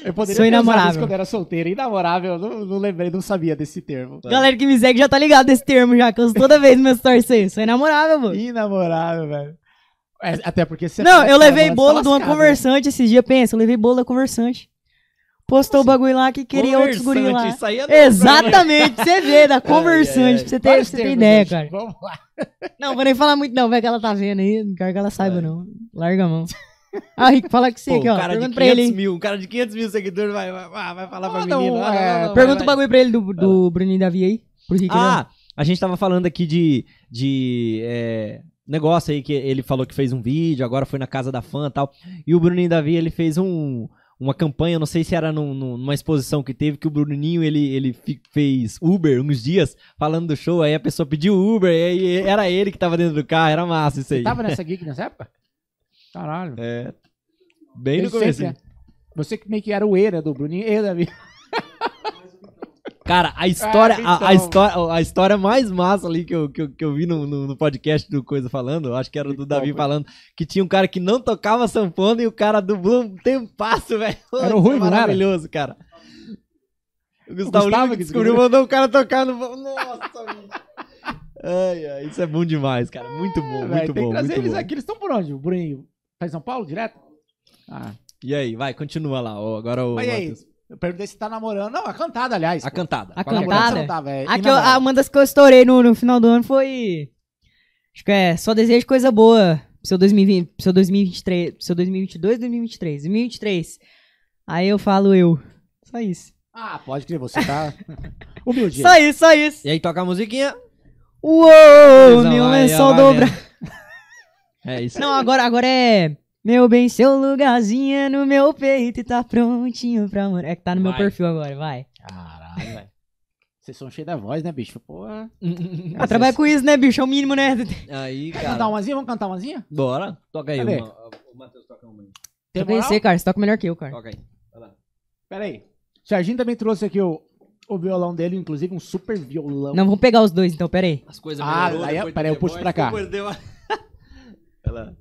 Speaker 3: Eu poderia
Speaker 1: Sou
Speaker 3: ter usado
Speaker 1: inamorável.
Speaker 3: isso quando eu era solteiro. Inamorável, eu não, não lembrei, não sabia desse termo.
Speaker 1: Galera que me segue já tá ligado desse termo já, que eu uso toda vez no meu story isso aí. Sou inamorável, pô.
Speaker 3: Inamorável, velho. É, até porque você.
Speaker 1: Não,
Speaker 3: tá-
Speaker 1: eu
Speaker 3: tá
Speaker 1: levei
Speaker 3: namorando,
Speaker 1: bolo
Speaker 3: tá
Speaker 1: de uma
Speaker 3: lascado,
Speaker 1: conversante esses dias, pensa, eu levei bolo da conversante. Postou o bagulho lá que queria outros
Speaker 4: Conversante,
Speaker 1: guri lá.
Speaker 4: Isso aí é
Speaker 1: Exatamente, pra você ver, da conversante, pra você
Speaker 3: né?
Speaker 1: ter, pra
Speaker 3: Vários
Speaker 1: você ter
Speaker 3: termos,
Speaker 1: ideia,
Speaker 3: gente.
Speaker 1: cara.
Speaker 3: Vamos lá.
Speaker 1: Não, vou nem falar muito não, vai que ela tá vendo aí, não quero que ela saiba não. Larga a mão. Ah, Rico, fala com você
Speaker 4: Pô,
Speaker 1: aqui, ó.
Speaker 4: um cara de
Speaker 1: Pergunta
Speaker 4: 500
Speaker 1: pra ele, hein.
Speaker 4: mil, um cara de 500 mil seguidores vai, vai, vai falar pra
Speaker 3: Manda um,
Speaker 4: menina. vai, vai,
Speaker 3: é,
Speaker 4: vai,
Speaker 1: Pergunta o
Speaker 4: vai.
Speaker 1: bagulho pra ele do, do Bruninho Davi aí, pro Rico. né?
Speaker 4: Ah, a gente tava falando aqui de. de é, negócio aí que ele falou que fez um vídeo, agora foi na casa da fã e tal. E o Bruninho Davi, ele fez um. uma campanha, não sei se era num- num- numa exposição que teve, que o Bruninho ele, ele fi- fez Uber uns dias falando do show, aí a pessoa pediu Uber, e aí era ele que tava dentro do carro, era massa isso aí.
Speaker 3: Tava nessa gig nessa época? Caralho.
Speaker 4: É. Bem
Speaker 3: Eu
Speaker 4: no
Speaker 3: sei
Speaker 4: começo.
Speaker 3: que é. Você que meio que era o era do Bruninho, era da minha.
Speaker 4: Cara, a história,
Speaker 3: Ah,
Speaker 4: a, a
Speaker 3: então.
Speaker 4: história, a história mais massa ali que eu, que eu, que eu vi no, no, no podcast do Coisa falando, eu acho que era do Davi
Speaker 3: foi?
Speaker 4: falando, que tinha um cara que não tocava sanfona e o cara dublou um tempasso, velho.
Speaker 3: Era o Ruivo, não era?
Speaker 4: Maravilhoso, cara. O Gustavo,
Speaker 3: Gustavo
Speaker 4: Lima
Speaker 3: que
Speaker 4: que descobriu,
Speaker 3: descobriu.
Speaker 4: mandou o cara tocar no... Nossa, velho. Ai, ai, isso é bom demais, cara. Muito bom,
Speaker 3: Véi,
Speaker 4: muito
Speaker 3: Ah, tem que
Speaker 4: bom,
Speaker 3: trazer
Speaker 4: muito
Speaker 3: eles
Speaker 4: bom.
Speaker 3: aqui. Eles estão por onde? O Bruninho? Faz São Paulo direto? Ah.
Speaker 4: E aí, vai, continua lá. ó, agora o
Speaker 3: Mas e aí?
Speaker 4: Matheus.
Speaker 3: Eu perguntei se tá namorando. Não, a cantada, aliás.
Speaker 4: A
Speaker 3: pô.
Speaker 4: cantada.
Speaker 1: A
Speaker 4: Fala
Speaker 3: Namorando
Speaker 1: cantada?
Speaker 3: você não tava, é
Speaker 1: A que eu-
Speaker 3: inamorável.
Speaker 1: ah, uma das que eu estourei no, no final do ano foi. Acho que é Só Desejo Coisa Boa. Seu 2020, seu 2023, seu 2022, 2023, 2023. Aí eu falo eu. Só isso.
Speaker 3: Ah, pode crer, você tá humilde.
Speaker 1: Só isso, só isso.
Speaker 4: E aí toca a musiquinha.
Speaker 1: Uou,
Speaker 4: Beleza,
Speaker 1: meu
Speaker 4: vai,
Speaker 1: lençol
Speaker 4: vai
Speaker 1: dobra.
Speaker 4: mesmo. É isso.
Speaker 1: Não, agora, agora é. Meu bem, seu lugarzinho é no meu peito e tá prontinho pra amor. É que tá no meu
Speaker 4: Vai.
Speaker 1: perfil agora, vai.
Speaker 3: Caralho, velho. Vocês são cheios da voz, né, bicho? Porra.
Speaker 1: Ah, trabalha com isso, né, bicho? É o mínimo, né?
Speaker 4: Aí,
Speaker 3: Vamos cantar
Speaker 4: cara.
Speaker 3: umazinha? Vamos cantar umazinha?
Speaker 4: Bora. Toca aí
Speaker 3: Cadê?
Speaker 4: uma. O Matheus toca uma aí.
Speaker 1: Eu pensei, cara, você toca melhor que eu, cara.
Speaker 4: Toca aí.
Speaker 3: Pera aí. Jardim também trouxe aqui o, o violão dele, inclusive um super violão.
Speaker 1: Não, vamos pegar os dois então, pera aí.
Speaker 4: As coisas
Speaker 3: Ah,
Speaker 4: melhorou
Speaker 3: daí-
Speaker 4: depois do
Speaker 3: peraí, eu puxo
Speaker 4: The
Speaker 3: pra
Speaker 4: Voice,
Speaker 3: cá.
Speaker 4: depois deu uma- Olha lá.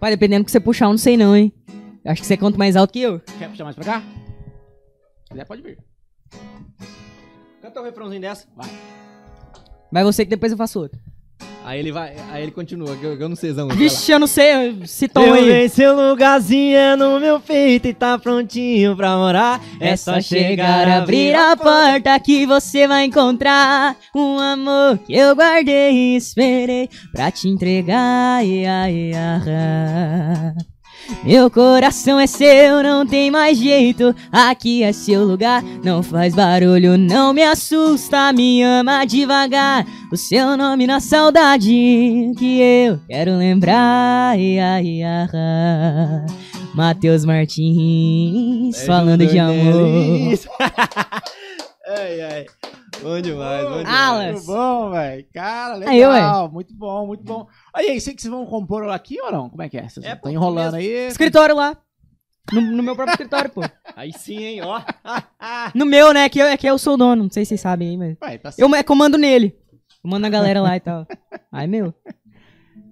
Speaker 1: Pai, dependendo do que você puxar, eu não sei não, hein. Acho que você canta mais alto que eu.
Speaker 3: Quer puxar mais pra cá? Se quiser, pode vir.
Speaker 4: Canta o refrãozinho dessa.
Speaker 1: Vai você que depois eu faço outro.
Speaker 4: Aí ele vai. Aí ele continua, que eu, que eu não sei exão.
Speaker 1: Vixe, eu não sei se tom
Speaker 4: Meu
Speaker 1: aí.
Speaker 4: bem, seu lugarzinho no meu peito e tá prontinho pra morar.
Speaker 1: É só chegar, abrir a porta que você vai encontrar um amor que eu guardei e esperei pra te entregar. Ia, ia, ia. Meu coração é seu, não tem mais jeito. Aqui é seu lugar, não faz barulho, não me assusta, me ama devagar. O seu nome na saudade que eu quero lembrar. Ia, ia, ia. Matheus Martins falando de amor.
Speaker 4: ai, ai. Bom demais, bom demais.
Speaker 1: Alan.
Speaker 3: Muito bom, velho. Cara,
Speaker 1: Aí,
Speaker 3: legal. muito bom, muito bom. Aí, aí, sei que vocês vão compor aqui ou não? Como é que é? Vocês
Speaker 4: É,
Speaker 3: estão
Speaker 4: pô,
Speaker 3: enrolando aí?
Speaker 1: Escritório lá. No, no meu próprio escritório, pô.
Speaker 4: Aí sim, hein, ó.
Speaker 1: No meu, né? Que eu, é que eu sou o dono. Não sei se vocês sabem aí, mas.
Speaker 3: Ué, tá certo.
Speaker 1: Eu é, comando nele. Eu mando a galera lá e tal. Aí, meu.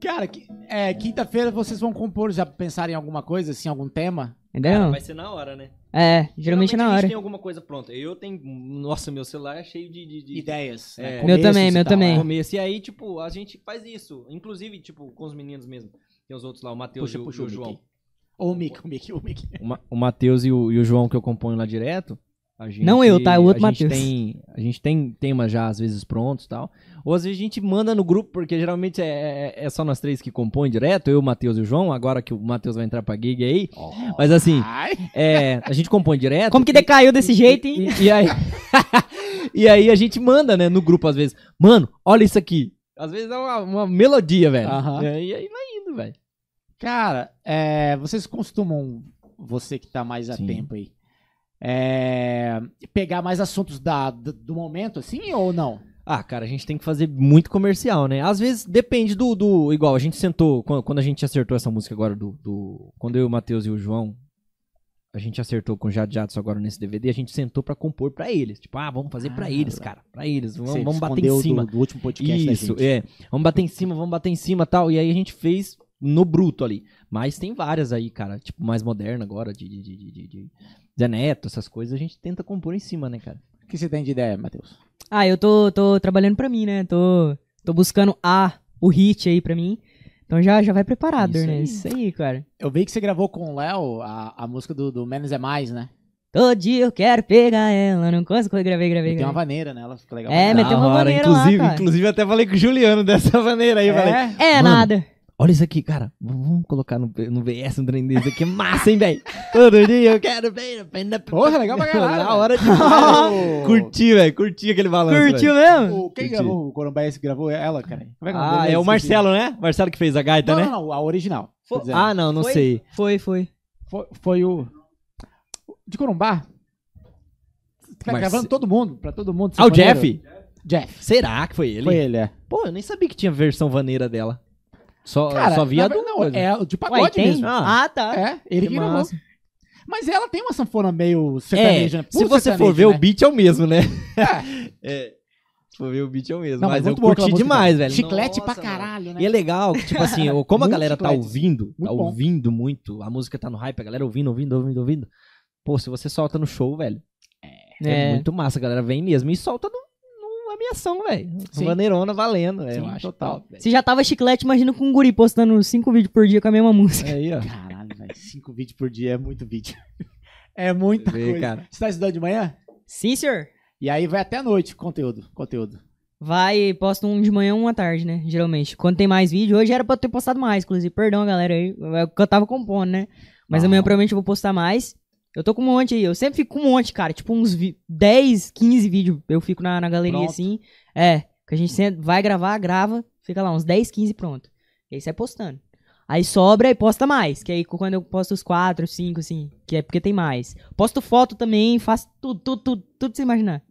Speaker 3: Cara, que- é, quinta-feira vocês vão compor, já pensaram em alguma coisa, assim, algum tema?
Speaker 1: Entendeu?
Speaker 4: Cara, vai ser na hora, né?
Speaker 1: É, geralmente é na
Speaker 4: a gente
Speaker 1: hora.
Speaker 4: tem alguma coisa pronta. Eu tenho. Nossa, meu celular é cheio de. de, de...
Speaker 3: Ideias. né?
Speaker 4: É.
Speaker 1: Meu também,
Speaker 3: e
Speaker 1: meu
Speaker 3: tal,
Speaker 1: também.
Speaker 3: né?
Speaker 4: começo. E aí, tipo, a gente faz isso. Inclusive, tipo, com os meninos mesmo. Tem os outros lá, o Matheus e o,
Speaker 3: Puxa, puxa
Speaker 4: e
Speaker 3: o
Speaker 4: o João.
Speaker 3: Mickey. Ou o Mickey, o Mickey, o Mickey.
Speaker 4: O, Ma- o Matheus e o, e o João que eu componho lá direto. a gente-
Speaker 1: Não eu, tá? O outro
Speaker 4: a gente
Speaker 1: Matheus.
Speaker 4: tem- A gente tem temas já, às vezes, prontos e tal. Ou às vezes a gente manda no grupo, porque geralmente é, é- é só nós três que compõem direto, eu, o Matheus e o João, agora que o Matheus vai entrar pra gig aí. Mas assim,
Speaker 3: Ai,
Speaker 4: é, a gente compõe direto.
Speaker 1: Como que
Speaker 4: e-
Speaker 1: decaiu desse jeito, hein?
Speaker 4: E, e aí, e aí a gente manda, né, no grupo às vezes. Mano, olha isso aqui. Às vezes é uma, uma melodia, velho.
Speaker 3: Aham.
Speaker 4: E aí- e aí vai indo, velho.
Speaker 3: Cara, é, vocês costumam, você que tá mais a
Speaker 4: Sim.
Speaker 3: tempo aí, é, pegar mais assuntos da, do, do momento, assim, ou não?
Speaker 4: Ah, cara, a gente tem que fazer muito comercial, né? Às vezes depende do. do igual, a gente sentou. Quando, quando a gente acertou essa música agora do. do- quando eu, o Matheus e o João. A gente acertou com o Jad Jadson agora nesse DVD. A gente sentou pra compor pra eles. Tipo, ah, vamos fazer pra
Speaker 3: Ah,
Speaker 4: eles,
Speaker 3: legal.
Speaker 4: cara. Pra eles. Vamos,
Speaker 3: Você
Speaker 4: vamos bater
Speaker 3: escondeu
Speaker 4: em
Speaker 3: do-
Speaker 4: cima.
Speaker 3: Do, último podcast da
Speaker 4: Isso,
Speaker 3: gente.
Speaker 4: é. Vamos bater em cima, vamos bater em cima tal. E aí a gente fez no bruto ali. Mas tem várias aí, cara. Tipo, mais moderna agora, de, de, de, de, de, de Zé Neto, essas coisas. A gente tenta compor em cima, né, cara?
Speaker 3: O que você tem de ideia, Matheus?
Speaker 1: Ah, eu tô, tô trabalhando pra mim, né? Tô, tô buscando a, o hit aí pra mim. Então já, já vai preparado,
Speaker 4: Isso
Speaker 1: né?
Speaker 4: aí.
Speaker 1: Isso aí, cara.
Speaker 3: Eu vi que você gravou com o Léo a, a música do, do Menos é Mais, né?
Speaker 1: Todo dia eu quero pegar ela. Não consigo. Gravei, gravei,
Speaker 3: E tem uma
Speaker 1: gravei.
Speaker 3: vaneira nela, fica legal.
Speaker 1: É,
Speaker 3: pra
Speaker 1: meteu uma
Speaker 4: Da hora,
Speaker 1: maneira lá,
Speaker 4: inclusive,
Speaker 1: cara.
Speaker 4: inclusive eu até falei com o Juliano dessa maneira aí, eu falei.
Speaker 3: caralho. É?
Speaker 1: É
Speaker 4: Mano,
Speaker 1: nada.
Speaker 4: Olha isso aqui, cara. V- Vamos colocar no, no VS um trem desse aqui. É massa, hein, velho? Todo dia eu quero ver.
Speaker 3: Porra, legal pra caralho.
Speaker 4: Na hora de
Speaker 3: O-
Speaker 4: curti, velho. Curti aquele balanço.
Speaker 1: Curtiu
Speaker 4: velho.
Speaker 1: mesmo?
Speaker 3: O, quem
Speaker 4: Entendi.
Speaker 3: gravou o Corumbaiense que gravou é ela, cara. Como que nome
Speaker 4: Ah,
Speaker 3: dele?
Speaker 4: é
Speaker 3: Eu
Speaker 4: o
Speaker 3: esqueci.
Speaker 4: Marcelo, né? Marcelo que fez a gaita,
Speaker 3: Não,
Speaker 4: né?
Speaker 3: não, não, a original. tô dizendo.
Speaker 4: Ah, não, não
Speaker 1: Foi?
Speaker 4: sei.
Speaker 1: Foi, foi.
Speaker 3: Foi, foi o. De Corumbá? Tá
Speaker 4: Marce-
Speaker 3: gravando todo mundo, pra todo mundo. ser
Speaker 4: Ah, o
Speaker 3: maneiro.
Speaker 4: Jeff?
Speaker 3: Jeff.
Speaker 4: Será que foi ele?
Speaker 3: Foi ele, é.
Speaker 4: Pô, eu nem sabia que tinha versão vaneira dela. Só,
Speaker 3: Cara,
Speaker 4: só via
Speaker 3: na-
Speaker 4: do.
Speaker 3: Não, é o de
Speaker 1: Uai,
Speaker 3: pagode
Speaker 1: tem?
Speaker 3: mesmo.
Speaker 1: Ah, tá.
Speaker 3: É, ele que
Speaker 1: Que
Speaker 3: gravou.
Speaker 1: massa.
Speaker 3: Mas ela tem uma sanfona meio
Speaker 4: É,
Speaker 3: sertaneja.
Speaker 4: se
Speaker 3: puro
Speaker 4: você
Speaker 3: sertanejo,
Speaker 4: for ver,
Speaker 3: né?
Speaker 4: o beat é o mesmo, né? é. Se for ver, o beat é o mesmo.
Speaker 3: né? Não,
Speaker 4: mas eu
Speaker 3: muito boa aquela
Speaker 4: curti
Speaker 3: música.
Speaker 4: demais, velho.
Speaker 3: Chiclete
Speaker 4: Nossa,
Speaker 3: pra
Speaker 4: mano.
Speaker 3: caralho, né?
Speaker 4: E é legal, que, tipo assim, o- como a
Speaker 3: Muito
Speaker 4: galera tá
Speaker 3: chiclete.
Speaker 4: ouvindo, tá
Speaker 3: Muito bom.
Speaker 4: ouvindo muito, a música tá no hype, a galera ouvindo, ouvindo, ouvindo, ouvindo. Pô, se você solta no show, velho, é,
Speaker 1: É.
Speaker 4: muito massa, a galera vem mesmo e solta no, numa ameação, velho.
Speaker 3: Sim.
Speaker 4: Vaneirona valendo, é,
Speaker 3: Sim,
Speaker 4: eu acho
Speaker 3: total.
Speaker 4: total. velho.
Speaker 1: Você já tava chiclete, imagina com um guri postando cinco vídeos por dia com a mesma música.
Speaker 4: Aí, ó.
Speaker 3: Caralho, velho. Cinco vídeos por dia é muito vídeo. É muita
Speaker 4: Vê,
Speaker 3: coisa.
Speaker 4: cara.
Speaker 3: Você tá estudando de manhã?
Speaker 1: Sim, senhor.
Speaker 3: E aí vai até a noite, conteúdo, conteúdo.
Speaker 1: Vai e posta um de manhã, um à tarde, né? Geralmente. Quando tem mais vídeo, hoje era pra eu ter postado mais, inclusive. Perdão, galera aí. É porque eu tava compondo, né? Mas
Speaker 4: Não.
Speaker 1: amanhã provavelmente eu vou postar mais. Eu tô com um monte aí. Eu sempre fico com um monte, cara. Tipo uns vi- 10, 15 vídeos. Eu fico na, na galeria
Speaker 3: Pronto.
Speaker 1: assim. É. Que a gente senta- vai gravar, grava. Fica lá uns 10, 15 pronto. E aí sai postando. Aí sobra e posta mais. Que aí quando eu posto os 4, 5, assim. Que é porque tem mais. Posto foto também. Faço tudo, tudo, tudo. Tudo que você imaginar.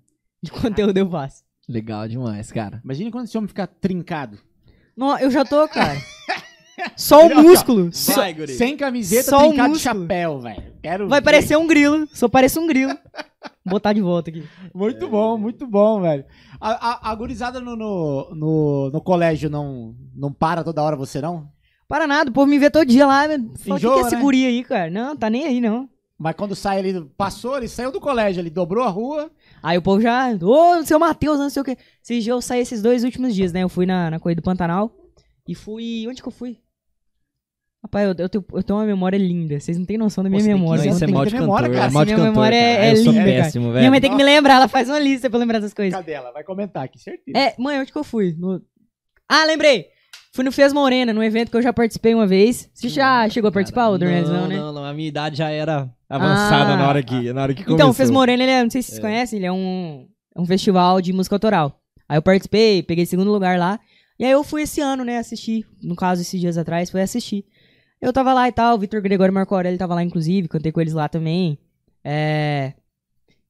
Speaker 1: De conteúdo eu faço.
Speaker 4: Legal demais, cara.
Speaker 3: Imagina quando esse homem ficar trincado.
Speaker 1: Não, eu já tô, cara. Só
Speaker 3: tá.
Speaker 1: o músculo. Só-
Speaker 4: Vai, guri.
Speaker 3: Sem camiseta,
Speaker 1: Só o
Speaker 3: trincado de
Speaker 1: músculo.
Speaker 3: chapéu, velho. Quero
Speaker 1: Vai
Speaker 3: ver.
Speaker 1: parecer um grilo. Só parece um grilo. Vou botar de volta aqui.
Speaker 3: Muito bom, muito bom, velho. A, a, a gurizada no, no, no, no colégio não, não para toda hora você, não?
Speaker 1: Para nada, o povo me vê todo dia lá. Fala, o que, que
Speaker 3: Enjoa,
Speaker 1: é esse
Speaker 3: né?
Speaker 1: guri aí, cara? Não, tá nem aí, não.
Speaker 3: Mas quando sai ele, passou, ele saiu do colégio, ele dobrou a rua.
Speaker 1: Aí o povo já. Ô, seu Matheus, não sei o quê. Esses dias eu saí esses dois últimos dias, né? Eu fui na, na Corrida do Pantanal. E fui. Onde que eu fui? Rapaz, eu, eu tenho, eu tenho uma memória linda. Vocês não têm noção da minha
Speaker 3: Pô, você tem
Speaker 1: memória.
Speaker 4: Não,
Speaker 3: Não,
Speaker 4: isso é
Speaker 3: tem
Speaker 4: mal
Speaker 3: que
Speaker 4: de
Speaker 3: ter memória,
Speaker 4: cantor.
Speaker 3: cara.
Speaker 4: É mal de
Speaker 1: Minha
Speaker 4: cantor.
Speaker 1: memória
Speaker 4: cara.
Speaker 1: é
Speaker 4: eu sou
Speaker 1: linda, cara.
Speaker 4: péssimo,
Speaker 1: minha
Speaker 4: velho.
Speaker 1: mãe tem que me lembrar, ela faz uma lista pra eu lembrar das coisas.
Speaker 3: Cadê ela? Vai comentar aqui, certeza.
Speaker 1: É, mãe, onde que eu fui? No- Ah, lembrei! Fui no Fies Morena, num evento que eu já participei uma vez. Você já chegou a participar,
Speaker 4: Cara,
Speaker 1: ô Dornelis, não,
Speaker 4: não,
Speaker 1: né?
Speaker 4: Não, não, a minha idade já era avançada
Speaker 1: Ah.
Speaker 4: na hora que, na hora que começou.
Speaker 1: Então, o Fies Morena, ele é, não sei se vocês conhecem, ele é um, é um festival de música autoral. Aí eu participei, peguei segundo lugar lá. E aí eu fui esse ano, né, assistir. No caso, esses dias atrás, foi assistir. Eu tava lá e tal, o Vitor Gregório e Marco Aurélio tava lá, inclusive, cantei com eles lá também. É...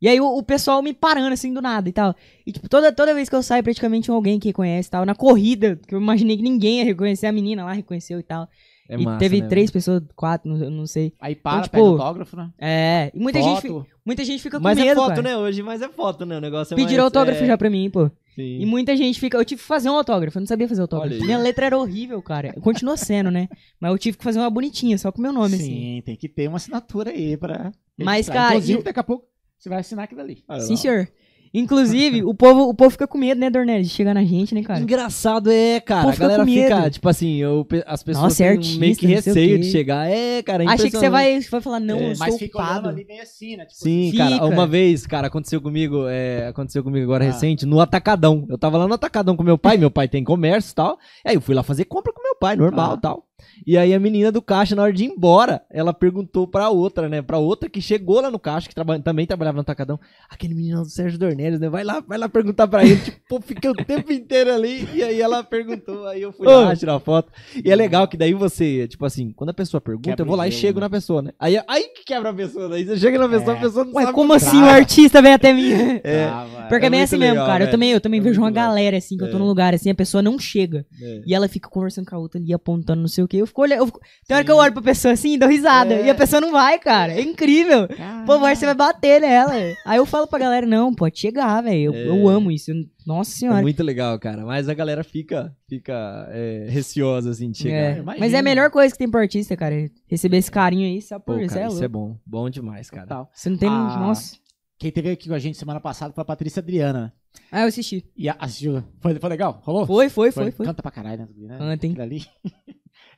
Speaker 1: E aí o, o pessoal me parando, assim, do nada e tal. E, tipo, toda, toda vez que eu saio, praticamente um alguém que conhece e tal. Na corrida, que eu imaginei que ninguém ia reconhecer, a menina lá reconheceu e tal.
Speaker 4: É
Speaker 1: e
Speaker 4: massa,
Speaker 1: teve
Speaker 4: né,
Speaker 1: três pessoas, quatro, não, não sei.
Speaker 3: Aí para,
Speaker 1: Então,
Speaker 3: pega
Speaker 1: tipo,
Speaker 3: autógrafo, né?
Speaker 1: É, e muita, gente, fi-
Speaker 3: Foto.
Speaker 1: muita gente fica
Speaker 4: velho?
Speaker 1: com
Speaker 4: Mas
Speaker 1: medo,
Speaker 4: é foto,
Speaker 1: cara.
Speaker 4: né, hoje? Mas é foto, né? O negócio é
Speaker 1: Pediram
Speaker 4: mais,
Speaker 1: autógrafo
Speaker 4: é,
Speaker 1: já pra mim, pô.
Speaker 4: sim.
Speaker 1: E muita gente fica. Eu tive que fazer um autógrafo, eu não sabia fazer autógrafo.
Speaker 4: Olha aí.
Speaker 1: Minha letra era horrível, cara. Continua sendo, né? Mas eu tive que fazer uma bonitinha, só com meu nome, assim.
Speaker 3: Sim, tem que ter uma assinatura aí pra.
Speaker 1: Mas,
Speaker 3: registrar.
Speaker 1: cara,
Speaker 3: Inclusive,
Speaker 1: e-
Speaker 3: daqui a pouco você vai assinar aquilo ali.
Speaker 4: Ah,
Speaker 1: Sim,
Speaker 4: lá.
Speaker 1: senhor. Inclusive, o povo, o povo fica com medo, né, Dornelli, de chegar na gente, né, cara?
Speaker 4: Engraçado é,
Speaker 1: O
Speaker 4: cara.
Speaker 1: povo
Speaker 4: A
Speaker 1: fica
Speaker 4: galera
Speaker 1: com
Speaker 4: fica,
Speaker 1: medo.
Speaker 4: tipo assim, eu, pe- as pessoas
Speaker 1: Nossa, é
Speaker 4: têm
Speaker 1: artista,
Speaker 4: meio que
Speaker 1: não sei o
Speaker 4: receio
Speaker 1: quê.
Speaker 4: de chegar. É, cara, é
Speaker 1: Achei que você
Speaker 4: impressionante.
Speaker 1: vai, vai falar, não,
Speaker 4: É.
Speaker 1: eu
Speaker 3: Mas
Speaker 1: sou
Speaker 3: fica olhando
Speaker 1: culpado.
Speaker 3: ali meio assim, né? Tipo,
Speaker 4: Sim,
Speaker 1: Fica.
Speaker 4: cara, uma vez, cara, aconteceu comigo, é, aconteceu comigo agora
Speaker 3: Ah.
Speaker 4: recente, no Atacadão. Eu tava lá no Atacadão com meu pai, meu pai tem comércio e tal. Aí eu fui lá fazer compra com meu pai, normal
Speaker 3: Ah.
Speaker 4: e tal. E aí a menina do caixa, na hora de ir embora, ela perguntou pra outra, né? Pra outra que chegou lá no caixa, que traba- também trabalhava no Atacadão. Aquele menino do Sérgio Dornelles, né? Vai lá, vai lá perguntar pra ele. tipo, pô, fiquei o tempo inteiro ali. E aí ela perguntou, aí eu fui lá tirar foto. E é legal que daí você, tipo assim, quando a pessoa pergunta,
Speaker 3: Quebra
Speaker 4: eu vou
Speaker 3: o
Speaker 4: lá e
Speaker 3: gelo,
Speaker 4: chego
Speaker 3: né?
Speaker 4: na pessoa, né? Aí, aí que quebra a pessoa, daí você chega na pessoa,
Speaker 3: É.
Speaker 4: a pessoa não
Speaker 1: Ué,
Speaker 4: sabe
Speaker 1: como
Speaker 4: o que
Speaker 1: assim o
Speaker 4: tá.
Speaker 1: artista vem até mim?
Speaker 4: É,
Speaker 3: Tava,
Speaker 1: Porque é bem
Speaker 4: muito
Speaker 1: assim mesmo,
Speaker 4: legal,
Speaker 1: cara. Eu
Speaker 4: velho.
Speaker 1: também, eu também
Speaker 4: É
Speaker 1: vejo uma
Speaker 4: muito legal.
Speaker 1: galera, assim, que eu tô
Speaker 4: É.
Speaker 1: num lugar, assim, a pessoa não chega.
Speaker 4: É.
Speaker 1: E ela fica conversando com a outra ali, apontando não sei o que. Eu fico olhando. Eu fico... Tem hora que eu olho pra pessoa assim e dou risada.
Speaker 4: É.
Speaker 1: E a pessoa não vai, cara. É incrível.
Speaker 3: Caraca.
Speaker 1: Pô, agora você vai bater nela. Aí eu falo pra galera, não, pode chegar, velho. Eu,
Speaker 4: É.
Speaker 1: eu amo isso. Nossa
Speaker 4: É
Speaker 1: senhora.
Speaker 4: muito legal, cara. Mas a galera fica, fica é, receosa, assim, de
Speaker 1: É.
Speaker 4: chegar.
Speaker 3: Eu imagino.
Speaker 1: Mas é a melhor coisa que tem pro artista, cara. Receber esse carinho aí, só
Speaker 4: Pô,
Speaker 1: por isso.
Speaker 4: cara,
Speaker 1: É
Speaker 4: isso
Speaker 1: louco.
Speaker 4: é bom. Bom demais, cara.
Speaker 3: Tal.
Speaker 1: Você não tem.
Speaker 3: Ah.
Speaker 1: Nossa.
Speaker 3: Quem teve aqui com a gente semana passada foi a Patrícia Adriana. né?
Speaker 1: Ah, eu assisti.
Speaker 3: E a, assistiu. Foi, foi legal? Rolou?
Speaker 1: Foi, foi, foi, foi.
Speaker 3: Canta pra caralho, né? né?
Speaker 1: Canta, hein?
Speaker 3: Aquilo ali.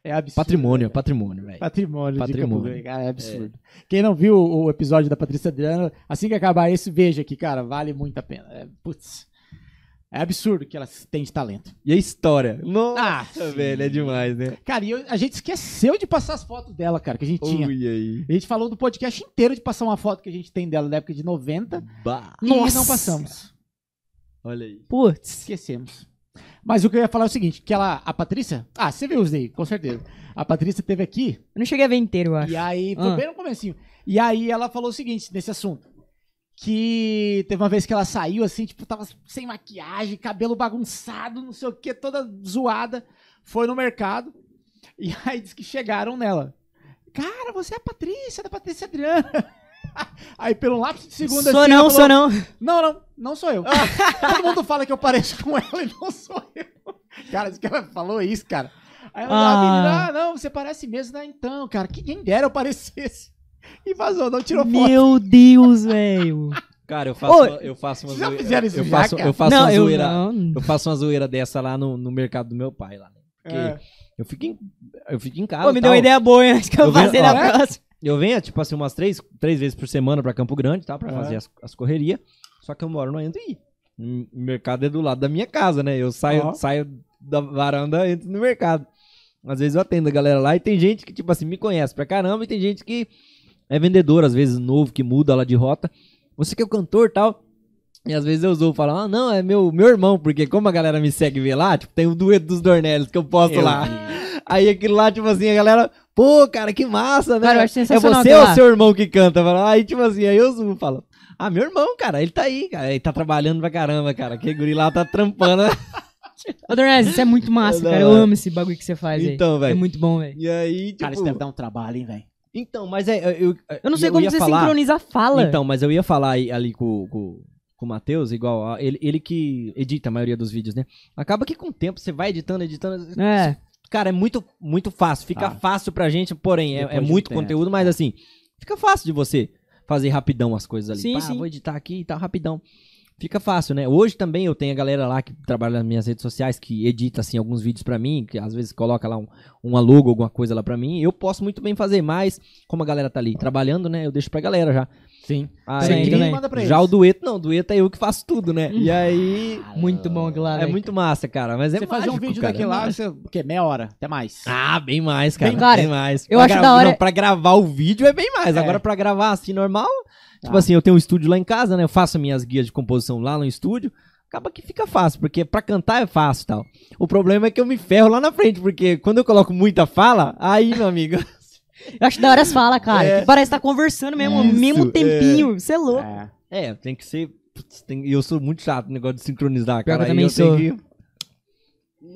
Speaker 3: É absurdo.
Speaker 4: Patrimônio, é patrimônio, velho.
Speaker 3: Patrimônio,
Speaker 4: Patrimônio.
Speaker 3: de Campo Grande, cara, é absurdo. Quem não viu o o episódio da Patrícia Adriana, assim que acabar esse, veja aqui, cara, vale muito a pena. É, putz, é absurdo que ela tem de talento.
Speaker 4: E a história? Nossa,
Speaker 3: Ah,
Speaker 4: velho, é demais, né?
Speaker 1: um-
Speaker 3: Cara, e eu- a gente esqueceu de passar as fotos dela, cara, que a gente tinha.
Speaker 4: Ui, aí.
Speaker 3: A gente falou do podcast inteiro de passar uma foto que a gente tem dela da época de 90
Speaker 4: Bah.
Speaker 3: e
Speaker 1: Nossa!
Speaker 3: não passamos.
Speaker 4: Olha aí.
Speaker 1: Putz.
Speaker 3: Esquecemos. Mas o que eu ia falar é o seguinte, que ela, a Patrícia... Ah, você viu os daí, com certeza. A Patrícia teve aqui
Speaker 1: Eu não cheguei a ver inteiro, eu acho.
Speaker 3: E aí, foi
Speaker 1: Ah.
Speaker 3: bem no comecinho. E aí ela falou o seguinte, nesse assunto. Que teve uma vez que ela saiu, assim, tipo, tava sem maquiagem, cabelo bagunçado, não sei o que, toda zoada. Foi no mercado. E aí disse que chegaram nela. Cara, você é a Patrícia, da Patrícia Adriana. Aí, pelo lapso de segundo,
Speaker 1: sou
Speaker 3: assim,
Speaker 1: não,
Speaker 3: ela
Speaker 1: sou não.
Speaker 3: não, não, não sou eu. Todo mundo fala que eu pareço com ela e não sou eu. Cara, diz que ela falou isso, cara. Aí ela,
Speaker 1: Ah.
Speaker 3: a menina, ah, não, você parece mesmo, né? Então, cara, que quem dera eu parecesse. E vazou, não tirou foto.
Speaker 1: Meu Deus, velho.
Speaker 4: Cara, eu faço,
Speaker 1: Ô,
Speaker 4: uma- eu faço uma
Speaker 3: vocês já
Speaker 4: zoeira.
Speaker 3: fizeram isso
Speaker 4: eu
Speaker 3: já,
Speaker 4: faço,
Speaker 3: cara?
Speaker 4: eu faço
Speaker 1: não,
Speaker 4: uma
Speaker 1: eu
Speaker 4: zoeira.
Speaker 1: não.
Speaker 4: Eu faço uma zoeira dessa lá no, no mercado do meu pai lá. Porque
Speaker 3: É.
Speaker 4: eu fico em, eu fico em casa.
Speaker 1: Pô, me
Speaker 4: e
Speaker 1: deu
Speaker 4: tal.
Speaker 1: uma ideia boa, hein? Acho que
Speaker 4: tá
Speaker 1: eu
Speaker 4: Eu Ah.
Speaker 1: vou fazer
Speaker 4: venho-
Speaker 1: na
Speaker 4: ó,
Speaker 3: é?
Speaker 1: próxima.
Speaker 4: Eu venho, tipo assim, umas três, três vezes por semana pra Campo Grande, tá? Pra
Speaker 3: Aham.
Speaker 4: fazer as, as correrias. Só que eu moro no Anduí. O mercado é do lado da minha casa, né? Eu saio,
Speaker 3: Ó.
Speaker 4: saio da varanda, entro no mercado. Às vezes eu atendo a galera lá e tem gente que, tipo assim, me conhece pra caramba e tem gente que é vendedor, às vezes novo, que muda lá de rota. Você que é o cantor e tal. E às vezes eu uso falar, ah, não, é meu, meu irmão, porque como a galera me segue e vê lá, tipo, tem o dueto dos Dornelles que eu posto lá. Aí aquilo lá, tipo assim, a galera, pô, cara, que massa, né?
Speaker 1: Cara, eu acho
Speaker 4: é
Speaker 1: sensacional
Speaker 4: você
Speaker 1: aquilo
Speaker 4: ou
Speaker 1: lá.
Speaker 4: seu irmão que canta? Fala, Aí, tipo assim, aí eu subo, falo, ah, meu irmão, cara, ele tá aí, cara, ele tá trabalhando pra caramba, cara, que guri lá tá trampando. né?
Speaker 1: Ô, Dornaz, isso é muito massa,
Speaker 4: É da
Speaker 1: cara. Eu
Speaker 4: hora.
Speaker 1: amo esse bagulho que você faz aí.
Speaker 4: então,
Speaker 1: É
Speaker 4: velho.
Speaker 1: muito é bom, velho.
Speaker 4: E aí, tipo...
Speaker 3: Cara, isso deve dar um trabalho, hein, velho.
Speaker 4: Então, mas é, eu...
Speaker 1: Eu não sei como
Speaker 4: ia
Speaker 1: você
Speaker 4: falar-
Speaker 1: sincroniza a fala.
Speaker 4: Então, mas eu ia falar aí- ali com, com, com o Matheus, igual, ó, ele, ele que edita a maioria dos vídeos, né? Acaba que com o tempo você vai editando, editando.
Speaker 1: É.
Speaker 4: Cara, é muito, muito fácil. Fica
Speaker 3: Ah.
Speaker 4: fácil pra gente, porém, é- é,
Speaker 3: Depois de um
Speaker 4: muito
Speaker 3: tempo,
Speaker 4: conteúdo, mas assim, fica fácil de você fazer rapidão as coisas ali.
Speaker 1: Sim,
Speaker 4: Pá,
Speaker 1: sim.
Speaker 4: vou editar aqui e tal, rapidão. Fica fácil, né? Hoje também eu tenho a galera lá que trabalha nas minhas redes sociais, que edita, assim, alguns vídeos pra mim, que às vezes coloca lá um, uma logo, alguma coisa lá pra mim. Eu posso muito bem fazer, mas como a galera tá ali trabalhando, né? Eu deixo pra galera já.
Speaker 3: Sim.
Speaker 4: Aí,
Speaker 3: Você
Speaker 1: Sim,
Speaker 3: cria e
Speaker 1: também.
Speaker 3: Ah, manda pra
Speaker 4: já o
Speaker 3: eles.
Speaker 4: dueto, não, o dueto é eu que faço tudo, né? E aí.
Speaker 1: Muito bom aquilo lá,
Speaker 4: É
Speaker 1: velho.
Speaker 4: muito massa, cara. Mas é
Speaker 3: Ah, né? Você fazer um
Speaker 4: mágico,
Speaker 3: vídeo
Speaker 4: cara.
Speaker 3: daquele lá, você... O quê? é Meia hora, até mais.
Speaker 4: Ah, bem mais, cara.
Speaker 1: Bem-
Speaker 4: Bem,
Speaker 1: Cara,
Speaker 4: mais.
Speaker 1: eu
Speaker 4: Pra
Speaker 1: acho
Speaker 4: gra-
Speaker 1: da hora-
Speaker 4: Não, pra gravar o vídeo é bem mais.
Speaker 3: É.
Speaker 4: Agora, pra gravar assim, normal. Tipo
Speaker 3: Tá.
Speaker 4: assim, eu tenho um estúdio lá em casa, né? Eu faço minhas guias de composição lá no estúdio. Acaba que fica fácil, porque pra cantar é fácil e tal. O problema é que eu me ferro lá na frente, porque quando eu coloco muita fala, aí, meu amigo.
Speaker 1: Eu acho da hora as falas, cara.
Speaker 4: É.
Speaker 1: Que parece que tá conversando mesmo, ao
Speaker 4: Isso,
Speaker 1: mesmo tempinho. Você é louco.
Speaker 3: É.
Speaker 4: é, tem que ser. putz, tem- Eu sou muito chato no negócio de sincronizar,
Speaker 1: Pior
Speaker 4: cara.
Speaker 1: que eu também
Speaker 4: aí
Speaker 1: sou.
Speaker 4: tenho que-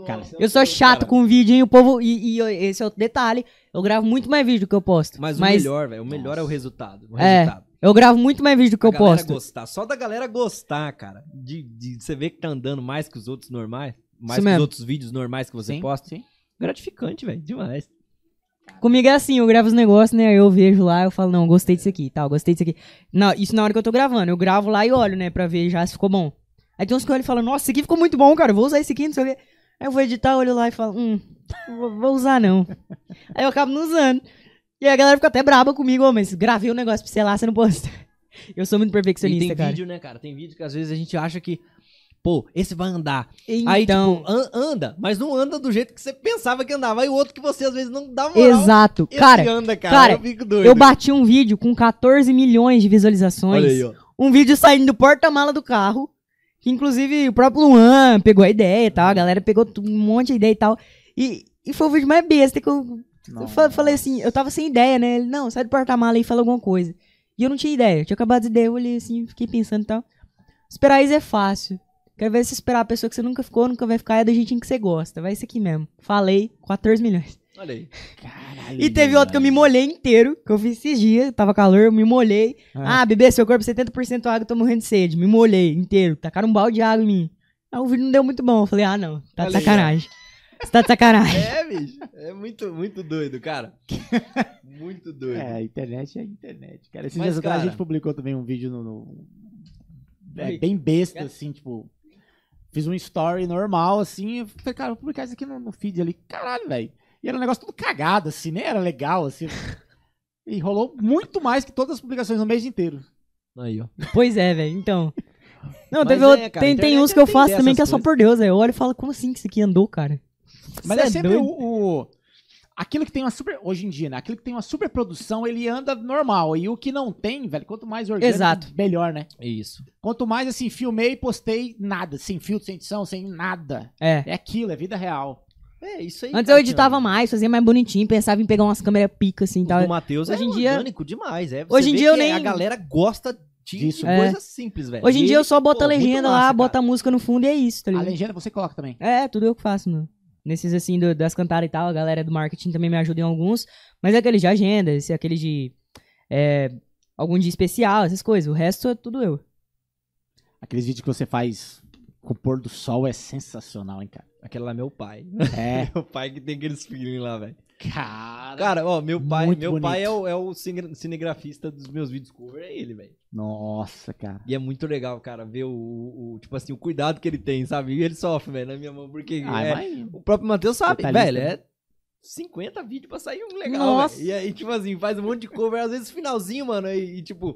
Speaker 3: Cara,
Speaker 4: É.
Speaker 1: Eu sou chato com vídeo, hein? O povo. E, e eu- esse é outro detalhe. Eu gravo muito mais vídeo do que eu posto.
Speaker 4: Mas,
Speaker 1: Mas,
Speaker 4: o melhor, velho, o melhor é o resultado. O
Speaker 1: É,
Speaker 4: resultado.
Speaker 1: eu gravo muito mais vídeo do que
Speaker 4: A
Speaker 1: eu
Speaker 4: galera
Speaker 1: posto.
Speaker 4: gostar. Só da galera gostar, cara. De, de você ver que tá andando mais que os outros normais. Mais
Speaker 1: Isso
Speaker 4: que os
Speaker 1: mesmo.
Speaker 4: outros vídeos normais que você
Speaker 3: Sim,
Speaker 4: posta.
Speaker 3: sim.
Speaker 4: Gratificante, velho. Demais.
Speaker 1: Comigo é assim, eu gravo os negócios, né? Eu vejo lá, eu falo, não, gostei disso aqui, tal, gostei disso aqui. Não, isso na hora que eu tô gravando. Eu gravo lá e olho, né, pra ver já se ficou bom. Aí tem uns que eu olho e falo, nossa, isso aqui ficou muito bom, cara, eu vou usar esse aqui, não sei o quê. Aí eu vou editar, eu olho lá e falo, hum, vou, vou usar não. Aí eu acabo não usando. E aí a galera fica até braba comigo, ô, mas gravei um negócio pra você lá, você não posta. Eu sou muito
Speaker 4: E
Speaker 1: perfeccionista,
Speaker 4: tem
Speaker 1: cara.
Speaker 4: vídeo, né, cara? Tem vídeo que às vezes a gente acha que. Pô, esse vai andar. Aí,
Speaker 1: Então,
Speaker 4: tipo, an- anda, mas não anda do jeito que você pensava que andava. Aí o outro que você às vezes não dá moral.
Speaker 1: exato.
Speaker 4: esse
Speaker 1: Cara,
Speaker 4: anda, cara.
Speaker 1: cara,
Speaker 4: eu fico doido.
Speaker 1: eu bati um vídeo com 14 milhões de visualizações.
Speaker 4: Olha aí, ó.
Speaker 1: um vídeo saindo do porta-mala do carro. Que inclusive o próprio Luan pegou a ideia e tal. A galera pegou tu- um monte de ideia e tal. E, e foi o vídeo mais besta que eu. eu fa- falei assim, eu tava sem ideia, né? Ele, não, sai do porta-mala e fala alguma coisa. E eu não tinha ideia. Eu tinha acabado de ideia, eu olhei assim, fiquei pensando e tal. Esperar isso é fácil. Quero ver se esperar a pessoa que você nunca ficou, nunca vai ficar, é da gente que você gosta. Vai isso aqui mesmo. Falei, 14 milhões.
Speaker 4: Olha aí.
Speaker 3: Caralho,
Speaker 1: E teve outro que eu me molhei inteiro, que eu fiz esses dias, tava calor, eu me molhei.
Speaker 3: Ah.
Speaker 1: Ah, bebê, seu corpo é 70% água, tô morrendo de sede. Me molhei inteiro, tacaram um balde de água em mim. Aí o vídeo não deu muito bom, eu falei, ah não, tá de
Speaker 4: Olha aí, ó.
Speaker 1: sacanagem. Você tá de sacanagem.
Speaker 4: É, bicho. É muito, muito doido, cara. muito doido.
Speaker 3: É, a internet é a internet, cara. Esses
Speaker 4: Mas,
Speaker 3: dias atrás a
Speaker 4: cara-
Speaker 3: gente publicou também um vídeo no. no- É
Speaker 4: Oi.
Speaker 3: bem besta, assim, tipo. Fiz um story normal, assim. Eu falei, cara, vou publicar isso aqui no, no feed ali. Caralho, velho. E era um negócio tudo cagado, assim, nem era legal, assim. E rolou muito mais que todas as publicações no mês inteiro.
Speaker 4: Aí, ó.
Speaker 1: Pois é, velho, então. Não,
Speaker 4: Mas
Speaker 1: teve
Speaker 4: é,
Speaker 1: outro-
Speaker 4: cara,
Speaker 1: tem,
Speaker 4: a
Speaker 1: tem
Speaker 4: internet
Speaker 1: uns que eu
Speaker 4: tem
Speaker 1: faço também
Speaker 4: dessas
Speaker 1: que é só
Speaker 4: coisas. é
Speaker 1: por Deus, velho. Eu olho e falo, como assim que isso aqui andou, cara?
Speaker 3: Mas
Speaker 1: Cê
Speaker 3: é sempre
Speaker 1: doido?
Speaker 3: o, o- Aquilo que tem uma super. Hoje em dia, né? Aquilo que tem uma super produção, ele anda normal. E o que não tem, velho, quanto mais orgânico,
Speaker 1: Exato.
Speaker 3: melhor, né?
Speaker 4: É Isso.
Speaker 3: Quanto mais assim, filmei e postei nada, sem filtro, sem edição, sem nada.
Speaker 1: É.
Speaker 3: É aquilo, é vida real.
Speaker 4: É, isso aí.
Speaker 1: Antes eu editava mais, fazia mais bonitinho, pensava em pegar umas câmeras pica assim e tal.
Speaker 4: O Matheus
Speaker 1: Hoje
Speaker 4: é
Speaker 1: em dia-
Speaker 4: orgânico demais. É. Você
Speaker 1: Hoje em
Speaker 4: vê
Speaker 1: dia eu
Speaker 4: que
Speaker 1: nem-
Speaker 4: A galera gosta de, de
Speaker 3: Disso.
Speaker 1: É.
Speaker 4: coisa simples, velho.
Speaker 1: Hoje em
Speaker 4: E
Speaker 1: dia eu só boto
Speaker 4: pô,
Speaker 1: a
Speaker 4: muito
Speaker 1: legenda
Speaker 4: massa,
Speaker 1: lá,
Speaker 4: cara.
Speaker 1: boto a música no fundo e é isso, tá
Speaker 3: A
Speaker 1: ligado?
Speaker 3: legenda você coloca também.
Speaker 1: É, tudo eu que faço, mano. Nesses assim, do- das cantadas e tal, a galera do marketing também me ajuda em alguns. Mas é aquele de agenda, esse é aquele de. é, algum dia especial, essas coisas. O resto é tudo eu.
Speaker 3: Aqueles vídeos que você faz com o pôr do sol é sensacional, hein, cara?
Speaker 4: Aquele lá é meu pai.
Speaker 3: É.
Speaker 4: meu pai que tem aqueles filhinhos lá, velho.
Speaker 3: cara.
Speaker 4: Cara, ó, meu pai,
Speaker 3: Muito
Speaker 4: meu pai é
Speaker 3: bonito.
Speaker 4: o, é o cine- cinegrafista dos meus vídeos cover, é ele, velho.
Speaker 3: Nossa, cara.
Speaker 4: E é muito legal, cara, ver o, o- tipo assim, o cuidado que ele tem, sabe? E ele sofre, velho, na minha mão, porque
Speaker 1: Ah,
Speaker 4: é-
Speaker 3: Ah, mas...
Speaker 4: o próprio Matheus sabe,
Speaker 1: tá
Speaker 3: Detalhista,
Speaker 4: velho,
Speaker 3: né?
Speaker 4: é 50 vídeos pra sair um legal,
Speaker 1: Nossa.
Speaker 4: Nossa. E aí, tipo assim, faz um monte de cover, às vezes finalzinho, mano, e, e, tipo,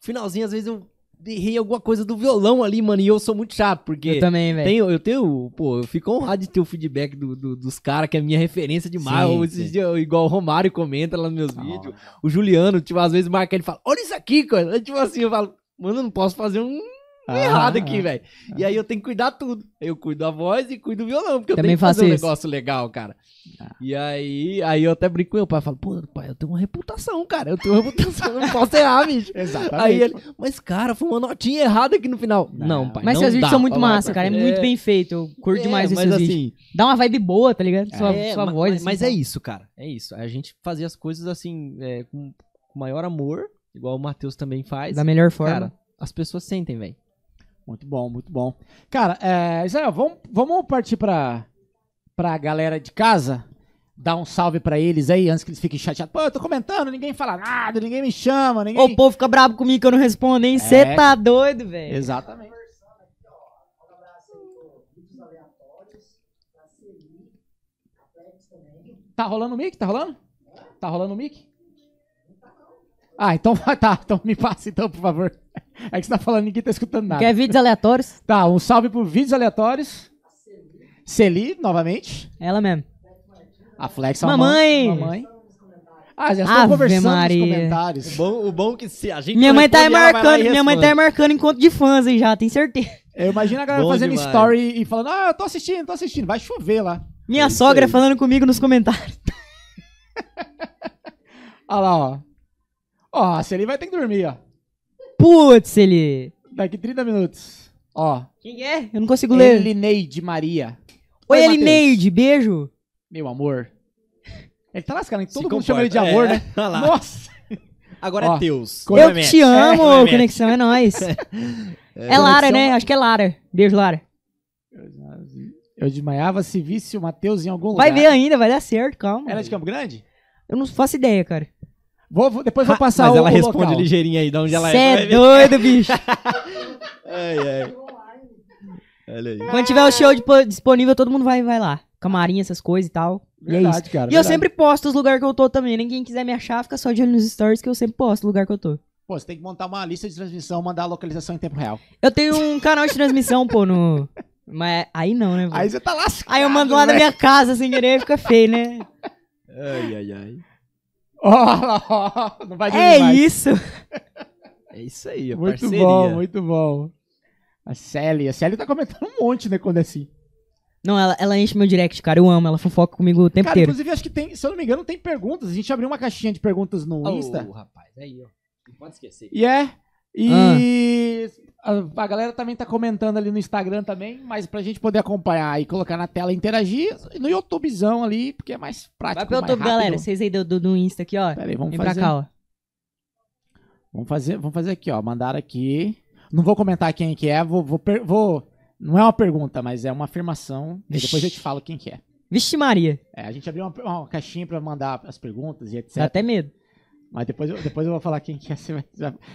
Speaker 4: finalzinho, às vezes eu errei alguma coisa do violão ali, mano, e eu sou muito chato, porque...
Speaker 1: Eu também, velho.
Speaker 4: Tenho, eu tenho, pô, eu fico honrado de ter o feedback do- do- dos caras, que é minha referência demais.
Speaker 3: Sim,
Speaker 4: Ou esses
Speaker 3: sim.
Speaker 4: dias, eu- igual o Romário comenta lá nos meus vídeos.
Speaker 3: Vídeo.
Speaker 4: O Juliano, tipo, às vezes marca ele e fala, olha isso aqui, cara. Tipo assim, eu falo, mano, eu não posso fazer um
Speaker 3: Ah.
Speaker 4: errado aqui, velho. E aí eu tenho que cuidar tudo. Eu cuido a voz e cuido o violão, porque
Speaker 1: Também
Speaker 4: eu tenho que fazer
Speaker 1: faço
Speaker 4: um
Speaker 1: isso.
Speaker 4: negócio legal, cara.
Speaker 3: Ah.
Speaker 4: E aí, aí eu até brinco com meu pai, eu falo, pô, pai, eu tenho uma reputação, cara. Eu tenho uma reputação, eu não posso errar, bicho.
Speaker 3: Exatamente.
Speaker 4: Aí ele, mas cara, foi uma notinha errada aqui no final.
Speaker 3: Não,
Speaker 4: Tá Não, pai.
Speaker 1: Mas
Speaker 4: não
Speaker 1: seus vídeos
Speaker 4: dá
Speaker 1: são muito
Speaker 4: pra falar
Speaker 1: massa,
Speaker 4: pra
Speaker 1: cara. É,
Speaker 4: frente.
Speaker 1: muito bem feito. Eu curto
Speaker 4: É,
Speaker 1: mais esses
Speaker 4: mas
Speaker 1: vídeos.
Speaker 4: assim,
Speaker 1: Dá uma vibe boa, tá ligado? Sua,
Speaker 4: é,
Speaker 1: sua
Speaker 4: ma-
Speaker 1: voz.
Speaker 4: Mas,
Speaker 1: assim,
Speaker 4: mas
Speaker 1: tá?
Speaker 4: é isso, cara. É isso. A gente fazia as coisas assim, é, com, com maior amor, igual o Matheus também faz.
Speaker 1: Da melhor forma.
Speaker 4: Cara, as pessoas sentem, velho.
Speaker 3: Muito bom, muito bom. Cara, é, Israel, vamos, vamos partir pra, pra galera de casa? Dar um salve pra eles aí, antes que eles fiquem chateados. Pô, eu tô comentando, ninguém fala nada, ninguém me chama, ninguém...
Speaker 1: Ô, o povo fica brabo comigo que eu não respondo, hein? Você
Speaker 3: É.
Speaker 1: tá doido, velho.
Speaker 3: Exatamente. Tá rolando o mic? Tá rolando? Tá rolando o mic? Ah, então vai, tá. Então me passa então, por favor. É que você tá falando, ninguém tá escutando nada.
Speaker 1: Quer vídeos aleatórios?
Speaker 3: Tá, um salve pro vídeos aleatórios. Celi, novamente.
Speaker 1: Ela mesmo.
Speaker 3: A Flex
Speaker 1: Mamãe!
Speaker 3: Almão, mamãe. Ah, já
Speaker 1: Ave
Speaker 3: estão conversando
Speaker 1: Maria.
Speaker 3: nos comentários.
Speaker 4: bom, o bom é que se a gente.
Speaker 1: Minha mãe tá aí marcando, minha mãe tá aí marcando encontro de fãs aí já, tem certeza.
Speaker 3: Eu imagino a galera
Speaker 4: Bom
Speaker 3: fazendo
Speaker 4: demais.
Speaker 3: story e falando, ah, eu tô assistindo, tô assistindo. Vai chover lá.
Speaker 1: Minha
Speaker 4: É isso
Speaker 1: sogra
Speaker 4: aí.
Speaker 1: falando comigo nos comentários.
Speaker 3: Olha lá, ó. Ó, a Celi vai ter que dormir, ó.
Speaker 1: Putz, ele.
Speaker 3: Daqui 30 minutos. Ó.
Speaker 1: Quem é? Eu não consigo ler.
Speaker 3: Elineide Maria.
Speaker 1: Oi,
Speaker 3: Oi,
Speaker 1: Elineide, beijo.
Speaker 3: Meu amor. Ele tá lascado, hein?
Speaker 4: Se
Speaker 3: todo mundo
Speaker 4: comporta.
Speaker 3: chama ele de
Speaker 4: É,
Speaker 3: amor, né?
Speaker 4: olha lá.
Speaker 3: Nossa.
Speaker 4: Agora
Speaker 3: Ó,
Speaker 4: é teus.
Speaker 3: Como é
Speaker 1: eu que te amo, Conexão é nóis. É, Lara,
Speaker 3: Conexão-
Speaker 1: né? Acho que é Lara. Beijo, Lara.
Speaker 3: Eu desmaiava se visse o Matheus em algum
Speaker 1: Vai
Speaker 3: lugar.
Speaker 1: ver ainda, vai dar certo, calma.
Speaker 3: Ela é de Campo Grande?
Speaker 1: Eu não faço ideia, cara.
Speaker 3: Vou, vou- depois vou passar
Speaker 4: Mas
Speaker 3: o
Speaker 4: ela
Speaker 3: o
Speaker 4: responde
Speaker 3: local.
Speaker 4: ligeirinho aí, de onde ela
Speaker 1: Cê
Speaker 4: é.
Speaker 1: é doido, bicho.
Speaker 4: Ai, ai. Olha aí.
Speaker 1: Quando tiver o show dispo- disponível, todo mundo vai, vai lá. Camarim, essas coisas e tal. e é isso.
Speaker 3: Verdade, cara.
Speaker 1: E eu
Speaker 3: verdade.
Speaker 1: sempre posto os lugares que eu tô também. Ninguém quiser me achar, fica só de olho nos stories que eu sempre posto o lugar que eu tô.
Speaker 3: Pô, você tem que montar uma lista de transmissão, mandar a localização em tempo real.
Speaker 1: Eu tenho um canal de transmissão, pô, no. Mas aí não, né?
Speaker 3: Aí
Speaker 1: Aí,
Speaker 3: você tá lascado.
Speaker 1: aí eu mando lá da
Speaker 3: velho.
Speaker 1: minha casa sem querer, fica feio, né?
Speaker 4: Ai, ai, ai.
Speaker 3: Ó, lá, ó. Não vai
Speaker 1: É
Speaker 3: dormir mais.
Speaker 1: isso.
Speaker 4: É isso aí, a
Speaker 3: Muito
Speaker 4: parceria.
Speaker 3: bom, muito bom. A Célia, a Célia tá comentando um monte, né, quando é assim.
Speaker 1: Não, ela, ela enche meu direct, cara. Eu amo. Ela fofoca comigo o tempo
Speaker 3: Cara,
Speaker 1: inteiro.
Speaker 3: inclusive, acho que tem, se eu não me engano, tem perguntas. A gente abriu uma caixinha de perguntas
Speaker 1: Oh.
Speaker 3: no
Speaker 4: Ô,
Speaker 3: Insta.
Speaker 4: rapaz, aí, ó. Não pode esquecer.
Speaker 3: E é. E a, a galera também tá comentando ali no Instagram também, mas pra gente poder acompanhar e colocar na tela e interagir, no YouTubezão ali, porque é mais prático.
Speaker 1: Vai pro
Speaker 3: mais
Speaker 1: YouTube,
Speaker 3: rápido.
Speaker 1: galera. Vocês aí do, do, do Insta aqui, ó.
Speaker 3: Pera aí, vamos
Speaker 1: Vem
Speaker 3: fazer.
Speaker 1: pra cá, ó.
Speaker 3: Vamos fazer, vamos fazer aqui, ó. Mandaram aqui. Não vou comentar quem que é, vou. vou, per- vou- não é uma pergunta, mas é uma afirmação. E depois eu te falo quem que é.
Speaker 1: Vixe Maria.
Speaker 3: É, a gente abriu uma, uma caixinha pra mandar as perguntas e etc.
Speaker 1: Dá até medo.
Speaker 3: Mas depois eu, depois eu vou falar quem que é. você vai,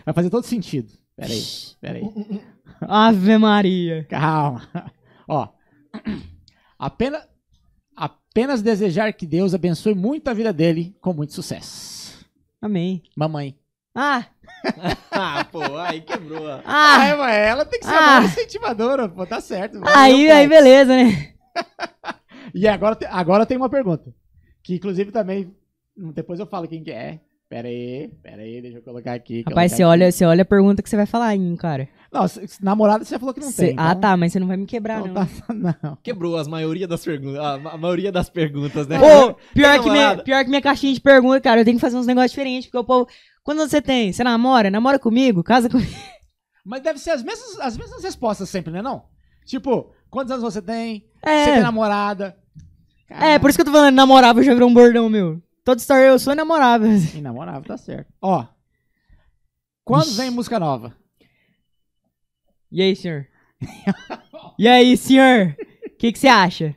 Speaker 3: vai fazer todo sentido. Pera aí, pera aí.
Speaker 1: Ave Maria.
Speaker 3: Calma. Ó. Apenas, apenas desejar que Deus abençoe muito a vida dele com muito sucesso.
Speaker 1: Amém.
Speaker 3: Mamãe.
Speaker 1: Ah,
Speaker 4: ah, pô, aí quebrou. ó.
Speaker 1: ah.
Speaker 3: é, mas ela tem que ser
Speaker 1: Ah.
Speaker 3: a maior incentivadora, pô, tá certo.
Speaker 1: Aí,
Speaker 3: Valeu,
Speaker 1: aí
Speaker 3: pô.
Speaker 1: beleza, né?
Speaker 3: E agora, te- agora tem uma pergunta. Que inclusive também. Depois eu falo quem que é. Pera aí, pera aí, deixa eu colocar aqui.
Speaker 1: Rapaz,
Speaker 3: colocar
Speaker 1: você
Speaker 3: aqui.
Speaker 1: olha, você olha a pergunta que você vai falar, hein, cara.
Speaker 3: Não, s- s- namorada você já falou que não
Speaker 1: Cê-
Speaker 3: tem.
Speaker 1: Ah,
Speaker 3: então-
Speaker 1: tá, mas você não vai me quebrar,
Speaker 3: então
Speaker 1: não.
Speaker 3: tá- não.
Speaker 4: Quebrou as maioria das perguntas. A, ma- a maioria das perguntas, né?
Speaker 1: Ô, pior, que minha,
Speaker 4: namorada?
Speaker 1: pior que minha caixinha de pergunta, cara, eu tenho que fazer uns negócios diferentes, porque o povo. Quando você tem? Você namora? Namora comigo? Casa comigo?
Speaker 3: Mas deve ser as mesmas, as mesmas respostas sempre, né? Não? Tipo, quantos anos você tem? Você tem
Speaker 1: É,
Speaker 3: namorada?
Speaker 1: é, por isso que eu tô falando namorável já virou um bordão meu. Toda história eu sou namorável.
Speaker 3: E namorava, tá certo. Ó. Quando
Speaker 1: Ixi.
Speaker 3: vem música nova?
Speaker 1: E aí, senhor? e aí, senhor? O que que você acha?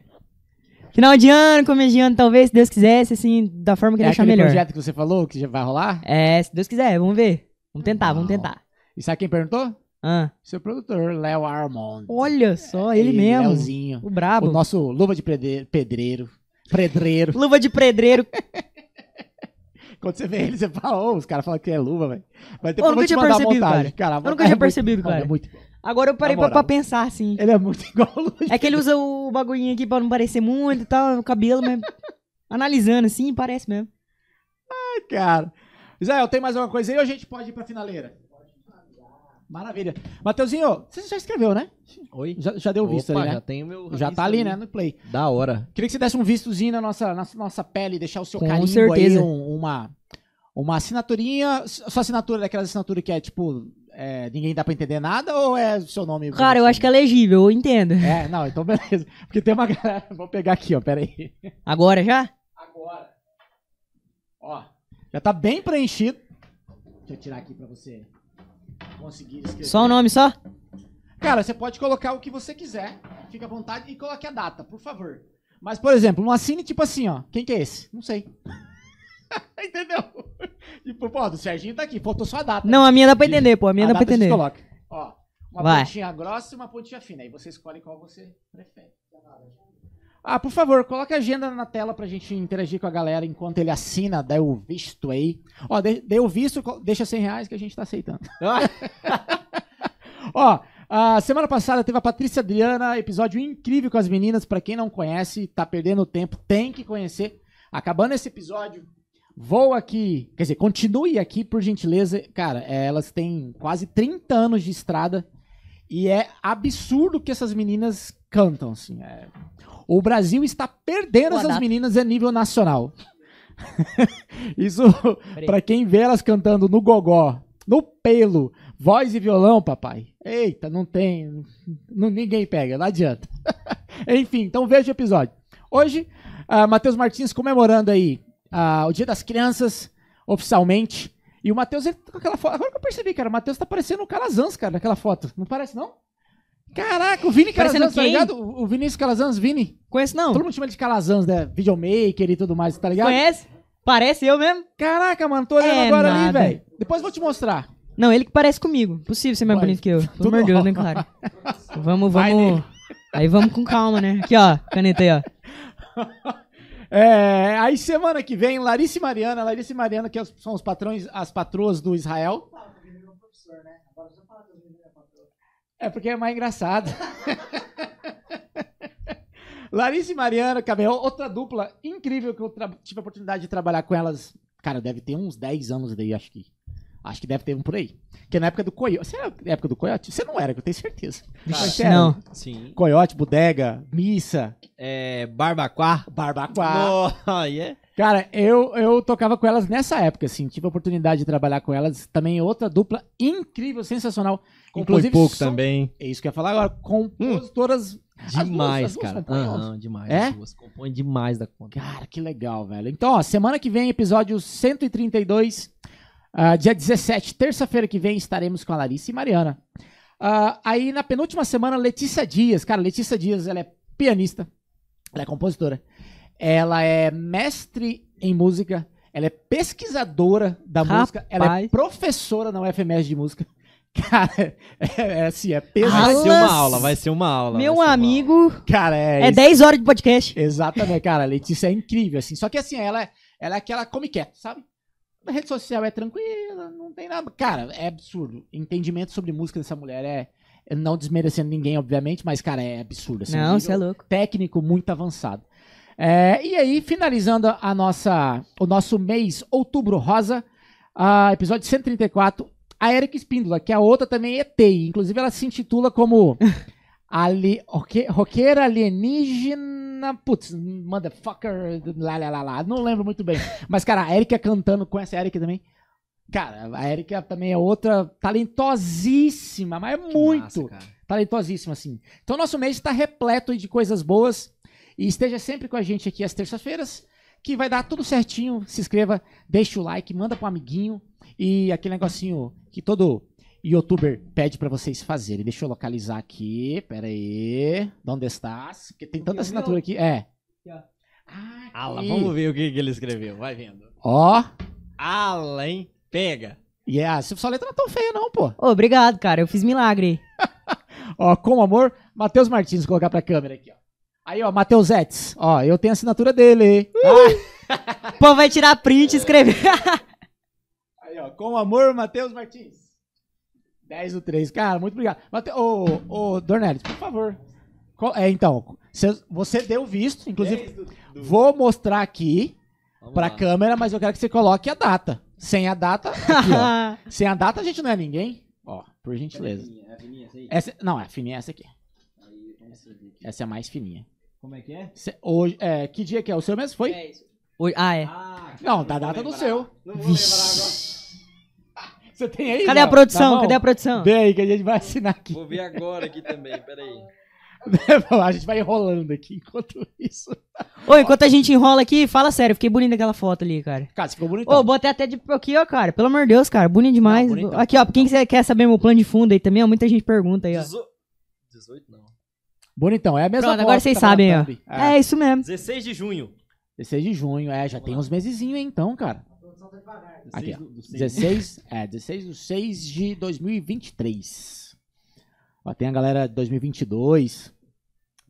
Speaker 1: Final de ano, começo de ano, talvez, se Deus quisesse, assim, da forma que
Speaker 3: É
Speaker 1: ele achar
Speaker 3: aquele
Speaker 1: melhor.
Speaker 3: projeto que você falou que já vai rolar?
Speaker 1: É, se Deus quiser, vamos ver. Vamos tentar, vamos
Speaker 3: Uau.
Speaker 1: tentar.
Speaker 3: E sabe quem perguntou?
Speaker 1: Ah,
Speaker 3: Seu produtor, Léo Armond.
Speaker 1: olha só, ele
Speaker 3: E
Speaker 1: mesmo. Tá
Speaker 3: Léozinho.
Speaker 1: O
Speaker 3: é O
Speaker 1: brabo.
Speaker 3: nosso luva de pedre- pedreiro. Pedreiro.
Speaker 1: Luva de pedreiro.
Speaker 3: Quando você vê ele, você fala, ô, os caras falam que é luva, velho. Mas
Speaker 1: Eu
Speaker 3: depois eu vou
Speaker 1: nunca
Speaker 3: te
Speaker 1: tinha
Speaker 3: mandar a
Speaker 1: percebido,
Speaker 3: montagem. Cara, a
Speaker 1: Eu nunca
Speaker 3: montagem
Speaker 1: tinha
Speaker 3: é muito-
Speaker 1: percebido,
Speaker 3: Mano, é
Speaker 1: cara.
Speaker 3: muito bom.
Speaker 1: Agora eu parei
Speaker 3: Na
Speaker 1: pra, pra
Speaker 3: moral.
Speaker 1: pensar, assim.
Speaker 3: Ele é muito igual o Luva de
Speaker 1: É que ele usa o bagulhinho aqui pra não parecer muito e tal, no cabelo, mas analisando assim, parece mesmo.
Speaker 3: Cara. Israel, tem mais alguma coisa aí ou a gente pode ir pra finaleira? Maravilha. Mateuzinho, você já escreveu, né?
Speaker 4: Oi?
Speaker 3: Já, já deu o visto
Speaker 4: Opa,
Speaker 3: ali,
Speaker 4: Já
Speaker 3: né?
Speaker 4: tem o meu.
Speaker 3: Já
Speaker 4: visto
Speaker 3: tá ali, né? No play.
Speaker 4: Da hora.
Speaker 3: Queria que você desse um vistozinho na nossa, na nossa pele, deixar o seu
Speaker 1: Com
Speaker 3: carimbo
Speaker 1: certeza.
Speaker 3: aí, um- uma, uma assinaturinha. Sua assinatura é daquelas assinaturas que é tipo, é, ninguém dá pra entender nada ou é o seu nome?
Speaker 1: Cara, eu acho que é legível, eu entendo.
Speaker 3: É, não, então beleza. Porque tem uma galera. Vou pegar aqui, ó, peraí.
Speaker 1: Agora já?
Speaker 3: Agora. Ó, já tá bem preenchido. Deixa eu tirar aqui pra você conseguir escrever.
Speaker 1: Só o nome só?
Speaker 3: Cara, você pode colocar o que você quiser, fica à vontade e coloque a data, por favor. Mas, por exemplo, não assine tipo assim, ó. Quem que é esse? Não sei. Entendeu? Tipo, pô, do Serginho tá aqui, faltou só a data.
Speaker 1: Não, a minha dá pra entender, pô. A minha
Speaker 3: a
Speaker 1: dá pra
Speaker 3: data
Speaker 1: entender.
Speaker 3: Você coloca. Ó, uma
Speaker 1: Vai.
Speaker 3: pontinha grossa e uma pontinha fina. Aí você escolhe qual você prefere. Ah, por favor, coloque a agenda na tela pra gente interagir com a galera enquanto ele assina, dá o visto aí. Ó, de- dê o visto, co- deixa 100 reais que a gente tá aceitando. Ó, a semana passada teve a Patrícia Adriana, episódio incrível com as meninas. Pra quem não conhece, tá perdendo tempo, tem que conhecer. Acabando esse episódio, vou aqui, quer dizer, continue aqui por gentileza. Cara, é, elas têm quase 30 anos de estrada e é absurdo o que essas meninas cantam, assim. é. O Brasil está perdendo
Speaker 1: Boa
Speaker 3: essas
Speaker 1: data.
Speaker 3: meninas a nível nacional. Isso
Speaker 1: Peraí.
Speaker 3: pra quem vê elas cantando no gogó, no pelo, voz e violão, papai. Eita, não tem, não, ninguém pega, não adianta. Enfim, então veja o episódio. Hoje, ah, Matheus Martins comemorando aí ah, o Dia das Crianças, oficialmente. E o Matheus, ele tá com aquela foto. Agora que eu percebi, cara, o Matheus tá parecendo o Calazans, cara, naquela foto. Não parece, não? Caraca, o Vini
Speaker 1: Parecendo
Speaker 3: Calazans, tá
Speaker 1: quem?
Speaker 3: ligado? O o Vinícius Calazans, Vini.
Speaker 1: Conheço não.
Speaker 3: Todo mundo chama ele de Calazans, né? Videomaker e tudo mais, tá ligado?
Speaker 1: Conhece? Parece eu mesmo?
Speaker 3: Caraca, mano, tô olhando
Speaker 1: É
Speaker 3: agora ali,
Speaker 1: nada.
Speaker 3: velho. Depois eu vou te mostrar.
Speaker 1: Não, ele que parece comigo. Possível ser mais
Speaker 3: Vai.
Speaker 1: bonito que eu. Pelo
Speaker 3: Tudo
Speaker 1: amor de Deus,
Speaker 3: bom.
Speaker 1: né, claro. Vamos,
Speaker 3: Vai
Speaker 1: vamos. Aí vamos com calma, né? Aqui, ó. Caneta aí, ó.
Speaker 3: É, aí semana que vem, Larissa e Mariana, Larissa e Mariana, que são os patrões, as patroas do Israel. É porque é mais engraçado. Larissa e Mariana, Camel, outra dupla incrível que eu tra- tive a oportunidade de trabalhar com elas. Cara, deve ter uns 10 anos daí, acho que. Acho que deve ter um por aí. Que é na época do Coyote. Você era na é época do Coyote? Você não era, que eu tenho certeza. Mas você era.
Speaker 1: não.
Speaker 4: Sim.
Speaker 3: Coyote, Bodega, Missa,
Speaker 4: É. Barbaquá.
Speaker 3: Barbacoa.
Speaker 4: No- yeah.
Speaker 3: Cara, eu, eu tocava com elas nessa época, assim. Tive a oportunidade de trabalhar com elas. Também outra dupla incrível, sensacional.
Speaker 4: Compõe pouco
Speaker 3: são-
Speaker 4: também.
Speaker 3: É isso que eu ia falar agora. Compositoras. duas- as
Speaker 4: Demais,
Speaker 3: duas
Speaker 4: cara.
Speaker 3: compõem,
Speaker 4: Aham, demais.
Speaker 3: É?
Speaker 4: As duas compõem demais da conta.
Speaker 3: Cara, que legal, velho. Então, ó, semana que vem, episódio 132. ah, dia 17, terça-feira que vem, estaremos com a Larissa e Mariana. Ah, aí, na penúltima semana, Letícia Dias. Cara, Letícia Dias, ela é pianista, ela é compositora, ela é mestre em música, ela é pesquisadora da
Speaker 1: Rapaz.
Speaker 3: música, ela é professora na UFMS de música. Cara, é, é assim, é
Speaker 4: Vai
Speaker 3: pesado.
Speaker 1: Alas.
Speaker 4: ser uma aula, vai ser uma aula. vai
Speaker 1: Meu
Speaker 4: ser uma
Speaker 1: amigo.
Speaker 3: Cara, é,
Speaker 1: É
Speaker 3: isso.
Speaker 1: 10 horas de podcast.
Speaker 3: Exatamente, cara. A Letícia é incrível, assim. Só que assim, ela, é- ela é aquela come quieto, sabe? Na rede social é tranquila, não tem nada. Cara, é absurdo. Entendimento sobre música dessa mulher é. é Não desmerecendo ninguém, obviamente, mas, cara, é absurdo. Assim, um
Speaker 1: Não,
Speaker 3: nível
Speaker 1: você é louco.
Speaker 3: Técnico muito avançado. É, e aí, finalizando a nossa, o nosso mês Outubro Rosa, ah, episódio 134, a Erika Espíndola, que a outra também é ET. Inclusive, ela se intitula como ali, roque- Roqueira Alienígena. Putz, motherfucker, lá, lá, lá, lá. Não lembro muito bem. Mas, cara, a Erika cantando, conhece a Erika também? Cara, a Erika também é outra talentosíssima, mas é muito talentosíssima, assim. Então, nosso mês está repleto aí de coisas boas. E esteja sempre com a gente aqui às terças-feiras, que vai dar tudo certinho. Se inscreva, deixa o like, manda para um amiguinho. E aquele negocinho que todo youtuber pede para vocês fazerem. Deixa eu localizar aqui. Pera aí. Onde estás? Porque tem tanta assinatura aqui. É.
Speaker 1: Aqui, ó.
Speaker 3: Ah,
Speaker 4: Ala,
Speaker 3: aqui.
Speaker 4: vamos ver o que, que ele escreveu. Vai vendo.
Speaker 3: Ó.
Speaker 4: Ala, hein? Pega.
Speaker 3: E yeah, a sua letra não é tão feia, não, pô.
Speaker 1: Ô, obrigado, cara. Eu fiz milagre.
Speaker 3: Ó, com amor, Matheus Martins, colocar pra câmera aqui, ó. Aí, ó, Matheus Etz. Ó, eu tenho a assinatura dele.
Speaker 1: O povo vai tirar print e escrever.
Speaker 3: Aí, ó, com amor, Matheus Martins. 10 do 3. Cara, muito obrigado. Mate... Ô, ô, Dornelis, por favor. Co- É, então, cês- você deu visto, inclusive, vou mostrar aqui
Speaker 4: Vamos
Speaker 3: pra
Speaker 4: lá.
Speaker 3: câmera, mas eu quero que você coloque a data. Sem a data, aqui, ó. Sem a data a gente não é ninguém. Ó, por gentileza.
Speaker 4: Fininha, é fininha, essa aí?
Speaker 3: Essa, não, a fininha é essa aqui.
Speaker 4: Aí, vamos escrever aqui.
Speaker 3: Essa é a mais fininha.
Speaker 4: Como é que é?
Speaker 3: Cê- hoje, é, que dia que é? O seu mesmo foi?
Speaker 1: Oi, ah, é.
Speaker 4: Ah,
Speaker 3: Não,
Speaker 4: cara,
Speaker 3: da
Speaker 4: vou
Speaker 3: data do
Speaker 4: lembrar.
Speaker 3: seu.
Speaker 4: Não vou lembrar
Speaker 3: Você tem aí?
Speaker 1: Cadê
Speaker 3: não?
Speaker 1: a
Speaker 3: Na
Speaker 1: produção?
Speaker 3: mão?
Speaker 1: Cadê a produção?
Speaker 3: Vê aí que a gente vai assinar aqui.
Speaker 4: agora. Vou ver agora aqui também, peraí.
Speaker 3: a gente vai enrolando aqui enquanto isso.
Speaker 1: Ô, enquanto a gente enrola aqui, fala sério. Fiquei bonita aquela foto ali, cara.
Speaker 3: Cara, você ficou bonitão.
Speaker 1: Ô, botei até de aqui, ó, cara. Pelo amor de Deus, cara. Bonito demais.
Speaker 3: Então. Não, bonitão.
Speaker 1: aqui, ó. Pra quem quiser- quer saber meu plano de fundo aí também, ó, muita gente pergunta aí, ó.
Speaker 4: Dezo... 18 não.
Speaker 3: Bonitão, é a mesma
Speaker 1: Pronto, agora
Speaker 3: foto que
Speaker 1: vocês
Speaker 3: tava
Speaker 1: sabem,
Speaker 3: na
Speaker 1: ó.
Speaker 3: thumb. É.
Speaker 1: É isso mesmo.
Speaker 4: 16 de junho.
Speaker 3: 16 de junho, é, já tem uns mesezinhos aí então, cara. Aqui, ó.
Speaker 4: 16 do- do seis.
Speaker 3: 16, é, 16 de 6 de 2023. Ó, tem a galera de 2022.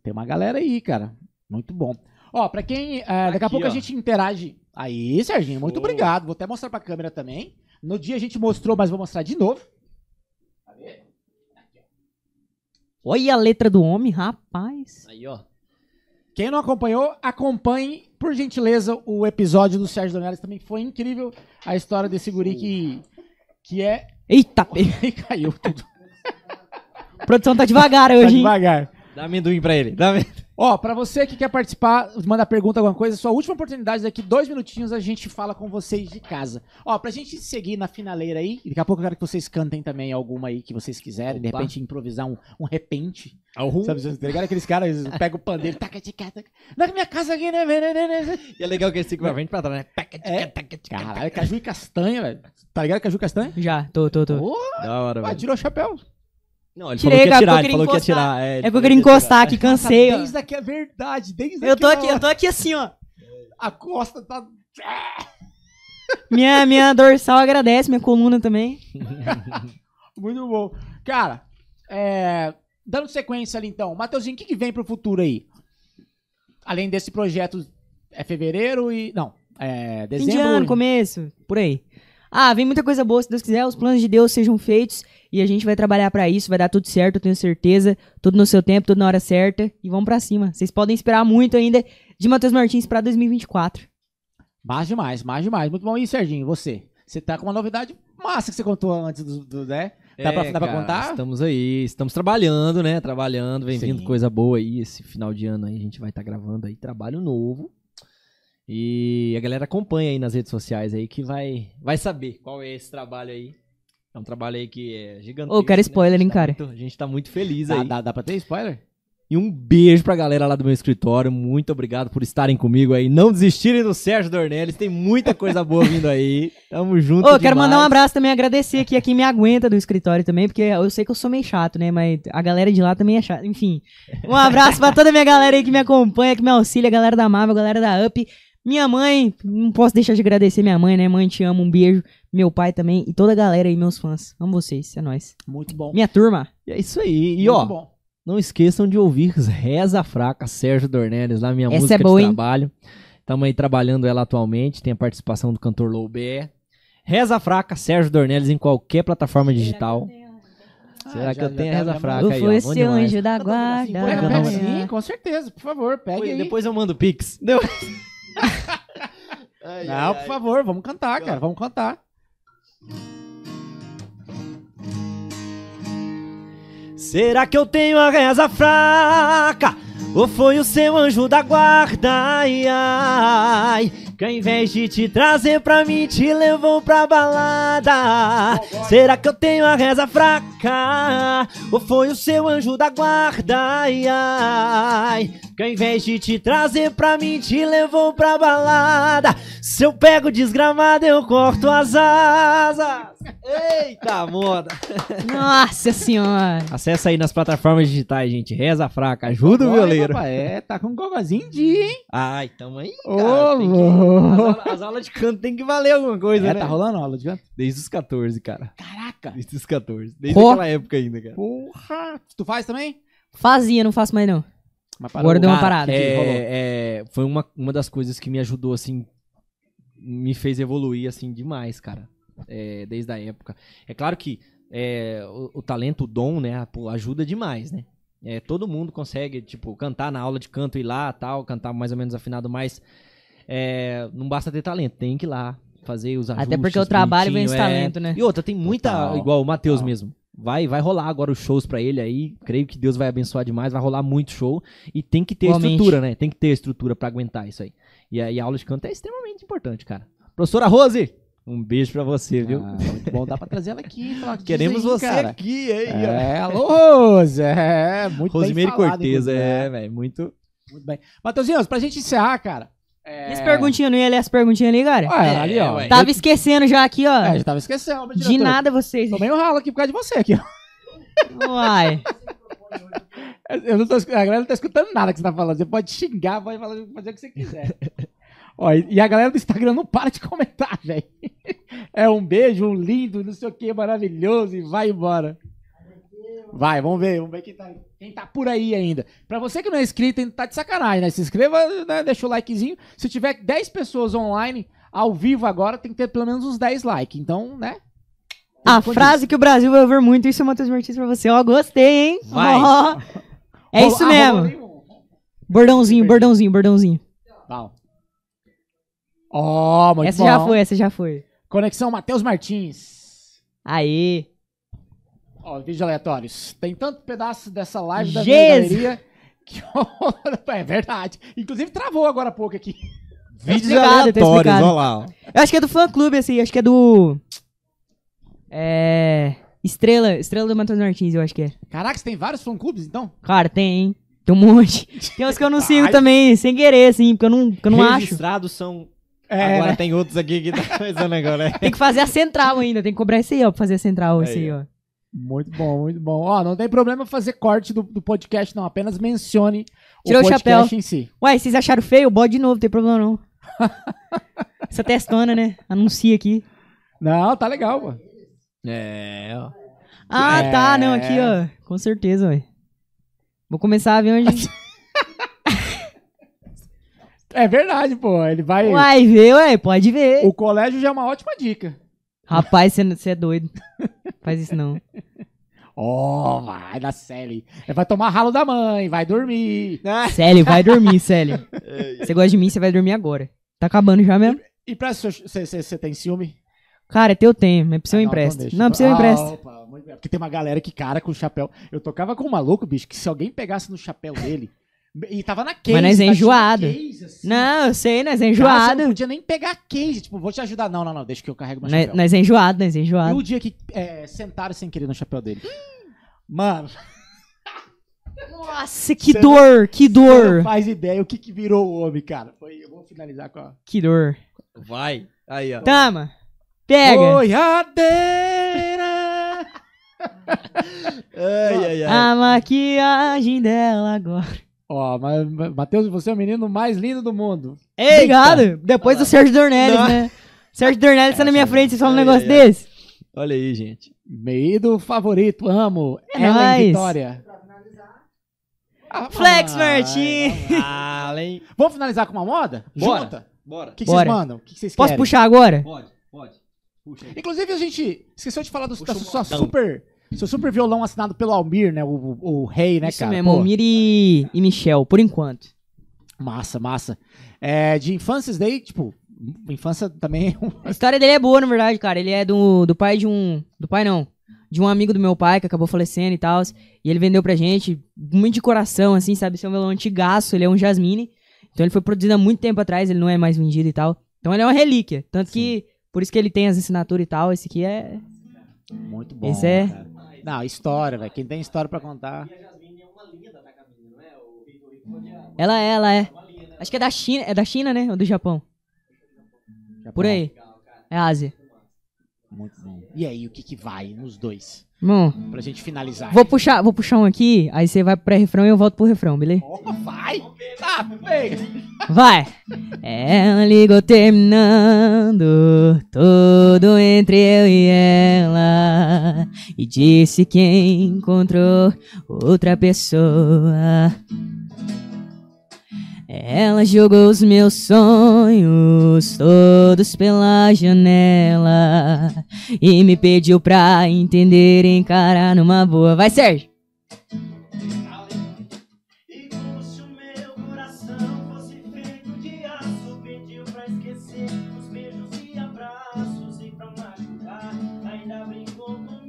Speaker 3: Tem uma galera aí, cara. Muito bom. Ó, pra quem. é, daqui a
Speaker 4: Aqui,
Speaker 3: pouco a
Speaker 4: ó.
Speaker 3: gente interage. Aí, Serginho, muito
Speaker 4: Show.
Speaker 3: obrigado. Vou até mostrar pra câmera também. No dia a gente mostrou, mas vou mostrar de novo.
Speaker 1: Olha a letra do homem, rapaz.
Speaker 4: Aí, ó.
Speaker 3: Quem não acompanhou, acompanhe, por gentileza, o episódio do Sérgio Donelis. Também foi incrível a história desse guri que, que é.
Speaker 1: Eita, pe-
Speaker 3: E caiu tudo.
Speaker 1: a produção tá devagar
Speaker 3: Tá
Speaker 1: hoje, hein?
Speaker 3: devagar.
Speaker 4: Dá amendoim pra ele. Dá amendoim.
Speaker 3: Ó, pra você que quer participar, mandar pergunta, alguma coisa, sua última oportunidade, daqui dois minutinhos a gente fala com vocês de casa. Ó, pra gente seguir na finaleira aí, e daqui a pouco eu quero que vocês cantem também alguma aí que vocês quiserem, de
Speaker 4: Opa.
Speaker 3: repente improvisar um, um repente.
Speaker 1: É
Speaker 4: Uhum.
Speaker 3: Sabe, vocês tá ligado? Aqueles caras, eles pegam o pandeiro, taca, taca, taca. Na minha casa aqui, né? né, né, né, né.
Speaker 4: E é legal que ele fica pra frente e pra trás, né? Taca, tica,
Speaker 3: É.
Speaker 4: taca, tica,
Speaker 3: Caralho, caju e castanha, velho. Tá ligado, caju e castanha?
Speaker 1: Já, tô, tô, tô.
Speaker 3: Ô,
Speaker 4: taca. Da hora,
Speaker 3: ah,
Speaker 4: velho.
Speaker 3: tirou o chapéu.
Speaker 4: Não, ele falou que
Speaker 1: Tirei,
Speaker 4: ia
Speaker 1: cara,
Speaker 4: tirar,
Speaker 1: porque
Speaker 4: ele
Speaker 1: eu
Speaker 4: falou que ia
Speaker 1: queria
Speaker 4: tirar.
Speaker 1: É porque eu queria encostar aqui, cansei, ó.
Speaker 3: Desde aqui é verdade, desde
Speaker 1: Eu tô
Speaker 3: aquela
Speaker 1: aqui,
Speaker 3: hora.
Speaker 1: eu tô aqui assim, ó.
Speaker 3: A costa tá...
Speaker 1: Minha, minha dorsal agradece, minha coluna também.
Speaker 3: Muito bom. Cara, é, dando sequência ali então, Matheusinho, o que, que vem pro futuro aí? Além desse projeto, é fevereiro e. Não, é
Speaker 1: Fim de
Speaker 3: dezembro.
Speaker 1: ano, começo, por aí. Ah, vem muita coisa boa, se Deus quiser, os planos de Deus sejam feitos e a gente vai trabalhar pra isso, vai dar tudo certo, eu tenho certeza, tudo no seu tempo, tudo na hora certa e vamos pra cima. Vocês podem esperar muito ainda de Matheus Martins pra 2024.
Speaker 3: Mais demais, mais demais. Muito bom. E Serginho, você? Você tá com uma novidade massa que você contou antes do. do né? Dá pra- dá pra contar?
Speaker 4: É, Estamos aí, estamos trabalhando, né? Trabalhando, vem
Speaker 3: Sim.
Speaker 4: vindo coisa boa aí. Esse final de ano aí a gente vai estar gravando aí trabalho novo. E a galera acompanha aí nas redes sociais aí que vai, vai saber qual é esse trabalho aí. É um trabalho aí que é gigantesco.
Speaker 1: Ô, cara,
Speaker 4: né?
Speaker 1: spoiler, hein,
Speaker 4: A gente tá
Speaker 1: cara?
Speaker 4: muito- a gente tá muito feliz
Speaker 3: Dá,
Speaker 4: aí.
Speaker 3: dá, dá pra ter spoiler?
Speaker 4: E um beijo pra galera lá do meu escritório. Muito obrigado por estarem comigo aí. Não desistirem do Sérgio Dornelles. Tem muita coisa boa vindo aí. Tamo junto.
Speaker 1: Ô, quero mandar um
Speaker 4: demais.
Speaker 1: abraço também, agradecer aqui a quem me aguenta do escritório também, porque eu sei que eu sou meio chato, né? Mas a galera de lá também é chata. Enfim, um abraço pra toda a minha galera aí que me acompanha, que me auxilia, a galera da Marvel, a galera da Up. Minha mãe, não posso deixar de agradecer minha mãe, né? Mãe, te amo, um beijo. Meu pai também e toda a galera aí, meus fãs. Amo vocês, é nóis.
Speaker 3: Muito bom.
Speaker 1: Minha turma,
Speaker 4: É isso aí. E
Speaker 3: Muito
Speaker 4: ó,
Speaker 3: bom.
Speaker 4: Não esqueçam de ouvir Reza Fraca, Sérgio Dornelles, lá minha
Speaker 1: Essa
Speaker 4: música
Speaker 1: é boa,
Speaker 4: de
Speaker 1: hein?
Speaker 4: trabalho. Estamos aí trabalhando ela atualmente, tem a participação do cantor Loubé. Reza Fraca, Sérgio Dornelles em qualquer plataforma digital. Será
Speaker 3: Ah,
Speaker 4: que
Speaker 3: já-
Speaker 4: eu
Speaker 3: já
Speaker 4: tenho a
Speaker 3: tá
Speaker 4: reza
Speaker 3: na
Speaker 4: fraca
Speaker 1: Eu
Speaker 4: aí, ó? Bom
Speaker 1: fui seu
Speaker 4: demais.
Speaker 1: anjo da
Speaker 2: Tá todo mundo assim,
Speaker 1: guarda.
Speaker 3: Pega,
Speaker 4: não,
Speaker 3: pega
Speaker 4: não.
Speaker 3: sim, com certeza, por favor, pega
Speaker 4: Oi,
Speaker 3: aí.
Speaker 4: Depois eu mando o Pix. Deu.
Speaker 2: Ai,
Speaker 3: Não,
Speaker 2: ai, ai.
Speaker 3: por favor, vamos cantar, cara, vamos cantar.
Speaker 4: Será que eu tenho a reza fraca? Ou foi o seu anjo da guarda? Ai, ai, que ao invés de te trazer pra mim, te levou pra balada. Será que eu tenho a reza fraca? Ou foi o seu anjo da guarda? Ai, ai, que ao invés de te trazer pra mim, te levou pra balada. Se eu pego desgramado, eu corto as asas. Eita, moda.
Speaker 1: Nossa senhora.
Speaker 4: Acesse aí nas plataformas digitais, gente. Reza fraca, ajuda o
Speaker 3: Olha,
Speaker 4: violeiro.
Speaker 3: papai, É, tá com um gogozinho de, hein?
Speaker 4: Ai, tamo aí, cara.
Speaker 3: Ô,
Speaker 4: Tem que- As,
Speaker 3: louco.
Speaker 4: aulas, as aulas de canto tem que valer alguma coisa,
Speaker 3: É,
Speaker 4: né?
Speaker 3: tá rolando aula de canto?
Speaker 4: Desde os 14, cara.
Speaker 3: Caraca.
Speaker 4: Desde os 14. Desde
Speaker 1: Ó.
Speaker 4: aquela época ainda, cara.
Speaker 3: Porra. Tu faz também?
Speaker 1: Fazia, não faço mais não.
Speaker 3: Mas
Speaker 1: Agora deu uma
Speaker 4: Cara,
Speaker 1: parada.
Speaker 4: é-
Speaker 3: rolou.
Speaker 4: é, foi uma, uma das coisas que me ajudou, assim, me fez evoluir, assim, demais, cara. É, desde a época. É claro que é, o, o talento, o dom, né, pô, ajuda demais, né? É, todo mundo consegue, tipo, cantar na aula de canto, ir lá, tal, cantar mais ou menos afinado, mas é, não basta ter talento, tem que ir lá fazer os ajustes.
Speaker 1: Até porque o trabalho vem esse
Speaker 4: bonitinho, é.
Speaker 1: talento, né?
Speaker 4: E outra, tem muita,
Speaker 3: Total,
Speaker 4: igual o Matheus
Speaker 3: total.
Speaker 4: mesmo. Vai, vai rolar agora os shows pra ele aí. Creio que Deus vai abençoar demais, vai rolar muito show e tem que ter
Speaker 1: Igualmente.
Speaker 4: estrutura, né? Tem que ter estrutura pra aguentar isso aí. E aí a aula de canto é extremamente importante, cara. Professora Rose, um beijo pra você, viu?
Speaker 3: Ah, muito bom, dá pra trazer ela aqui. falar que
Speaker 4: Queremos
Speaker 3: diz aí,
Speaker 4: você
Speaker 3: cara.
Speaker 4: aqui, hein?
Speaker 3: É, alô, Rose. É, muito bem
Speaker 4: Rosemary
Speaker 3: falado,
Speaker 4: Cortez,
Speaker 3: inclusive.
Speaker 4: é, velho, muito.
Speaker 3: Muito bem. Matheusinhos, pra gente encerrar, cara.
Speaker 1: E as perguntinhas, não ia ler as perguntinhas ali, cara?
Speaker 3: Ué,
Speaker 4: É,
Speaker 3: ali, É. ó.
Speaker 4: ué.
Speaker 1: Tava esquecendo já aqui, ó.
Speaker 3: É, já tava esquecendo. meu
Speaker 1: de
Speaker 3: diretor.
Speaker 1: nada vocês.
Speaker 3: Tomei um ralo aqui por causa de você aqui. ó.
Speaker 1: Uai.
Speaker 3: Eu não tô, escu- a galera não tá escutando nada que você tá falando. Você pode xingar, pode falar- fazer o que você quiser. Ó, e e a galera do Instagram não para de comentar, velho. É um beijo, um lindo, não sei o que, maravilhoso, e vai embora. Vai, vamos ver, vamos ver quem tá, quem tá por aí ainda. Pra você que não é inscrito, ainda tá de sacanagem, né? Se inscreva, né? deixa o likezinho. Se tiver 10 pessoas online, ao vivo agora, tem que ter pelo menos uns 10 likes. Então, né?
Speaker 1: A frase que o Brasil vai ouvir muito, isso é o Matheus Martins pra você. Ó, gostei, hein?
Speaker 4: Vai.
Speaker 1: Ó. é isso
Speaker 3: Rola- ah, rola
Speaker 1: mesmo.
Speaker 3: ali um-
Speaker 1: Bordãozinho, bordãozinho, bordãozinho.
Speaker 3: Pau. Ó, muito
Speaker 1: essa
Speaker 3: bom.
Speaker 1: já foi, essa já foi.
Speaker 3: Conexão Matheus Martins.
Speaker 1: Aê.
Speaker 3: Ó, vídeos aleatórios. Tem tanto pedaço dessa live da
Speaker 1: Jesus.
Speaker 3: minha galeria que é verdade. Inclusive travou agora há pouco aqui.
Speaker 4: Vídeos
Speaker 1: explicado, tá
Speaker 4: aleatórios,
Speaker 1: explicado.
Speaker 4: ó lá. ó.
Speaker 1: Eu acho que é do fã clube, assim, acho que é do. É. Estrela, Estrela do Matheus Martins, eu acho que é.
Speaker 3: Caraca, você tem vários fã clubes então?
Speaker 1: Cara, tem, hein? Tem um monte. Tem uns que eu não sigo também, sem querer, assim, porque eu não, porque eu não acho.
Speaker 4: Registrados são.
Speaker 3: É,
Speaker 4: agora
Speaker 3: né?
Speaker 4: tem outros aqui que tá coisando agora, né?
Speaker 1: Tem que fazer a central ainda, tem que cobrar esse aí, ó, pra fazer a central, esse aí, ó.
Speaker 3: Muito bom, muito bom. Ó, não tem problema fazer corte do, do podcast, não. Apenas mencione
Speaker 1: Tirou
Speaker 3: o
Speaker 1: o
Speaker 3: podcast
Speaker 1: chapéu.
Speaker 3: em si.
Speaker 1: Ué, vocês acharam feio? Bode de novo, não tem problema não. Essa testona, né? Anuncia aqui.
Speaker 3: Não, tá legal, pô.
Speaker 4: É, ó.
Speaker 1: Ah,
Speaker 3: É.
Speaker 1: tá, não, aqui, ó. Com certeza, ué. Vou começar a ver onde.
Speaker 3: É verdade, pô. Ele vai.
Speaker 1: Uai, vê, ué, pode ver.
Speaker 3: O colégio já é uma ótima dica.
Speaker 1: Rapaz, você é doido. Faz isso não.
Speaker 3: Ó, vai da série. Vai tomar ralo da mãe, vai dormir.
Speaker 1: Célio, vai dormir, Célio. Você gosta de mim, você vai dormir agora. Tá acabando já mesmo?
Speaker 3: E pra você tem ciúme?
Speaker 1: Cara, é teu tempo, mas precisa eu
Speaker 3: Ah,
Speaker 1: empresto.
Speaker 3: deixa.
Speaker 1: Não, então precisa um eu
Speaker 3: Ah,
Speaker 1: empresto.
Speaker 3: opa, muito bem. Porque tem uma galera que, cara, com o chapéu. Eu tocava com um maluco, bicho, que se alguém pegasse no chapéu dele. e tava na case.
Speaker 1: nós é
Speaker 3: tá? Tinha uma
Speaker 1: enjoado.
Speaker 3: case, assim,
Speaker 1: Não, eu sei, nós
Speaker 3: cara,
Speaker 1: é
Speaker 3: você Não
Speaker 1: enjoado.
Speaker 3: podia nem pegar a case. Tipo, vou te ajudar. Não, não, não, deixa que eu carrego meu
Speaker 1: Nós
Speaker 3: chapéu.
Speaker 1: nós é enjoado, nós é
Speaker 3: E
Speaker 1: enjoado.
Speaker 3: o dia que é, sentaram sem querer no chapéu dele. Mano,
Speaker 1: Nossa,
Speaker 3: Você
Speaker 1: que
Speaker 3: não-
Speaker 1: dor, que
Speaker 3: você não
Speaker 1: dor,
Speaker 3: faz ideia o que, que virou o homem, cara. Foi, eu vou finalizar com a.
Speaker 1: que dor.
Speaker 4: Vai. Aí, ó.
Speaker 1: Tama, pega.
Speaker 3: Boiadeira!
Speaker 4: Ai, ai, ai.
Speaker 1: A maquiagem dela agora.
Speaker 3: Ó, mas, Matheus, você é o menino mais lindo do mundo.
Speaker 1: Ei, Obrigado. Depois do Sérgio Dornelles,
Speaker 4: Não.
Speaker 1: né? Sérgio Dornelles tá na minha frente, vocês falam um
Speaker 4: Ai,
Speaker 1: negócio
Speaker 4: ai, ai.
Speaker 1: desse?
Speaker 4: Olha aí, gente.
Speaker 3: Meu ídolo favorito, amo.
Speaker 1: É
Speaker 3: Ellen
Speaker 1: nóis.
Speaker 3: Vitória. Ah,
Speaker 1: Flex
Speaker 3: mamãe,
Speaker 1: Martins.
Speaker 3: mamãe.
Speaker 4: Além.
Speaker 3: Vamos finalizar com uma moda?
Speaker 4: Bora.
Speaker 3: Junta.
Speaker 4: Bora.
Speaker 3: O que, que vocês
Speaker 1: Bora.
Speaker 3: mandam? O que, que vocês
Speaker 1: Posso
Speaker 3: querem?
Speaker 1: puxar agora?
Speaker 4: Pode, pode. Puxa aí.
Speaker 3: Inclusive, a gente esqueceu de falar do,
Speaker 4: Puxa
Speaker 3: da
Speaker 4: um
Speaker 3: sua
Speaker 4: modão.
Speaker 3: super, Seu super violão assinado pelo Almir, né? O, o- o rei, né,
Speaker 1: Isso
Speaker 3: cara?
Speaker 1: mesmo,
Speaker 3: Pô,
Speaker 1: Almir e, e Michel, por enquanto.
Speaker 3: Massa, massa. É, de infâncias daí, tipo, infância também. um
Speaker 1: A história dele é boa, na verdade, cara. Ele é do, do pai de um. Do pai não. De um amigo do meu pai que acabou falecendo e tal. E ele vendeu pra gente, muito de coração, assim, sabe? Esse é um violão antigaço, ele é um Jasmine. Então ele foi produzido há muito tempo atrás, ele não é mais vendido e tal. Então ele é uma relíquia. Tanto que, por isso que ele tem as assinaturas e tal. Esse aqui é.
Speaker 3: Muito bom. né,
Speaker 1: Esse é-
Speaker 3: cara. Não, história, velho. Quem tem história pra contar.
Speaker 1: Ela é, ela é. Acho que é da China, é da China, né? Ou do Japão?
Speaker 3: já
Speaker 1: Por
Speaker 3: bom.
Speaker 1: aí. É Ásia.
Speaker 3: Muito bom. E aí, o que que vai nos dois?
Speaker 1: Bom,
Speaker 3: Pra gente finalizar.
Speaker 1: vou puxar, vou puxar um aqui, aí você vai pro pré-refrão e eu volto pro refrão, beleza?
Speaker 3: Oh, vai! Tá, bem.
Speaker 1: Vai! Ela ligou terminando tudo entre eu e ela e disse que encontrou outra pessoa. Ela jogou os meus sonhos todos pela janela e me pediu pra entender e encarar numa boa. Vai, Sérgio!
Speaker 5: E como se o meu coração fosse feito de aço, pediu pra esquecer os beijos e abraços e pra machucar, ainda brincou comigo.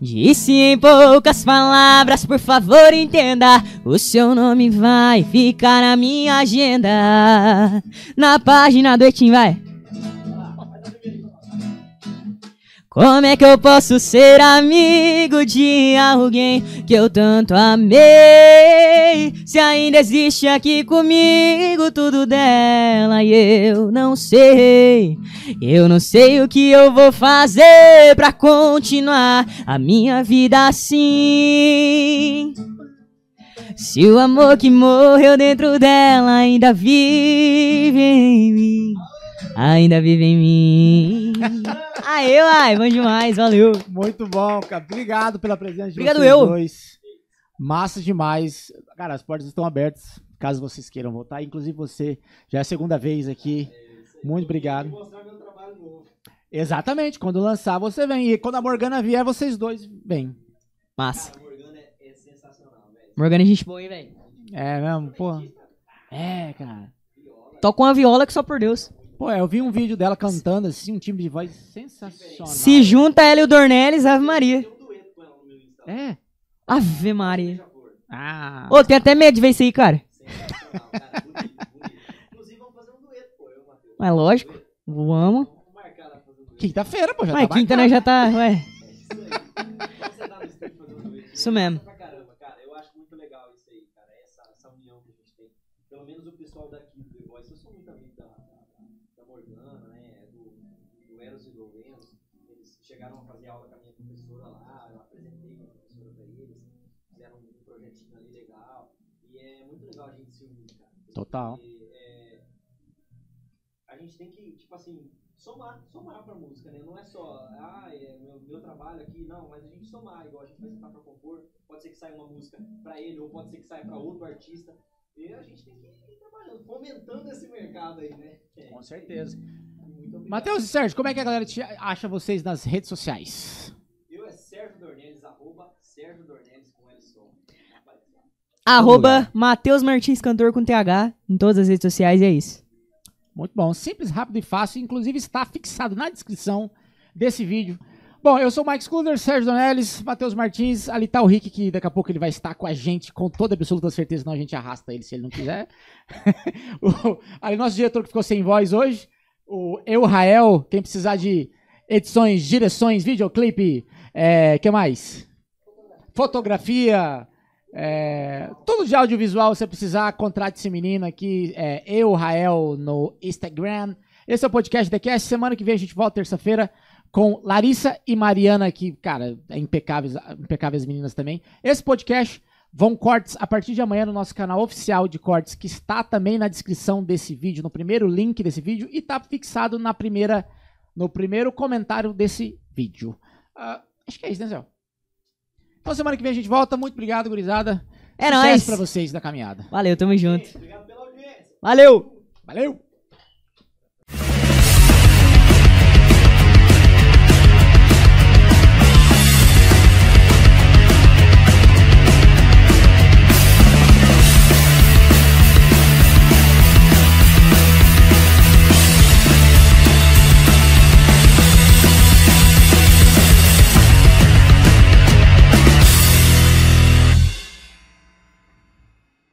Speaker 1: Disse em poucas palavras, por favor entenda. O seu nome vai ficar na minha agenda. Na página do Etim, vai. Como é que eu posso ser amigo de alguém que eu tanto amei? Se ainda existe aqui comigo tudo dela e eu não sei. Eu não sei o que eu vou fazer pra continuar a minha vida assim. Se o amor que morreu dentro dela ainda vive em mim, ainda vive em mim. Aê, uai, bom demais, valeu.
Speaker 3: Muito bom, cara. Obrigado pela presença de
Speaker 1: Obrigado
Speaker 3: vocês
Speaker 1: eu.
Speaker 3: dois. Massa demais. Cara, as portas estão abertas, caso vocês queiram voltar. Inclusive você, já é a segunda vez aqui. Muito obrigado. Exatamente, quando lançar você vem. E quando a Morgana vier, vocês dois vêm.
Speaker 1: Massa. Morgana é gente boa, hein, velho?
Speaker 3: É mesmo, pô. É, cara.
Speaker 1: Toca uma viola que só por Deus.
Speaker 3: Pô, eu vi um vídeo dela cantando assim, um timbre de voz sensacional.
Speaker 1: Se junta ela e o Dornelles, Ave Maria.
Speaker 3: É.
Speaker 1: Ave Maria.
Speaker 3: Ah.
Speaker 1: Ô, tem até medo de ver isso aí, cara.
Speaker 5: um
Speaker 1: Mas É lógico, vamos.
Speaker 3: Quinta-feira, pô, já
Speaker 1: Mas
Speaker 3: tá
Speaker 1: quinta, né,
Speaker 3: marcado.
Speaker 1: já tá, ué.
Speaker 5: tá, um
Speaker 1: Isso mesmo.
Speaker 5: Pra caramba, cara, eu acho muito legal isso aí, cara, É essa, essa união que a gente tem. Pelo menos o pessoal daqui do The Voice, eu sou muito amigo da, da, da Morgana, né, do, do Eros e do Lemos. Eles chegaram a fazer aula com a minha professora lá, eu apresentei com a professora pra eles, fizeram um projetinho ali legal. E é muito legal a gente se unir, cara.
Speaker 3: Total.
Speaker 5: Porque, é, a gente tem que, tipo assim, somar, somar pra música, né? Não é só, ah, é meu, meu trabalho aqui, não, mas a gente somar, igual a gente vai sentar pra compor, pode ser que saia uma música pra ele, ou pode ser que saia pra outro artista. E a gente tem que ir trabalhando, fomentando esse mercado aí, né? É,
Speaker 3: Com certeza.
Speaker 5: muito obrigado.
Speaker 3: Matheus e Sérgio, como é que a galera te acha vocês nas redes sociais?
Speaker 5: Eu é Sérgio Dornelles, arroba Sérgio Dornelles com L som.
Speaker 1: Arroba Matheus Martins Cantor com TH em todas as redes sociais e é isso.
Speaker 3: Muito bom, simples, rápido e fácil, inclusive está fixado na descrição desse vídeo. Bom, eu sou o Mike Scluder, Sérgio Donelis, Matheus Martins, ali tá o Rick, que daqui a pouco ele vai estar com a gente, com toda absoluta certeza, não a gente arrasta ele se ele não quiser. o, ali nosso diretor que ficou sem voz hoje, o Eu Rael, quem precisar de edições, direções, videoclipe, é, que mais? Fotografia, é, tudo de audiovisual, se você precisar, contrate esse menino aqui, é, eu, Rael, no Instagram. Esse é o podcast The Cast. Semana que vem a gente volta terça-feira com Larissa e Mariana, que, cara, é impecáveis, impecáveis meninas também. Esse podcast vão cortes a partir de amanhã no nosso canal oficial de cortes, que está também na descrição desse vídeo, no primeiro link desse vídeo, e está fixado na primeira, no primeiro comentário desse vídeo. Ah, acho que é isso, né, Zé? Então semana que vem a gente volta. Muito obrigado, gurizada.
Speaker 1: É
Speaker 3: Sucesso
Speaker 1: nóis.
Speaker 3: pra vocês da caminhada.
Speaker 1: Valeu, tamo junto.
Speaker 5: Obrigado pela audiência.
Speaker 1: Valeu!
Speaker 3: Valeu!